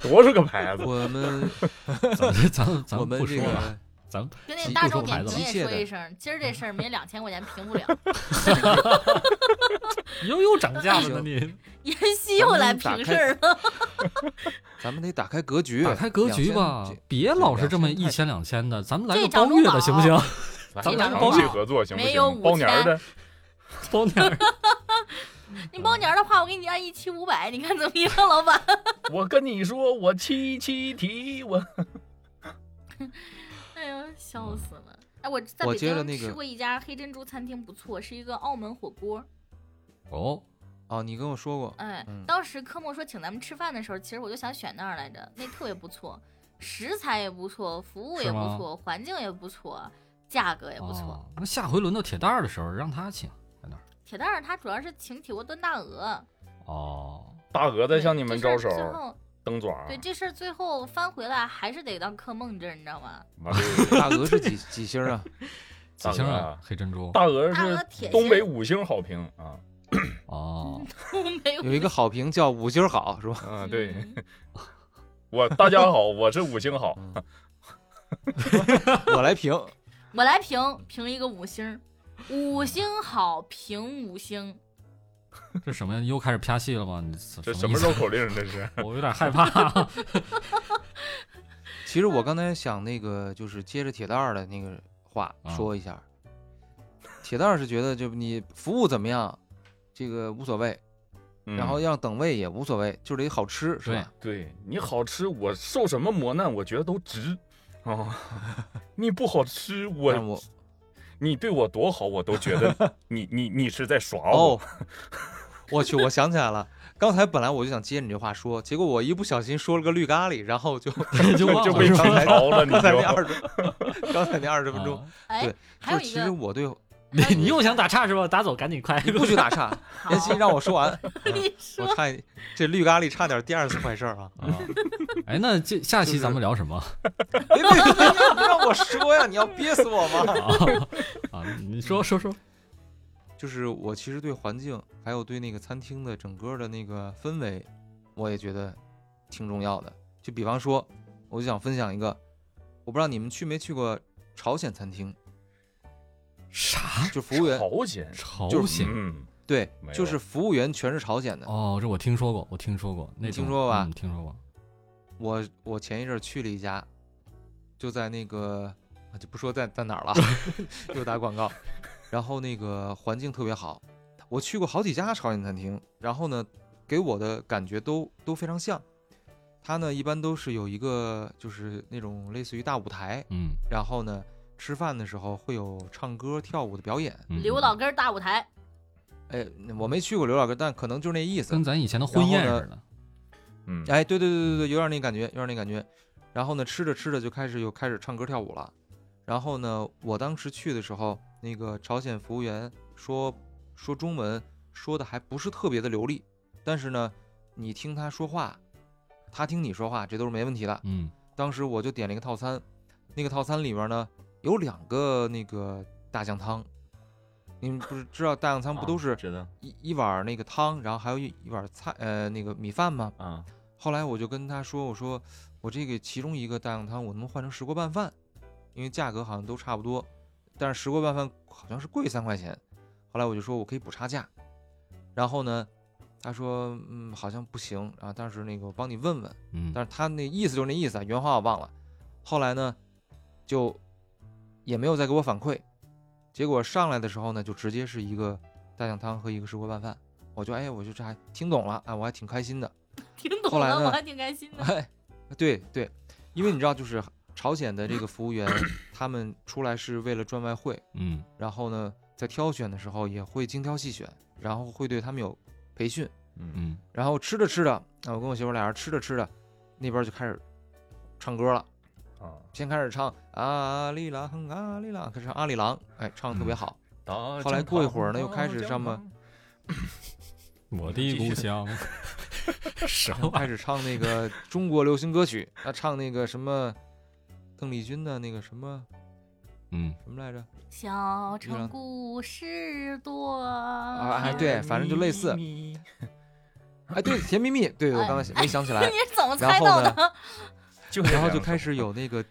[SPEAKER 4] 多少个牌子？
[SPEAKER 1] 我们
[SPEAKER 3] 咱们咱 [laughs] 们咱
[SPEAKER 1] 我
[SPEAKER 3] 们
[SPEAKER 1] 们
[SPEAKER 3] 不
[SPEAKER 1] 这
[SPEAKER 3] 说了，
[SPEAKER 1] 个
[SPEAKER 3] 咱们
[SPEAKER 2] 跟那
[SPEAKER 1] 机
[SPEAKER 2] 个大
[SPEAKER 1] 不
[SPEAKER 2] 众
[SPEAKER 1] 同
[SPEAKER 2] 点
[SPEAKER 1] 牌子
[SPEAKER 2] 评
[SPEAKER 1] 机
[SPEAKER 2] 也
[SPEAKER 1] 械
[SPEAKER 2] 说
[SPEAKER 1] 的啊
[SPEAKER 2] 一声，今儿这事儿没两千块钱评不了。
[SPEAKER 1] [laughs]
[SPEAKER 3] 又又涨价了呢
[SPEAKER 1] 行
[SPEAKER 3] 你。
[SPEAKER 2] 妍希又来评事儿了，
[SPEAKER 1] 咱们得打开格局，
[SPEAKER 3] [laughs] 打开格局吧
[SPEAKER 1] 2000这，
[SPEAKER 3] 别老是这么
[SPEAKER 1] 2000
[SPEAKER 3] 一千两千的，咱们来
[SPEAKER 2] 这
[SPEAKER 3] 个
[SPEAKER 2] 长
[SPEAKER 3] 包
[SPEAKER 2] 珠
[SPEAKER 3] 月
[SPEAKER 2] 宝
[SPEAKER 3] 的行不行？
[SPEAKER 2] [laughs]
[SPEAKER 4] 来
[SPEAKER 3] 咱们
[SPEAKER 4] 长
[SPEAKER 3] 包
[SPEAKER 4] 期
[SPEAKER 2] 饺
[SPEAKER 4] 合作行不
[SPEAKER 2] 没有
[SPEAKER 4] 行？包
[SPEAKER 2] 五
[SPEAKER 4] 年儿的，
[SPEAKER 3] 包点儿。
[SPEAKER 2] 你
[SPEAKER 1] 啊
[SPEAKER 2] 包年儿的话，我给你按一期五百，你看怎么样，老板？
[SPEAKER 4] [laughs] 我跟你说，我七七提我。
[SPEAKER 2] [laughs] 哎呀，笑死了！哎，我在
[SPEAKER 1] 嗯我
[SPEAKER 2] 北
[SPEAKER 1] 接着
[SPEAKER 2] 京
[SPEAKER 1] 那个
[SPEAKER 2] 吃过一家黑珍珠餐厅，不错，是一个澳门火锅。
[SPEAKER 3] 哦，
[SPEAKER 1] 哦，你跟我说过，
[SPEAKER 2] 哎，
[SPEAKER 1] 嗯
[SPEAKER 2] 当时科莫说请咱们吃饭的时候，其实我就想选那儿来着，那特别不错，食材也不错，服务也
[SPEAKER 3] 是
[SPEAKER 2] 不
[SPEAKER 3] 吗
[SPEAKER 2] 错，环境也不错，价格也不错。
[SPEAKER 3] 哦那下回轮到铁蛋儿的时候，让他请在那儿。
[SPEAKER 2] 铁蛋儿它主要是请体锅炖大鹅，
[SPEAKER 3] 哦，
[SPEAKER 4] 大鹅在
[SPEAKER 2] 对
[SPEAKER 4] 向你们
[SPEAKER 2] 这
[SPEAKER 4] 招
[SPEAKER 2] 事
[SPEAKER 4] 手
[SPEAKER 2] 儿，最后，
[SPEAKER 4] 蹬爪儿。
[SPEAKER 2] 对这事儿最后翻回来还是得到柯梦这儿，你知道吗？ [laughs]
[SPEAKER 4] 完了
[SPEAKER 1] 大鹅
[SPEAKER 3] [laughs]
[SPEAKER 1] 是几几星啊？
[SPEAKER 3] 几星
[SPEAKER 4] 大鹅
[SPEAKER 3] 啊
[SPEAKER 4] 啊？
[SPEAKER 3] 黑珍珠。
[SPEAKER 4] 大鹅
[SPEAKER 2] 大鹅
[SPEAKER 4] 是
[SPEAKER 2] 铁
[SPEAKER 4] 东北
[SPEAKER 2] 心
[SPEAKER 4] 五星好评啊。
[SPEAKER 3] 哦，
[SPEAKER 2] 没有
[SPEAKER 1] 有一个好评叫五星好，是吧？
[SPEAKER 4] 嗯，对
[SPEAKER 2] 嗯
[SPEAKER 4] 我大家好，我是五星好。
[SPEAKER 1] 我来评，
[SPEAKER 2] [laughs] 我来评评一个五星儿，五星好评五星。
[SPEAKER 3] 这什么呀？又开始啪戏了吗？你
[SPEAKER 4] 这
[SPEAKER 3] 这
[SPEAKER 4] 什
[SPEAKER 3] 意
[SPEAKER 4] 么
[SPEAKER 3] 思
[SPEAKER 4] 绕口令？这是
[SPEAKER 1] [laughs]
[SPEAKER 3] 我有点害
[SPEAKER 1] 啊
[SPEAKER 3] 怕。
[SPEAKER 1] 其实我刚才想那个，就是接着铁蛋儿的那个话
[SPEAKER 3] 啊
[SPEAKER 1] 说一下。铁蛋儿是觉得，就你服务怎么样，这个无所谓，
[SPEAKER 4] 嗯
[SPEAKER 1] 然后要等位也无所谓，就是得好吃，是吧？
[SPEAKER 4] 对你好吃，我受什么磨难，我觉得都值啊。 [laughs] 你不好吃，
[SPEAKER 1] 但
[SPEAKER 4] 我
[SPEAKER 1] 我
[SPEAKER 4] 你对我多好，我都觉得
[SPEAKER 1] [laughs]
[SPEAKER 4] 你你你是在耍
[SPEAKER 1] 哦
[SPEAKER 4] 我。，
[SPEAKER 1] 我去，我想起来了，刚才本来我就想接你这话说，结果我一不小心说了个绿咖喱，然后
[SPEAKER 3] [laughs]
[SPEAKER 1] 就
[SPEAKER 3] 就忘了
[SPEAKER 4] 就被
[SPEAKER 3] 是
[SPEAKER 1] [laughs]
[SPEAKER 3] 吧
[SPEAKER 4] 听着了，你
[SPEAKER 1] 刚才那
[SPEAKER 4] 就
[SPEAKER 1] 二十，刚才那二十分钟，
[SPEAKER 3] 啊
[SPEAKER 2] 哎
[SPEAKER 1] 对，
[SPEAKER 2] 还有
[SPEAKER 1] 就
[SPEAKER 2] 一
[SPEAKER 1] 其实
[SPEAKER 2] 个
[SPEAKER 1] 我对
[SPEAKER 3] 你
[SPEAKER 2] 还有
[SPEAKER 3] 你又想打岔是吧？打走，赶紧快！
[SPEAKER 1] 你不许打
[SPEAKER 2] [laughs]
[SPEAKER 1] 岔，
[SPEAKER 2] 好
[SPEAKER 1] 妍希让我说完。
[SPEAKER 2] 你
[SPEAKER 1] 我
[SPEAKER 2] 说
[SPEAKER 1] 差一这绿咖喱差点第二次坏事儿
[SPEAKER 2] [laughs]
[SPEAKER 1] 啊！
[SPEAKER 3] 啊 [laughs] 哎，那这下期咱们聊
[SPEAKER 1] [laughs]
[SPEAKER 3] 什么
[SPEAKER 1] 别别别别不让我说呀！你要憋死我吗？
[SPEAKER 3] 啊？你说说说，
[SPEAKER 1] 就是我其实对环境，还有对那个餐厅的整个的那个氛围，我也觉得挺重要的。就比方说，我就想分享一个，我不知道你们去没去过朝鲜餐厅，
[SPEAKER 3] 啥？
[SPEAKER 1] 就服务员
[SPEAKER 4] 朝鲜，
[SPEAKER 3] 朝
[SPEAKER 1] 就是
[SPEAKER 3] 鲜？
[SPEAKER 4] 嗯，
[SPEAKER 1] 对
[SPEAKER 4] 没，有
[SPEAKER 1] 就是服务员全是朝鲜的。
[SPEAKER 3] 哦，这我听说过，我听说过，那
[SPEAKER 1] 你听
[SPEAKER 3] 种
[SPEAKER 1] 说过吧
[SPEAKER 3] 嗯听说过。
[SPEAKER 1] 我我前一阵儿去了一家，就在那个啊就不说在在哪儿了， [laughs] 又打广告。然后那个环境特别好，我去过好几家朝鲜餐厅，然后呢，给我的感觉都都非常像。它呢一般都是有一个就是那种类似于大舞台，
[SPEAKER 3] 嗯，
[SPEAKER 1] 然后呢吃饭的时候会有唱歌跳舞的表演。
[SPEAKER 3] 嗯
[SPEAKER 2] 刘老根儿大舞台，
[SPEAKER 1] 哎，我没去过刘老根，但可能就是那意思。
[SPEAKER 3] 跟咱以前的婚宴
[SPEAKER 1] 然后呢
[SPEAKER 3] 似的。
[SPEAKER 4] 嗯，
[SPEAKER 1] 哎，对对对对对，有点那感觉，有点那感觉。然后呢，吃着吃着就开始又开始唱歌跳舞了。然后呢，我当时去的时候，那个朝鲜服务员说说中文说的还不是特别的流利，但是呢，你听他说话，他听你说话，这都是没问题的。
[SPEAKER 3] 嗯
[SPEAKER 1] 当时我就点了一个套餐，那个套餐里边呢有两个那个大酱汤，你们不是知道大酱汤不都
[SPEAKER 4] 啊
[SPEAKER 1] 是
[SPEAKER 4] 觉得
[SPEAKER 1] 一一碗那个汤，然后还有一一碗菜呃那个米饭吗？
[SPEAKER 4] 啊，
[SPEAKER 1] 后来我就跟他说：“我说我这个其中一个大酱汤，我能不能换成石锅拌饭？因为价格好像都差不多，但是石锅拌饭好像是贵三块钱。”后来我就说我可以补差价。然后呢，他说：“嗯，好像不行啊，但是那个我帮你问问。”
[SPEAKER 3] 嗯，
[SPEAKER 1] 但是他那意思就是那意思啊，原话我忘了。后来呢，就也没有再给我反馈。结果上来的时候呢，就直接是一个大酱汤和一个石锅拌饭，我就哎，我就这还听懂了啊，我还挺开心的。
[SPEAKER 2] 听懂
[SPEAKER 1] 后来
[SPEAKER 2] 了，
[SPEAKER 1] 呢
[SPEAKER 2] 我还挺开心的。
[SPEAKER 1] 哎，对对，因为你知道，就是朝鲜的这个服务员，他们出来是为了赚外汇，
[SPEAKER 3] 嗯
[SPEAKER 1] 然后呢，在挑选的时候也会精挑细选，然后会对他们有培训。
[SPEAKER 4] 嗯，
[SPEAKER 3] 嗯
[SPEAKER 1] 然后吃着吃着，啊，我跟我媳妇俩人吃着吃着，那边就开始唱歌了，
[SPEAKER 4] 啊，
[SPEAKER 1] 先开始唱啊阿里郎阿里郎，开始唱阿里郎，哎，唱的特别好。
[SPEAKER 4] 后
[SPEAKER 1] 来过一会儿呢又开始这么，
[SPEAKER 3] 我的故 [laughs] 乡，什么玩意
[SPEAKER 1] 开始唱那个中国流行歌曲，他唱那个什么邓丽君的那个什么
[SPEAKER 3] 儿？ [laughs] 嗯，
[SPEAKER 1] 什么来着？
[SPEAKER 2] 小
[SPEAKER 1] 了
[SPEAKER 2] 城故事多，
[SPEAKER 1] 啊哎对反正就类似
[SPEAKER 4] 咪咪
[SPEAKER 1] 哎，对，甜蜜蜜，对我刚才想没想起
[SPEAKER 2] 那
[SPEAKER 1] 来
[SPEAKER 2] [laughs] [laughs] 你。是怎么
[SPEAKER 1] 然
[SPEAKER 2] 猜
[SPEAKER 1] 后
[SPEAKER 2] 到
[SPEAKER 1] 呢
[SPEAKER 2] 的？
[SPEAKER 4] 就
[SPEAKER 1] 然后就开始有那个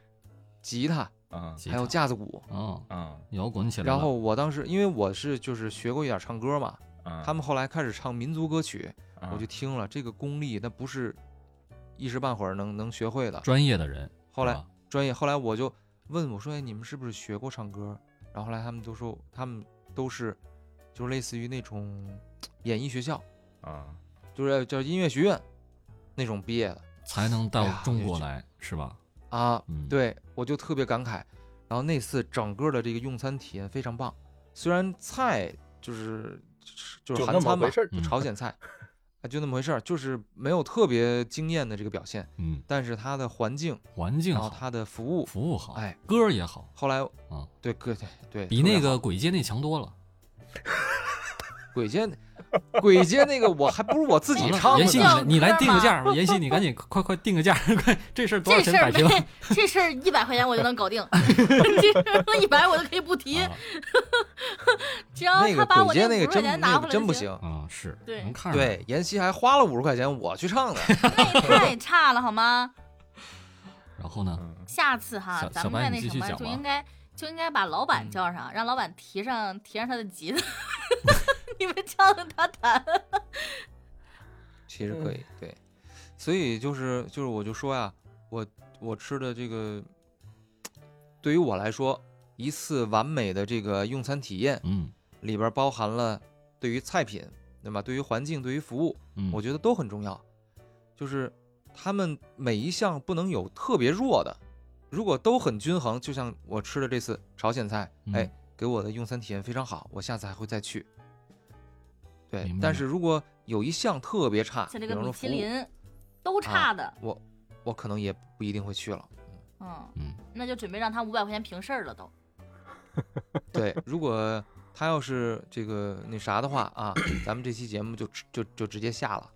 [SPEAKER 1] 吉他，
[SPEAKER 4] 啊
[SPEAKER 3] 吉
[SPEAKER 1] 还有
[SPEAKER 3] 他
[SPEAKER 1] 架子鼓。
[SPEAKER 3] 哦，
[SPEAKER 4] 啊
[SPEAKER 3] 摇滚起来了。嗯
[SPEAKER 1] 然后我当时因为我是就是学过一点唱歌嘛，
[SPEAKER 4] 啊，
[SPEAKER 1] 他们后来开始唱民族歌曲，
[SPEAKER 4] 啊
[SPEAKER 1] 我就听了，这个功力那不是一时半会儿能能学会的。
[SPEAKER 3] 专业啊的人，
[SPEAKER 1] 后来
[SPEAKER 3] 是吧
[SPEAKER 1] 专业，后来我就问我说：“哎，你们是不是学过唱歌？”然后后来他们都说，他们都是就是类似于那种演艺学校，
[SPEAKER 4] 啊，
[SPEAKER 1] 就是呃叫音乐学院那种毕业的
[SPEAKER 3] 才能到
[SPEAKER 1] 哎呀
[SPEAKER 3] 中
[SPEAKER 1] 我
[SPEAKER 3] 国
[SPEAKER 1] 就
[SPEAKER 3] 来，是吧？
[SPEAKER 1] 啊。
[SPEAKER 3] 嗯，，
[SPEAKER 1] 对我就特别感慨。然后那次整个的这个用餐体验非常棒，虽然菜就是就是
[SPEAKER 4] 啊就
[SPEAKER 1] 韩
[SPEAKER 4] 那么
[SPEAKER 1] 餐嘛
[SPEAKER 4] 回，事儿
[SPEAKER 3] 嗯
[SPEAKER 4] 嗯
[SPEAKER 1] 就朝鲜菜，啊，就那么回事儿，就是没有特别惊艳的这个表现，
[SPEAKER 3] 嗯，
[SPEAKER 1] 但是它的环境，
[SPEAKER 3] 环境
[SPEAKER 1] 然后
[SPEAKER 3] 好，
[SPEAKER 1] 它的服务，
[SPEAKER 3] 服务好，
[SPEAKER 1] 哎，
[SPEAKER 3] 歌儿也好，
[SPEAKER 1] 后来
[SPEAKER 3] 啊
[SPEAKER 1] 对对对，
[SPEAKER 3] 比
[SPEAKER 1] 特别
[SPEAKER 3] 那
[SPEAKER 1] 好
[SPEAKER 3] 个鬼街那强多了。
[SPEAKER 1] 鬼街那，鬼街那个我还不如我自己
[SPEAKER 3] 好了
[SPEAKER 1] 唱
[SPEAKER 2] 不
[SPEAKER 1] 呢
[SPEAKER 3] 妍
[SPEAKER 2] 妍希呢
[SPEAKER 3] 希，你来你来
[SPEAKER 2] 这
[SPEAKER 3] 定个
[SPEAKER 2] 样
[SPEAKER 3] 价儿吧，妍希你赶紧快快定个价儿， [laughs] 快这事儿多少
[SPEAKER 2] 这
[SPEAKER 3] 钱
[SPEAKER 2] 事
[SPEAKER 3] 摆
[SPEAKER 2] 儿
[SPEAKER 3] 平？
[SPEAKER 2] 没，这事儿一百块钱我就能搞定，
[SPEAKER 1] [laughs]
[SPEAKER 2] 这事儿那一百我就可以不提，
[SPEAKER 3] 啊
[SPEAKER 2] 只要
[SPEAKER 1] 那
[SPEAKER 2] 他
[SPEAKER 1] 个
[SPEAKER 2] 把我
[SPEAKER 1] 鬼街
[SPEAKER 2] 五
[SPEAKER 1] 那个
[SPEAKER 2] 十块
[SPEAKER 1] 真
[SPEAKER 2] 钱拿
[SPEAKER 1] 那
[SPEAKER 2] 回
[SPEAKER 1] 个
[SPEAKER 2] 来
[SPEAKER 1] 真
[SPEAKER 2] 就
[SPEAKER 1] 不
[SPEAKER 2] 行，
[SPEAKER 1] 行。
[SPEAKER 3] 啊是，
[SPEAKER 2] 对
[SPEAKER 3] 能看出来
[SPEAKER 1] 对，妍希还花了五十块钱我去唱的，
[SPEAKER 2] 那也太差了好吗？
[SPEAKER 3] 然后呢，
[SPEAKER 4] 嗯
[SPEAKER 2] 下次哈
[SPEAKER 3] 小，
[SPEAKER 2] 咱
[SPEAKER 3] 小
[SPEAKER 2] 们
[SPEAKER 3] 白
[SPEAKER 2] 再
[SPEAKER 3] 你
[SPEAKER 2] 那
[SPEAKER 3] 继
[SPEAKER 2] 什
[SPEAKER 3] 续
[SPEAKER 2] 么，
[SPEAKER 3] 讲
[SPEAKER 2] 就
[SPEAKER 3] 吧嗯
[SPEAKER 2] 应该就应该把老板叫上，让老板提上提上他的吉他， [laughs] 你们叫着他弹。
[SPEAKER 1] 其实可以。对，所以就是就是我就说呀，我我吃的这个，对于我来说，一次完美的这个用餐体验
[SPEAKER 3] 嗯
[SPEAKER 1] 里边包含了对于菜品，对吧？对于环境，对于服务，
[SPEAKER 3] 嗯，
[SPEAKER 1] 我觉得都很重要。就是他们每一项不能有特别弱的，如果都很均衡，就像我吃的这次朝鲜菜，哎
[SPEAKER 3] 嗯，
[SPEAKER 1] 给我的用餐体验非常好，我下次还会再去。对
[SPEAKER 3] 明，白
[SPEAKER 1] 但
[SPEAKER 3] 了
[SPEAKER 1] 是如果有一项特别差，
[SPEAKER 2] 像
[SPEAKER 1] 比
[SPEAKER 2] 这个
[SPEAKER 1] 方
[SPEAKER 2] 米
[SPEAKER 1] 说服
[SPEAKER 2] 其
[SPEAKER 1] 务，
[SPEAKER 2] 林，
[SPEAKER 3] 啊
[SPEAKER 2] 都差的，
[SPEAKER 1] 我我可能也不一定会
[SPEAKER 2] [laughs]
[SPEAKER 1] 去了。
[SPEAKER 2] 嗯，
[SPEAKER 3] 嗯
[SPEAKER 2] 那就准备让他五百块钱平事儿了都。
[SPEAKER 1] 对，如果他要是这个那啥的话啊， [coughs] 咱们这期节目就直就就直接下了。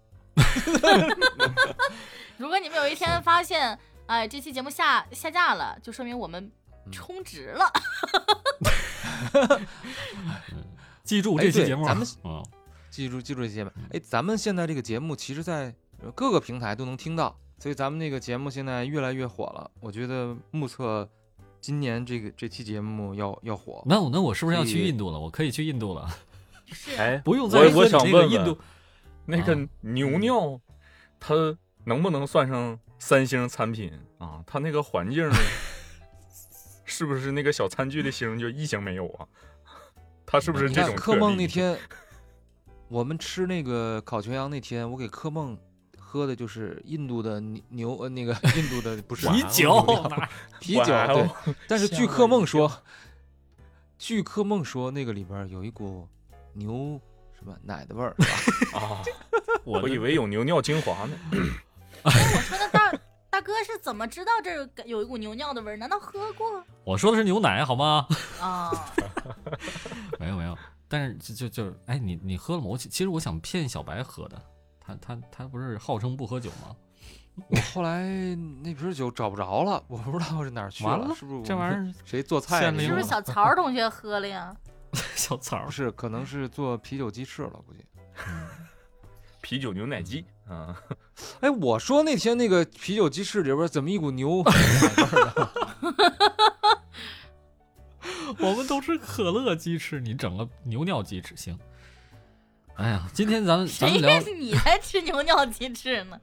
[SPEAKER 2] 如果你们有一天发现，哎，这期节目下下架了，就说明我们
[SPEAKER 3] 嗯
[SPEAKER 2] 充值了。 [laughs]
[SPEAKER 3] 记住
[SPEAKER 1] 哎
[SPEAKER 3] 这期
[SPEAKER 1] 对
[SPEAKER 3] 节目啊，
[SPEAKER 1] 咱们
[SPEAKER 3] 嗯
[SPEAKER 1] 记住记住这些吧。哎，咱们现在这个节目，其实在呃各个平台都能听到，所以咱们这个节目现在越来越火了。我觉得目测今年这个这期节目要要火。
[SPEAKER 3] 那我那我是不是要
[SPEAKER 1] 所
[SPEAKER 3] 去
[SPEAKER 1] 以
[SPEAKER 3] 印度了？我可以去印度了， [laughs]
[SPEAKER 2] 是
[SPEAKER 4] 哎，
[SPEAKER 3] 不用再
[SPEAKER 4] 我
[SPEAKER 3] 说
[SPEAKER 4] 我
[SPEAKER 3] 你
[SPEAKER 4] 想
[SPEAKER 3] 这个
[SPEAKER 4] 问
[SPEAKER 3] 印度
[SPEAKER 4] 问那个
[SPEAKER 3] 啊
[SPEAKER 4] 牛尿，它能不能算上三星产品啊？它那个环境是不是那个小餐具的星就一星没有啊？它是不是
[SPEAKER 1] 你
[SPEAKER 4] 这
[SPEAKER 1] 看
[SPEAKER 4] 种
[SPEAKER 1] 柯梦那
[SPEAKER 4] 特例？
[SPEAKER 1] 天，我们吃那个烤全羊那天，我给柯梦喝的就是印度的牛牛呃那个印度的不是
[SPEAKER 3] 啤
[SPEAKER 1] 牛
[SPEAKER 3] 酒
[SPEAKER 1] 尿啤酒
[SPEAKER 4] 哇
[SPEAKER 1] 对
[SPEAKER 4] 哦，
[SPEAKER 1] 但是据
[SPEAKER 4] 吓我
[SPEAKER 1] 柯梦
[SPEAKER 4] 一
[SPEAKER 1] 说，据柯梦说那个里边有一股牛什么奶的味儿，
[SPEAKER 4] 啊！
[SPEAKER 3] 我
[SPEAKER 4] 我以为有牛尿精华呢。
[SPEAKER 2] 哎我说那大大哥是怎么知道这儿有一股牛尿的味儿？难道喝过
[SPEAKER 3] [laughs] 我说的是牛奶好吗？ [laughs]
[SPEAKER 2] 啊？
[SPEAKER 3] 哎没有没有，但是就就就是，哎，你你喝了吗？我其其实我想骗小白喝的，他他他不是号称不喝酒吗？
[SPEAKER 1] 我后来那瓶酒找不着了，我不知道是哪儿去
[SPEAKER 3] 完了
[SPEAKER 1] 是不是
[SPEAKER 3] 这
[SPEAKER 1] 我
[SPEAKER 3] 玩
[SPEAKER 1] 们
[SPEAKER 3] 意
[SPEAKER 1] [laughs]
[SPEAKER 3] 儿
[SPEAKER 1] 谁做菜
[SPEAKER 3] 限
[SPEAKER 1] 了
[SPEAKER 3] 哎
[SPEAKER 2] 是
[SPEAKER 3] 呦
[SPEAKER 2] 不是小曹儿同学喝了呀？
[SPEAKER 3] [laughs] 小草儿
[SPEAKER 1] 不 [laughs] 是，可能是做啤酒鸡翅了，估计。
[SPEAKER 4] 啤酒牛奶鸡啊，
[SPEAKER 1] 哎，我说那天那个啤酒鸡翅里边怎么一股 [laughs] 牛奶味儿啊？
[SPEAKER 3] [laughs] 我们都是可乐鸡翅，你整个牛尿鸡翅行。哎呀，今天咱们咱
[SPEAKER 2] 谁
[SPEAKER 3] 们聊
[SPEAKER 2] 你才吃牛尿鸡翅呢？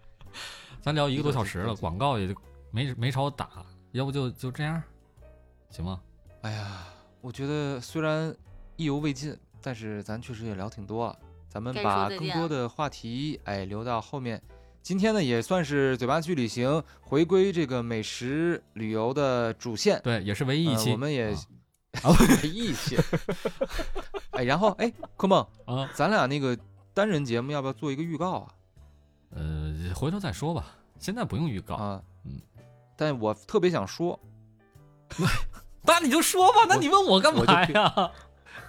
[SPEAKER 3] 咱聊一个多小时了，广告也就没没朝我打，要不就就这样，行吗？
[SPEAKER 1] 哎呀，我觉得虽然意犹未尽，但是咱确实也聊挺多了。咱们
[SPEAKER 2] 该说
[SPEAKER 1] 把
[SPEAKER 2] 再
[SPEAKER 1] 更
[SPEAKER 2] 见
[SPEAKER 1] 多的话题，哎，留到后面。今天呢，也算是嘴巴去旅行，回归这个美食旅游的主线。
[SPEAKER 3] 对，也是唯一一
[SPEAKER 1] 呃
[SPEAKER 3] 期。
[SPEAKER 1] 我们 [laughs] 也
[SPEAKER 3] 啊
[SPEAKER 1] 义气。 [laughs] 哎，然后哎，坤梦，
[SPEAKER 3] 啊，
[SPEAKER 1] 咱俩那个单人节目要不要做一个预告啊？
[SPEAKER 3] 呃，回头再说吧，现在不用预告。
[SPEAKER 1] 啊，
[SPEAKER 3] 嗯，
[SPEAKER 1] 但我特别想说，
[SPEAKER 3] 那你就说吧，那你问我干
[SPEAKER 1] 我就
[SPEAKER 3] 嘛呀？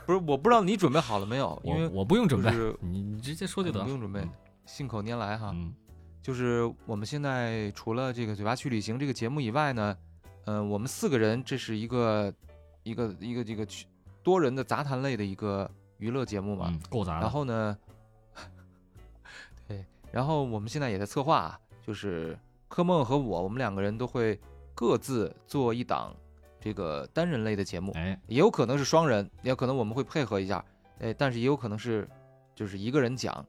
[SPEAKER 1] 不是，我不知道你准备好了没有，因为
[SPEAKER 3] [laughs] 我我不用准备
[SPEAKER 1] 就是，
[SPEAKER 3] 你你直接说就
[SPEAKER 1] 你
[SPEAKER 3] 得了。
[SPEAKER 1] 不用准备，信口拈来哈。
[SPEAKER 3] 嗯，
[SPEAKER 1] 就是我们现在除了这个嘴巴去旅行这个节目以外呢，嗯，我们四个人这是一个一个一个这个去多人的杂谈类的一个娱乐节目嘛。
[SPEAKER 3] 嗯，够杂
[SPEAKER 1] 啊然
[SPEAKER 3] 了。
[SPEAKER 1] 后呢， [laughs] 对，然后我们现在也在策划啊，就是柯梦和我，我们两个人都会各自做一档这个单人类的节目，
[SPEAKER 3] 哎，
[SPEAKER 1] 也有可能是双人，也有可能我们会配合一下，哎，但是也有可能是就是一个人讲。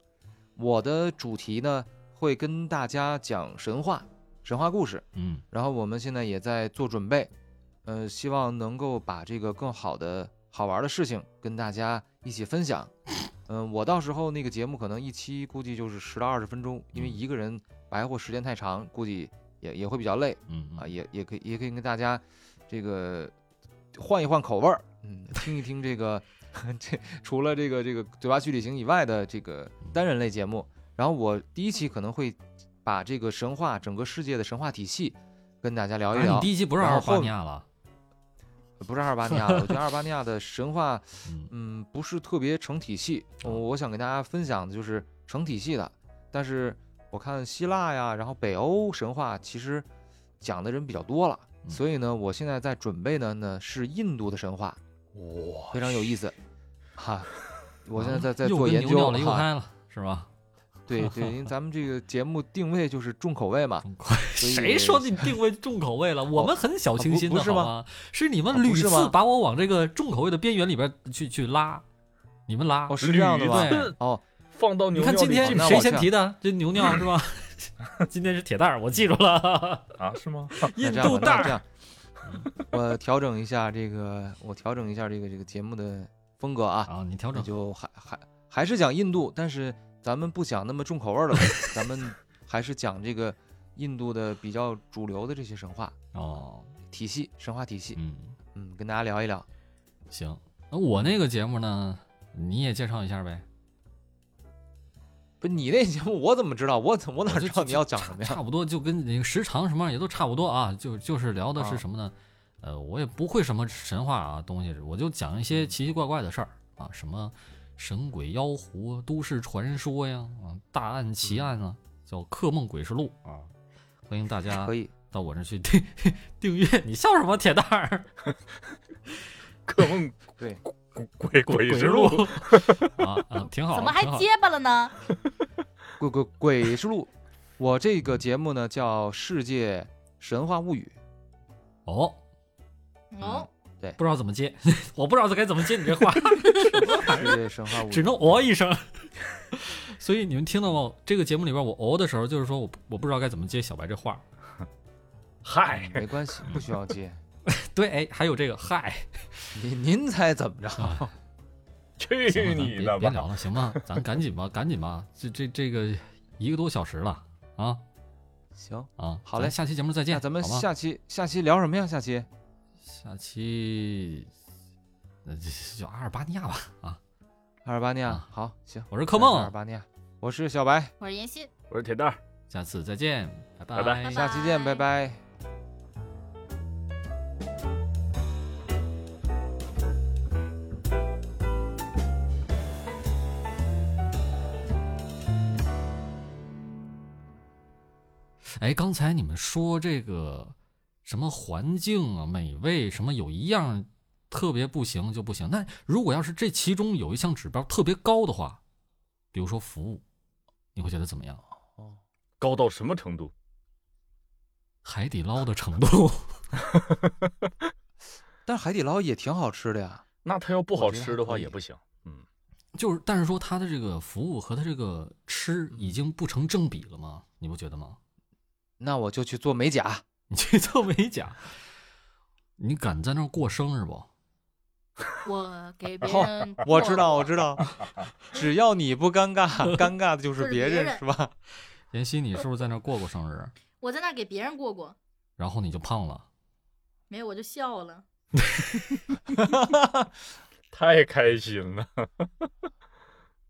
[SPEAKER 1] 我的主题呢会跟大家讲神话、神话故事，
[SPEAKER 3] 嗯，
[SPEAKER 1] 然后我们现在也在做准备，呃，希望能够把这个更好的、好玩的事情跟大家一起分享。嗯、我到时候那个节目可能一期估计就是十到二十分钟，因为
[SPEAKER 3] 嗯
[SPEAKER 1] 一个人白活时间太长，估计也也会比较累
[SPEAKER 3] 嗯嗯
[SPEAKER 1] 啊，也也可以也可以跟大家这个换一换口味儿，嗯，听一听这个 [laughs] 这除了这个这个嘴巴去旅行以外的这个单人类节目。然后我第一期可能会把这个神话整个世界的神话体系跟大家聊一
[SPEAKER 3] 啊
[SPEAKER 1] 聊。
[SPEAKER 3] 你第一期不是阿
[SPEAKER 1] 然后
[SPEAKER 3] 尔巴
[SPEAKER 1] 后
[SPEAKER 3] 尼亚了？
[SPEAKER 1] 不是阿尔巴尼
[SPEAKER 3] [laughs]
[SPEAKER 1] 亚了，我觉得阿尔巴尼亚的神话，
[SPEAKER 3] 嗯，
[SPEAKER 1] 嗯，不是特别成体系。
[SPEAKER 3] 啊
[SPEAKER 1] 我我想给大家分享的就是成体系的，但是我看希腊呀，然后北欧神话其实讲的人比较多了，
[SPEAKER 3] 嗯
[SPEAKER 1] 所以呢，我现在在准备的呢是印度的神话，
[SPEAKER 4] 哇，
[SPEAKER 1] 非常有意思，哈。我现在在在
[SPEAKER 3] 啊又
[SPEAKER 1] 做
[SPEAKER 3] 跟
[SPEAKER 1] 研
[SPEAKER 3] 牛
[SPEAKER 1] 究
[SPEAKER 3] 尿了，又
[SPEAKER 1] 哈
[SPEAKER 3] 嗨了，是吧？
[SPEAKER 1] 对对，因为咱们这个节目定位就是重口味嘛，所以哦啊
[SPEAKER 3] 谁说你定位重
[SPEAKER 1] [laughs]
[SPEAKER 3] 口味了？我们很小清新
[SPEAKER 1] 不
[SPEAKER 3] 的，
[SPEAKER 1] 不是
[SPEAKER 3] 好
[SPEAKER 1] 吗
[SPEAKER 3] 吗？是你们
[SPEAKER 1] 啊
[SPEAKER 3] 屡
[SPEAKER 1] 不是吗
[SPEAKER 3] 次把我往这个重口味的边缘里边去去拉，你们拉
[SPEAKER 1] 哦，。是这样的吗？
[SPEAKER 3] 对
[SPEAKER 4] 对，
[SPEAKER 1] 哦，
[SPEAKER 4] 放到
[SPEAKER 3] 你
[SPEAKER 4] 牛
[SPEAKER 3] 看
[SPEAKER 4] 尿
[SPEAKER 3] 今
[SPEAKER 4] 里
[SPEAKER 3] 天
[SPEAKER 4] 去
[SPEAKER 1] 那
[SPEAKER 3] 谁
[SPEAKER 1] 我
[SPEAKER 3] 先
[SPEAKER 1] 这
[SPEAKER 3] 提的？这牛尿是吧？
[SPEAKER 1] [laughs]
[SPEAKER 3] [laughs] 今天是铁蛋儿，我记住了，
[SPEAKER 4] 啊？是吗？
[SPEAKER 1] 那
[SPEAKER 4] [laughs]
[SPEAKER 3] 印
[SPEAKER 1] 这样吧
[SPEAKER 3] 度
[SPEAKER 1] 那
[SPEAKER 3] 蛋
[SPEAKER 1] 这
[SPEAKER 3] 儿。
[SPEAKER 1] 样，我调整一下这个，我调整一下这个这个节目的风格啊，
[SPEAKER 3] [laughs] 啊，你调
[SPEAKER 1] 那
[SPEAKER 3] 整。
[SPEAKER 1] 就还还还是讲印度，但是咱们不讲那么重口味儿的了， [laughs] 咱们还是讲这个印度的比较主流的这些神话
[SPEAKER 3] 哦，
[SPEAKER 1] 体系、神话体系，
[SPEAKER 3] 嗯，
[SPEAKER 1] 嗯，跟大家聊一聊。
[SPEAKER 3] 行。那我那个节目呢，你也介绍一下呗。
[SPEAKER 1] 不是，你那节目我怎么知道？我怎我哪
[SPEAKER 3] 我就
[SPEAKER 1] 知道
[SPEAKER 3] 就
[SPEAKER 1] 你要讲什么
[SPEAKER 3] 差
[SPEAKER 1] 呀？
[SPEAKER 3] 不多就跟那个时长什么样也都差不多啊，就就是聊的
[SPEAKER 1] 啊嗯
[SPEAKER 3] 是什么呢？呃，我也不会什么神话啊东西，我就讲一些奇奇怪怪的事儿啊，什么神鬼妖狐、都市传说呀，啊，大案奇案啊，叫《客梦鬼事录》啊，欢迎大家
[SPEAKER 1] 嗯哎可以，
[SPEAKER 3] 到我这儿去 [laughs] 订订阅。你笑什么，铁
[SPEAKER 1] [laughs]
[SPEAKER 3] 蛋儿？
[SPEAKER 4] 可梦
[SPEAKER 1] 对，
[SPEAKER 4] 鬼鬼之路，
[SPEAKER 3] [laughs] 啊啊，挺好，
[SPEAKER 2] 怎么还
[SPEAKER 3] 挺好
[SPEAKER 2] 结巴了呢？
[SPEAKER 1] 鬼鬼鬼之路，我这个节目呢叫《世界神话物语
[SPEAKER 3] 哦？
[SPEAKER 2] 哦，
[SPEAKER 3] 不知道怎么接， [laughs] 我不知道该怎么接你这话，》，
[SPEAKER 1] 世界神话物
[SPEAKER 3] 只
[SPEAKER 1] 语，
[SPEAKER 3] 能哦一
[SPEAKER 1] [laughs]
[SPEAKER 3] 声。所以你们听到吗？这个节目里边我哦的时候，就是说我我不知道该怎么接小白这话。
[SPEAKER 1] [laughs]
[SPEAKER 3] 嗨，
[SPEAKER 1] 没关系，不需要 [laughs] 接。
[SPEAKER 3] 对，哎，还有这
[SPEAKER 1] [laughs]
[SPEAKER 3] 个嗨，
[SPEAKER 1] 您您猜怎么着？
[SPEAKER 4] 去
[SPEAKER 3] 行了，
[SPEAKER 4] 你
[SPEAKER 3] 咱
[SPEAKER 4] 的
[SPEAKER 3] 别别
[SPEAKER 4] 吧！
[SPEAKER 3] 聊了，行吗？咱赶
[SPEAKER 1] [laughs]
[SPEAKER 3] 紧吧，赶紧吧，这这这个一个多小时了啊
[SPEAKER 1] 行，
[SPEAKER 3] 啊！
[SPEAKER 1] 好
[SPEAKER 3] 咱
[SPEAKER 1] 嘞
[SPEAKER 3] 下期节目再
[SPEAKER 1] 那
[SPEAKER 3] 见，
[SPEAKER 1] 咱们
[SPEAKER 3] 好吗
[SPEAKER 1] 下期下期聊什么呀？下期
[SPEAKER 3] 下期那就就阿尔巴尼亚吧啊！
[SPEAKER 1] 阿尔巴尼亚
[SPEAKER 3] 啊，
[SPEAKER 1] 好，行，
[SPEAKER 3] 我是柯
[SPEAKER 1] 阿尔
[SPEAKER 3] 梦，
[SPEAKER 1] 巴尼亚，我是小白，
[SPEAKER 2] 我是妍希，
[SPEAKER 4] 我是铁蛋儿。
[SPEAKER 3] 下次再见，
[SPEAKER 4] 拜拜
[SPEAKER 2] 拜
[SPEAKER 1] 下期见，拜拜。
[SPEAKER 3] 哎，刚才你们说这个什么环境啊、美味什么，有一样特别不行就不行。那如果要是这其中有一项指标特别高的话，比如说服务，你会觉得怎么样？
[SPEAKER 4] 高到什么程度？
[SPEAKER 3] 海底捞的程度 [laughs]
[SPEAKER 1] 但是海底捞也挺好吃的呀，
[SPEAKER 4] 那它要不好吃的
[SPEAKER 1] 我觉得还可
[SPEAKER 4] 话
[SPEAKER 1] 以
[SPEAKER 4] 也不行。嗯，
[SPEAKER 3] 就是，但是说它的这个服务和它这个吃已经不成正比了吗？你不觉得吗？ [laughs]
[SPEAKER 1] 那我就去做美甲。
[SPEAKER 3] 你去做美甲，你敢在那儿过生日不？
[SPEAKER 2] 我给别人
[SPEAKER 1] [laughs] ，我知道，我知 [laughs] 道，只要你不尴尬，尴尬的就是别
[SPEAKER 2] 就是别
[SPEAKER 1] 人，
[SPEAKER 2] 人
[SPEAKER 1] 是吧？
[SPEAKER 3] 妍希，你是不是在那儿过过生日？
[SPEAKER 2] 我在那儿给别人过过，
[SPEAKER 3] 然后你就胖了。
[SPEAKER 2] 没有我就笑了。
[SPEAKER 4] [laughs] 太开心了。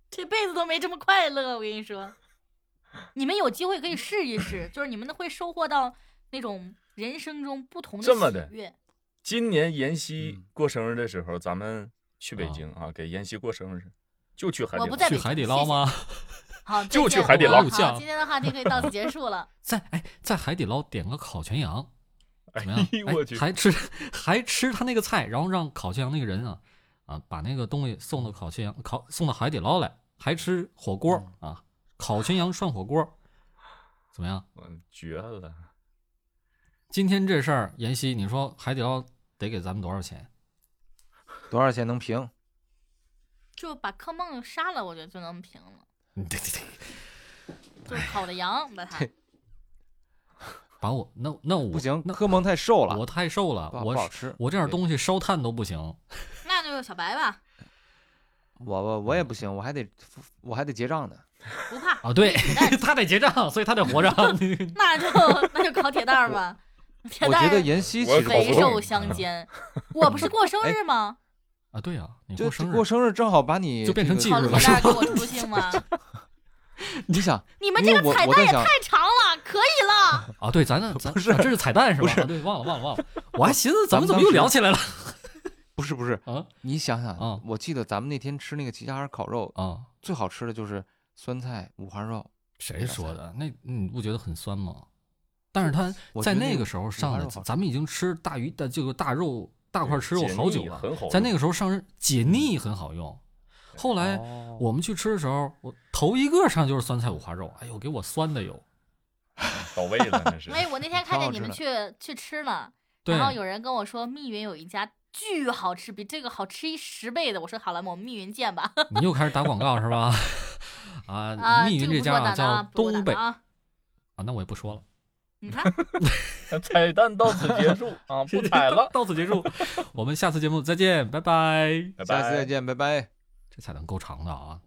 [SPEAKER 2] 这辈子都没这么快乐，我跟你说，你们有机会可以试一试，就是你们会收获到那种人生中不同
[SPEAKER 4] 这么的
[SPEAKER 2] 喜悦。
[SPEAKER 4] 今年妍希
[SPEAKER 1] 嗯
[SPEAKER 4] 过生日的时候，咱们去北京啊，给妍希过生日，就去海底
[SPEAKER 2] 我不
[SPEAKER 4] 捞。
[SPEAKER 2] 在
[SPEAKER 3] 去
[SPEAKER 2] 北
[SPEAKER 3] 海底
[SPEAKER 2] 京
[SPEAKER 3] 捞
[SPEAKER 2] 谢谢
[SPEAKER 3] 吗？
[SPEAKER 2] 好，再
[SPEAKER 4] 就去
[SPEAKER 2] 见
[SPEAKER 4] 海底
[SPEAKER 2] 好吧
[SPEAKER 4] 捞
[SPEAKER 2] 好，今天的话题可以到此结束了。
[SPEAKER 3] 在哎，在海底捞点个烤全羊，
[SPEAKER 4] 哎
[SPEAKER 1] [laughs]
[SPEAKER 3] 怎么样？
[SPEAKER 4] 呦我去
[SPEAKER 3] 哎、！还吃还吃他那个菜，然后让烤全羊那个人啊啊把那个东西送到烤全羊烤送到海底捞来，还吃火锅、
[SPEAKER 1] 嗯
[SPEAKER 3] 啊，烤全羊涮火锅，怎么样？
[SPEAKER 4] 嗯，绝了！
[SPEAKER 3] 今天这事儿，妍希，你说海底捞得给咱们多少钱？
[SPEAKER 1] [laughs] 多少钱能平？
[SPEAKER 2] 就把柯梦杀了，我觉得就能平了。
[SPEAKER 3] 对对对，
[SPEAKER 2] 就是烤的羊，把它
[SPEAKER 3] 把我那那我
[SPEAKER 1] 不行，
[SPEAKER 3] 那
[SPEAKER 1] 科蒙太瘦了，
[SPEAKER 3] 我太瘦了，
[SPEAKER 1] 不好
[SPEAKER 3] 我
[SPEAKER 1] 不好
[SPEAKER 3] 是
[SPEAKER 1] 吃
[SPEAKER 3] 我这点
[SPEAKER 1] 对
[SPEAKER 3] 东西烧炭都不行。
[SPEAKER 2] 那就是小白吧，
[SPEAKER 1] 我我我也不行，我还得我还得结账呢。
[SPEAKER 2] 不怕
[SPEAKER 3] 啊，对 [laughs]
[SPEAKER 2] 铁蛋，
[SPEAKER 3] 他得结账，所以他得
[SPEAKER 1] [laughs]
[SPEAKER 3] 活着。啊
[SPEAKER 2] 那就那就烤铁蛋儿吧。铁
[SPEAKER 1] 我
[SPEAKER 2] 蛋
[SPEAKER 1] 觉得
[SPEAKER 2] 儿
[SPEAKER 1] 妍希
[SPEAKER 4] 我
[SPEAKER 3] [laughs]
[SPEAKER 1] 其实
[SPEAKER 4] 搞
[SPEAKER 2] 肥
[SPEAKER 4] 不懂
[SPEAKER 2] 瘦相间，我不是过生日吗？
[SPEAKER 3] 啊，对呀、啊，你
[SPEAKER 1] 就
[SPEAKER 3] 过生日
[SPEAKER 1] 过生日正好把你
[SPEAKER 3] 就变成
[SPEAKER 1] 这
[SPEAKER 3] 哎记
[SPEAKER 1] 个
[SPEAKER 2] 烤的
[SPEAKER 3] 日了
[SPEAKER 2] 铁蛋儿给
[SPEAKER 3] [laughs]
[SPEAKER 2] 我出性吗？
[SPEAKER 1] [laughs] 你想，
[SPEAKER 2] 你们
[SPEAKER 1] 因
[SPEAKER 2] 这
[SPEAKER 1] 为
[SPEAKER 2] 个
[SPEAKER 1] 我
[SPEAKER 2] 彩
[SPEAKER 1] 我
[SPEAKER 2] 蛋
[SPEAKER 1] 在
[SPEAKER 2] 也
[SPEAKER 1] 想，
[SPEAKER 2] 太长了，可
[SPEAKER 3] [laughs]
[SPEAKER 2] 以了。
[SPEAKER 3] 啊，对，
[SPEAKER 1] [laughs]
[SPEAKER 3] 咱那咱
[SPEAKER 1] 不是
[SPEAKER 3] 啊这是彩蛋是吧？
[SPEAKER 1] 不是
[SPEAKER 3] 啊对，忘了忘了
[SPEAKER 1] [laughs]
[SPEAKER 3] 忘了，我还寻思
[SPEAKER 1] 咱
[SPEAKER 3] 咱们
[SPEAKER 1] 们
[SPEAKER 3] 怎么
[SPEAKER 1] 当
[SPEAKER 3] 又
[SPEAKER 1] 时
[SPEAKER 3] 聊起来了
[SPEAKER 1] 不是不是，
[SPEAKER 3] 啊
[SPEAKER 1] 你想想，
[SPEAKER 3] 啊
[SPEAKER 1] 我记得咱们那天吃那个齐齐哈尔烤肉，
[SPEAKER 3] 啊？
[SPEAKER 1] 最好吃的就是酸菜五花肉，
[SPEAKER 3] 谁说的？那你不觉得很酸吗？但是他
[SPEAKER 1] 我
[SPEAKER 3] 在
[SPEAKER 1] 觉得
[SPEAKER 3] 那
[SPEAKER 1] 那
[SPEAKER 3] 个
[SPEAKER 1] 个
[SPEAKER 3] 时候
[SPEAKER 1] 五
[SPEAKER 3] 上
[SPEAKER 1] 花
[SPEAKER 3] 来，
[SPEAKER 1] 肉好
[SPEAKER 3] 咱们已经吃大鱼的这个大肉大块吃肉
[SPEAKER 4] 解
[SPEAKER 3] 好久
[SPEAKER 4] 腻
[SPEAKER 3] 了，
[SPEAKER 4] 很好
[SPEAKER 3] 在那
[SPEAKER 4] 用
[SPEAKER 3] 个时候上任解腻很好用。后来
[SPEAKER 1] 嗯哦
[SPEAKER 3] 我们去吃的时候，我头一个上就是酸菜五花肉，哎呦，给我酸的哟。
[SPEAKER 4] 到位了，那是。
[SPEAKER 2] 哎，我那天看见你们
[SPEAKER 1] 挺好
[SPEAKER 2] 去去吃了，
[SPEAKER 3] 对，
[SPEAKER 2] 然后有人跟我说密云有一家巨好吃，比这个好吃一十倍的。我说好了，我们密云见吧。
[SPEAKER 3] 你又开始打广告是吧？ [laughs] 啊，
[SPEAKER 2] 啊，
[SPEAKER 3] 密
[SPEAKER 2] 这个
[SPEAKER 3] 云这
[SPEAKER 2] 不是我打
[SPEAKER 3] 家啊
[SPEAKER 2] 的啊
[SPEAKER 3] 叫，
[SPEAKER 2] 不是我
[SPEAKER 3] 东
[SPEAKER 2] 打
[SPEAKER 3] 北
[SPEAKER 2] 的
[SPEAKER 3] 啊，
[SPEAKER 2] 啊。
[SPEAKER 3] 那我也不说了。，
[SPEAKER 2] 你看，
[SPEAKER 4] [laughs] 彩蛋到此结束啊， [laughs] 不彩了
[SPEAKER 3] 到此结束，我们下次节目再见，拜拜。
[SPEAKER 4] 拜拜。
[SPEAKER 1] 下次再见，拜拜。
[SPEAKER 3] 这彩蛋够长的啊，